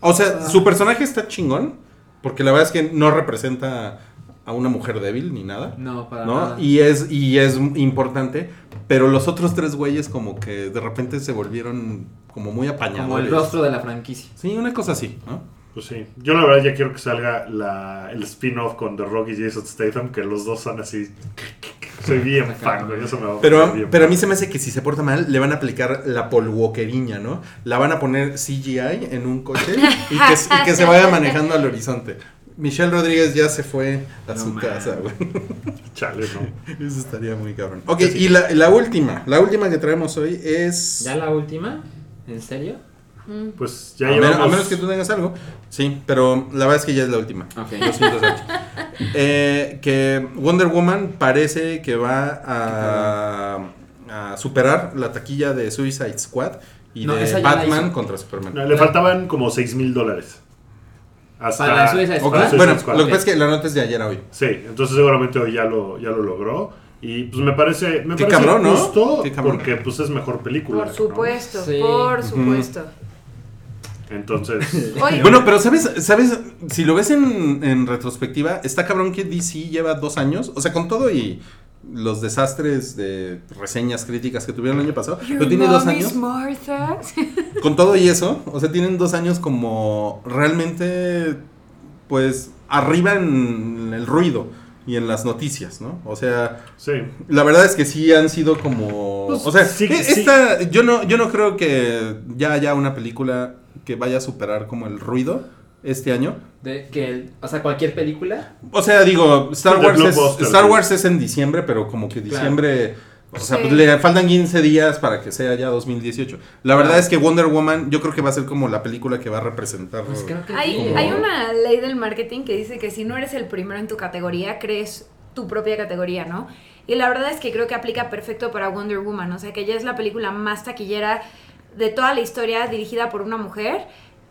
Speaker 4: O sea, su personaje está chingón. Porque la verdad es que no representa a una mujer débil ni nada.
Speaker 3: No, para
Speaker 4: ¿no?
Speaker 3: nada.
Speaker 4: Y es, y es importante, pero los otros tres güeyes como que de repente se volvieron como muy apañadores.
Speaker 3: Como el rostro de la franquicia.
Speaker 4: Sí, una cosa así, ¿no?
Speaker 2: Pues sí. Yo la verdad ya quiero que salga la, el spin-off con The Rock y Jason Statham, que los dos son así. Soy bien fan, güey. Eso me va a
Speaker 4: Pero,
Speaker 2: poner bien
Speaker 4: pero a
Speaker 2: fan.
Speaker 4: mí se me hace que si se porta mal, le van a aplicar la polvoqueriña, ¿no? La van a poner CGI en un coche y que, y que se vaya manejando al horizonte. Michelle Rodríguez ya se fue a
Speaker 3: No
Speaker 4: su
Speaker 3: man.
Speaker 4: casa, güey. <laughs>
Speaker 2: Chale, ¿no?
Speaker 4: Eso estaría muy cabrón. Ok, y la, la última, la última que traemos hoy es...
Speaker 3: ¿Ya la última? ¿En serio?
Speaker 2: Pues
Speaker 4: A,
Speaker 2: ya
Speaker 4: men- a
Speaker 2: llevamos...
Speaker 4: menos que tú tengas algo. Sí, pero la verdad es que ya es la última.
Speaker 3: Ok.
Speaker 4: Lo siento, Sachi. Eh, que Wonder Woman parece que va a, a superar la taquilla de Suicide Squad y
Speaker 3: No, esa
Speaker 4: de
Speaker 3: ya la
Speaker 4: Batman
Speaker 3: hizo.
Speaker 4: contra Superman.
Speaker 2: No, le faltaban como 6 mil dólares. Hasta...
Speaker 3: Para la Suicide
Speaker 4: Ok,
Speaker 3: Squad.
Speaker 2: Suicide
Speaker 4: Bueno,
Speaker 2: Squad.
Speaker 4: lo que pasa es que la nota es de ayer a hoy.
Speaker 2: Sí, entonces seguramente hoy ya lo, ya lo logró. Y pues me parece, me
Speaker 4: Qué
Speaker 2: parece
Speaker 4: cabrón, ¿no?
Speaker 2: justo
Speaker 4: Qué cabrón.
Speaker 2: porque pues es mejor película.
Speaker 5: Por
Speaker 2: ¿no?
Speaker 5: supuesto,
Speaker 3: Sí.
Speaker 5: por
Speaker 4: Ujú.
Speaker 5: supuesto.
Speaker 4: <laughs>
Speaker 2: Entonces,
Speaker 5: Oye,
Speaker 4: Bueno, pero ¿sabes? ¿Sabes? Si lo ves en, en retrospectiva, está cabrón que DC lleva dos años. O sea, con todo y los desastres de reseñas críticas que tuvieron el año pasado.
Speaker 5: your
Speaker 4: Pero tiene dos
Speaker 5: mom is
Speaker 4: años.
Speaker 5: Martha.
Speaker 4: Con todo y eso, o sea, tienen dos años como realmente, pues, arriba en el ruido y en las noticias, ¿no? O sea,
Speaker 2: sí.
Speaker 4: la verdad es que sí han sido como.
Speaker 2: Pues,
Speaker 4: o sea,
Speaker 2: sí,
Speaker 4: e-
Speaker 2: sí.
Speaker 4: esta. Yo no, yo no creo que ya haya una película que vaya a superar como el ruido este año.
Speaker 3: <laughs> De que, el- o sea, cualquier película.
Speaker 4: O sea, digo, Star
Speaker 2: De
Speaker 4: Wars, es,
Speaker 2: blockbuster,
Speaker 4: Star
Speaker 2: sí.
Speaker 4: Wars es en diciembre, pero como que
Speaker 3: Claro.
Speaker 4: diciembre. O sea,
Speaker 5: Sí.
Speaker 4: pues le faltan 15 días para que sea ya 2018. La
Speaker 3: Ah.
Speaker 4: verdad es que Wonder Woman, yo creo que va a ser como la película que va a representar.
Speaker 3: Pues creo que.
Speaker 5: Hay,
Speaker 3: sí.
Speaker 5: hay una ley del marketing que dice que si no eres el primero en tu categoría, crees tu propia categoría, ¿no? Y la verdad es que creo que aplica perfecto para Wonder Woman, o sea que ya es la película más taquillera de toda la historia dirigida por una mujer.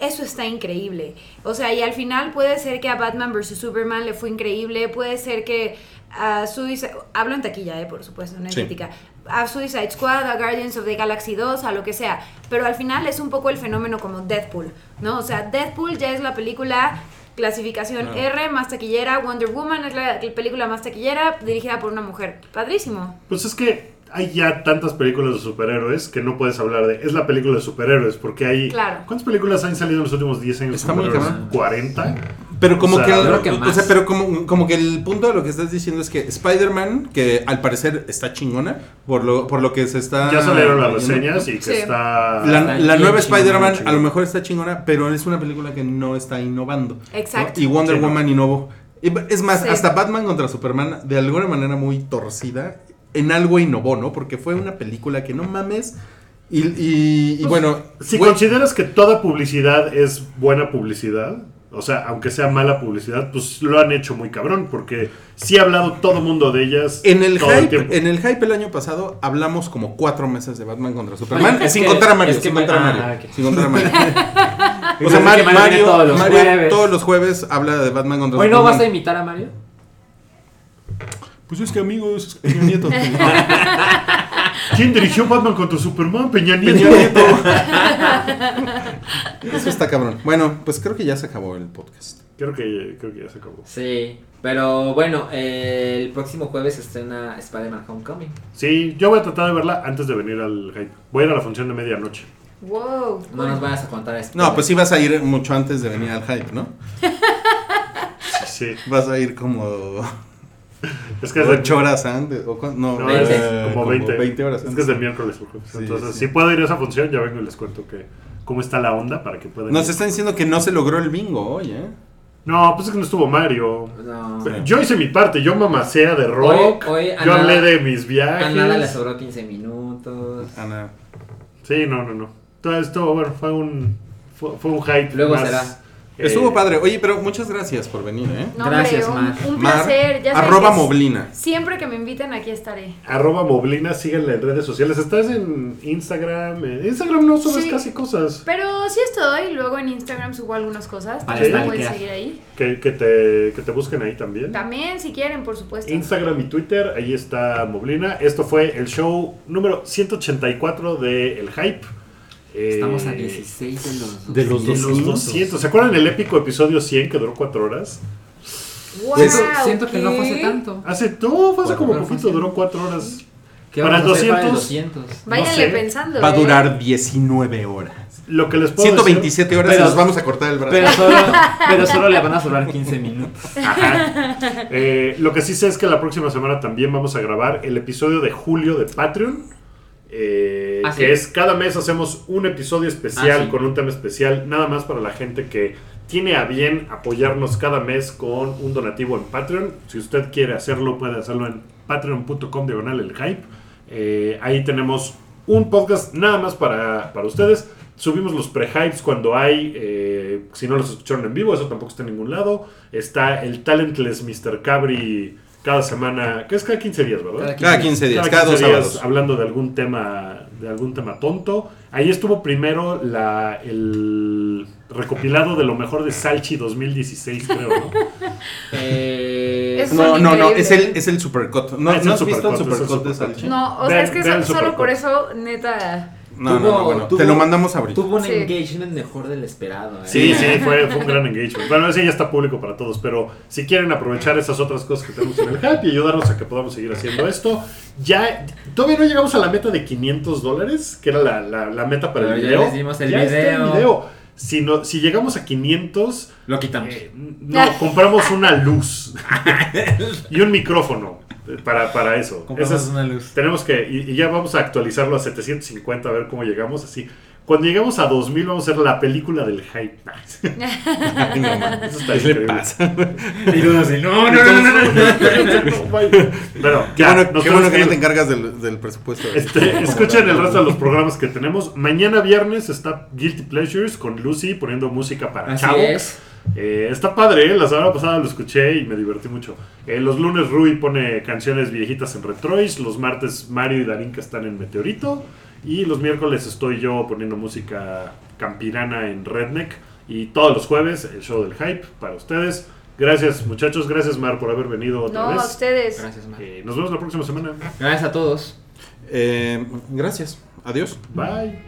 Speaker 5: Eso está increíble. O sea, y al final puede ser que a Batman vs. Superman le fue increíble, puede ser que a Suicide... Hablo en taquilla, eh, por supuesto, no en
Speaker 4: Sí.
Speaker 5: crítica. A Suicide Squad, a Guardians of the Galaxy 2, a lo que sea. Pero al final es un poco el fenómeno como Deadpool, ¿no? O sea, Deadpool ya es la película clasificación
Speaker 4: Claro.
Speaker 5: R más taquillera, Wonder Woman es la, la película más taquillera dirigida por una mujer. Padrísimo.
Speaker 2: Pues es que hay ya tantas películas de superhéroes que no puedes hablar de. Es la película de superhéroes, porque hay.
Speaker 5: Claro.
Speaker 2: ¿Cuántas películas han salido en los últimos 10 años? de
Speaker 4: Está muy
Speaker 2: superhéroes?
Speaker 4: cabrón.
Speaker 2: ¿40?
Speaker 4: Pero como
Speaker 2: O sea,
Speaker 4: que, el-
Speaker 3: creo que
Speaker 4: o
Speaker 3: más.
Speaker 4: sea, pero como, como que el punto de lo que estás diciendo es que Spider-Man, que al parecer está chingona, por lo, por lo que se está.
Speaker 2: Ya salieron las
Speaker 4: oyendo,
Speaker 2: reseñas y que
Speaker 5: Sí.
Speaker 2: está.
Speaker 4: Ah, La, la
Speaker 3: bien
Speaker 4: nueva
Speaker 3: chingona,
Speaker 4: Spider-Man
Speaker 3: chingona.
Speaker 4: a lo mejor está chingona, pero es una película que no está innovando.
Speaker 5: Exacto.
Speaker 4: ¿no? Y Wonder
Speaker 2: Sí, no.
Speaker 4: Woman innovó. Y b- Es más,
Speaker 5: Sí.
Speaker 4: hasta Batman contra Superman, de alguna manera muy torcida, en algo innovó, ¿no? Porque fue una película que no mames. Y, y- y
Speaker 5: Pues,
Speaker 4: bueno,
Speaker 2: Si
Speaker 4: güey,
Speaker 2: consideras que toda publicidad es buena publicidad, o sea, aunque sea mala publicidad, pues lo han hecho muy cabrón, porque sí ha hablado todo mundo de ellas
Speaker 4: en el,
Speaker 2: todo el
Speaker 4: hype,
Speaker 2: tiempo.
Speaker 4: en el hype el año pasado hablamos como cuatro meses de Batman contra Superman.
Speaker 3: es
Speaker 4: sin
Speaker 3: que-
Speaker 4: contar a Mario,
Speaker 3: es que
Speaker 4: sin
Speaker 3: me-
Speaker 4: contar a
Speaker 3: ah,
Speaker 4: Mario.
Speaker 3: ok.
Speaker 4: Sin contar
Speaker 3: <laughs>
Speaker 4: a Mario. o
Speaker 3: Es que
Speaker 4: sea, Mario,
Speaker 3: Mario viene
Speaker 4: Mario- Mario
Speaker 3: todos
Speaker 4: todos,
Speaker 3: los
Speaker 4: los
Speaker 3: jueves.
Speaker 4: jueves habla de Batman contra
Speaker 3: Hoy
Speaker 4: Superman.
Speaker 3: no vas a imitar a Mario.
Speaker 4: Pues es que amigos, Peña Nieto.
Speaker 2: ¿Quién dirigió Batman contra Superman? Peña Nieto.
Speaker 4: Peña Nieto. <laughs> Eso está cabrón. Bueno, pues creo que ya se acabó el podcast.
Speaker 2: <laughs> Creo, que, creo que ya se acabó.
Speaker 3: Sí. Pero bueno, eh, el próximo jueves se estrena Spider-Man Homecoming.
Speaker 2: Sí, yo voy a tratar de verla antes de venir al hype. Voy a ir a la función de medianoche.
Speaker 5: Wow.
Speaker 3: No nos vayas a contar esto.
Speaker 4: No, pues sí vas a ir mucho antes de venir al hype, ¿no?
Speaker 2: Sí,
Speaker 4: Vas a ir como
Speaker 2: es que es de,
Speaker 4: ocho horas antes. O cuán- no,
Speaker 2: no,
Speaker 4: eh,
Speaker 2: es
Speaker 3: Veinte.
Speaker 2: como 20.
Speaker 4: horas
Speaker 2: Es
Speaker 4: antes.
Speaker 2: que es de miércoles. por jueves.
Speaker 4: Sí,
Speaker 2: Entonces,
Speaker 4: sí.
Speaker 2: si puedo ir a esa función, ya vengo y les cuento que cómo está la onda para que puedan.
Speaker 4: Nos
Speaker 2: ir.
Speaker 4: están diciendo que no se logró el bingo hoy, ¿eh?
Speaker 2: No, pues es que no estuvo Mario.
Speaker 3: No.
Speaker 2: Pero Yo hice mi parte, yo mamacea de rock.
Speaker 3: Hoy- hoy a
Speaker 2: yo hablé
Speaker 3: nada-
Speaker 2: de mis viajes.
Speaker 3: A nada le sobró 15 minutos.
Speaker 4: Ana.
Speaker 2: Sí, no, no, no. Todo esto, bueno, fue un, fue, fue un hype.
Speaker 3: Luego
Speaker 2: más,
Speaker 3: será.
Speaker 2: eh,
Speaker 4: Estuvo padre. Oye, pero muchas gracias por venir, ¿eh?
Speaker 5: No,
Speaker 3: Gracias,
Speaker 5: hombre, un-
Speaker 3: Mar.
Speaker 5: un, placer. Ya sabes
Speaker 4: arroba
Speaker 5: que s-
Speaker 4: Moblina.
Speaker 5: Siempre que me inviten aquí estaré.
Speaker 2: Arroba Moblina, síganla en redes sociales. Estás en Instagram. En Instagram no subes
Speaker 5: Sí.
Speaker 2: casi cosas
Speaker 5: Pero sí estoy, luego en Instagram subo algunas cosas.
Speaker 3: Para
Speaker 5: También me
Speaker 2: stalkear.
Speaker 5: pueden seguir ahí.
Speaker 2: que, que te, que te busquen ahí también.
Speaker 5: También, si quieren, por supuesto.
Speaker 2: Instagram y Twitter, ahí está Moblina. Esto fue el show número 184 de El Hype. Eh,
Speaker 3: Estamos a 16 de los
Speaker 4: de los
Speaker 2: De los 200. ¿Se acuerdan el épico episodio 100 que duró 4 horas?
Speaker 5: Wow,
Speaker 3: Siento, siento que no
Speaker 5: ¿qué?
Speaker 3: fue hace tanto.
Speaker 2: Hace, no, fue hace
Speaker 3: Cuatro
Speaker 2: como
Speaker 3: horas,
Speaker 2: poquito,
Speaker 3: sí.
Speaker 2: duró 4 horas.
Speaker 3: ¿Qué
Speaker 2: Para
Speaker 3: vamos a hacer
Speaker 2: 200?
Speaker 3: para el 200?
Speaker 5: Váyanle
Speaker 2: sé.
Speaker 5: pensando.
Speaker 4: Va a
Speaker 5: ¿eh?
Speaker 4: durar 19 horas.
Speaker 2: Lo que les puedo
Speaker 4: 127 horas y
Speaker 3: Pero-
Speaker 4: nos vamos a cortar el brazo.
Speaker 3: Pero solo, pero solo le van a sobrar 15 <laughs> minutos.
Speaker 2: decir- Ajá. Eh, lo que sí sé es que la próxima semana también vamos a grabar el episodio de julio de Patreon. eh,
Speaker 3: Ah, sí.
Speaker 2: que es cada mes hacemos un episodio especial
Speaker 3: Ah, sí.
Speaker 2: con un tema especial, nada más para la gente que tiene a bien apoyarnos cada mes con un donativo en Patreon. Si usted quiere hacerlo, puede hacerlo en patreon.com diagonal el hype. Eh, ahí tenemos un podcast nada más para, para ustedes. Subimos los pre-hypes cuando hay, eh, si no los escucharon en vivo, eso tampoco está en ningún lado. Está el Talentless Mr. Cabri cada semana, que es cada 15 días, ¿verdad?
Speaker 3: Cada
Speaker 4: Cada 15 días, cada,
Speaker 2: cada 15
Speaker 4: dos
Speaker 2: días
Speaker 4: sábados.
Speaker 2: hablando de algún tema de algún tema tonto ahí estuvo primero la el recopilado de lo mejor de Salchi 2016 creo ¿no?
Speaker 3: Eh,
Speaker 5: Es-
Speaker 4: No,
Speaker 5: Son
Speaker 4: no, no,
Speaker 5: increíbles.
Speaker 4: es el, es el supercut. ¿No,
Speaker 2: Ah, es
Speaker 4: ¿no
Speaker 2: el
Speaker 4: has visto el
Speaker 2: supercut, es el
Speaker 4: supercut de
Speaker 2: supercut.
Speaker 4: Salchi?
Speaker 5: No, o
Speaker 2: Vean-
Speaker 5: sea, es que
Speaker 2: vean
Speaker 5: so-
Speaker 2: el
Speaker 5: solo por
Speaker 2: supercut.
Speaker 5: eso, neta. <laughs>
Speaker 4: No, no, no, bueno, te lo mandamos a abrir.
Speaker 3: Tuvo un
Speaker 5: Sí.
Speaker 3: engagement mejor del esperado. ¿eh?
Speaker 2: Sí, sí, fue, fue un gran engagement. Bueno, ese ya está público para todos, pero si quieren aprovechar esas otras cosas que tenemos en el hype y ayudarnos a que podamos seguir haciendo esto, ya todavía no llegamos a la meta de 500 dólares, que era la, la- la meta para el
Speaker 3: Pero ya
Speaker 2: video.
Speaker 3: les dimos el
Speaker 2: Ya está
Speaker 3: video.
Speaker 2: Si, no, si llegamos a 500,
Speaker 3: Lo quitamos.
Speaker 2: eh, no, compramos una luz <laughs> y un micrófono eh, para, para eso.
Speaker 3: Compramos
Speaker 2: Esa es-
Speaker 3: una luz.
Speaker 2: tenemos que, y, y ya vamos a actualizarlo a 750, a ver cómo llegamos así. Cuando lleguemos a 2000 vamos a hacer la película del hype.
Speaker 4: <laughs> Ay, no, man.
Speaker 2: Eso está
Speaker 4: ¿Qué le
Speaker 2: increíble.
Speaker 4: pasa?
Speaker 3: Y luego así, no, no, no, no, no.
Speaker 2: Pero
Speaker 4: Qué
Speaker 2: ya,
Speaker 4: bueno,
Speaker 2: nos
Speaker 4: qué
Speaker 2: tenemos que
Speaker 4: bueno que no te
Speaker 2: ir.
Speaker 4: encargas del, del presupuesto. <laughs>
Speaker 2: Este, escuchen el resto de los programas que tenemos. Mañana viernes está Guilty Pleasures con Lucy poniendo música para
Speaker 3: Así
Speaker 2: chavos.
Speaker 3: es.
Speaker 2: Eh, está padre, ¿eh? la semana pasada lo escuché y me divertí mucho. Eh, los lunes Rui pone canciones viejitas en Retrois, los martes Mario y Darinka están en Meteorito y los miércoles estoy yo poniendo música campirana en Redneck y todos los jueves el show del hype para ustedes. Gracias muchachos, gracias Mar por haber venido otra
Speaker 5: No, a
Speaker 2: vez.
Speaker 5: ustedes.
Speaker 3: Gracias, Mar.
Speaker 2: Eh, nos vemos la próxima semana.
Speaker 3: Gracias a todos.
Speaker 4: Eh, gracias. Adiós.
Speaker 2: Bye.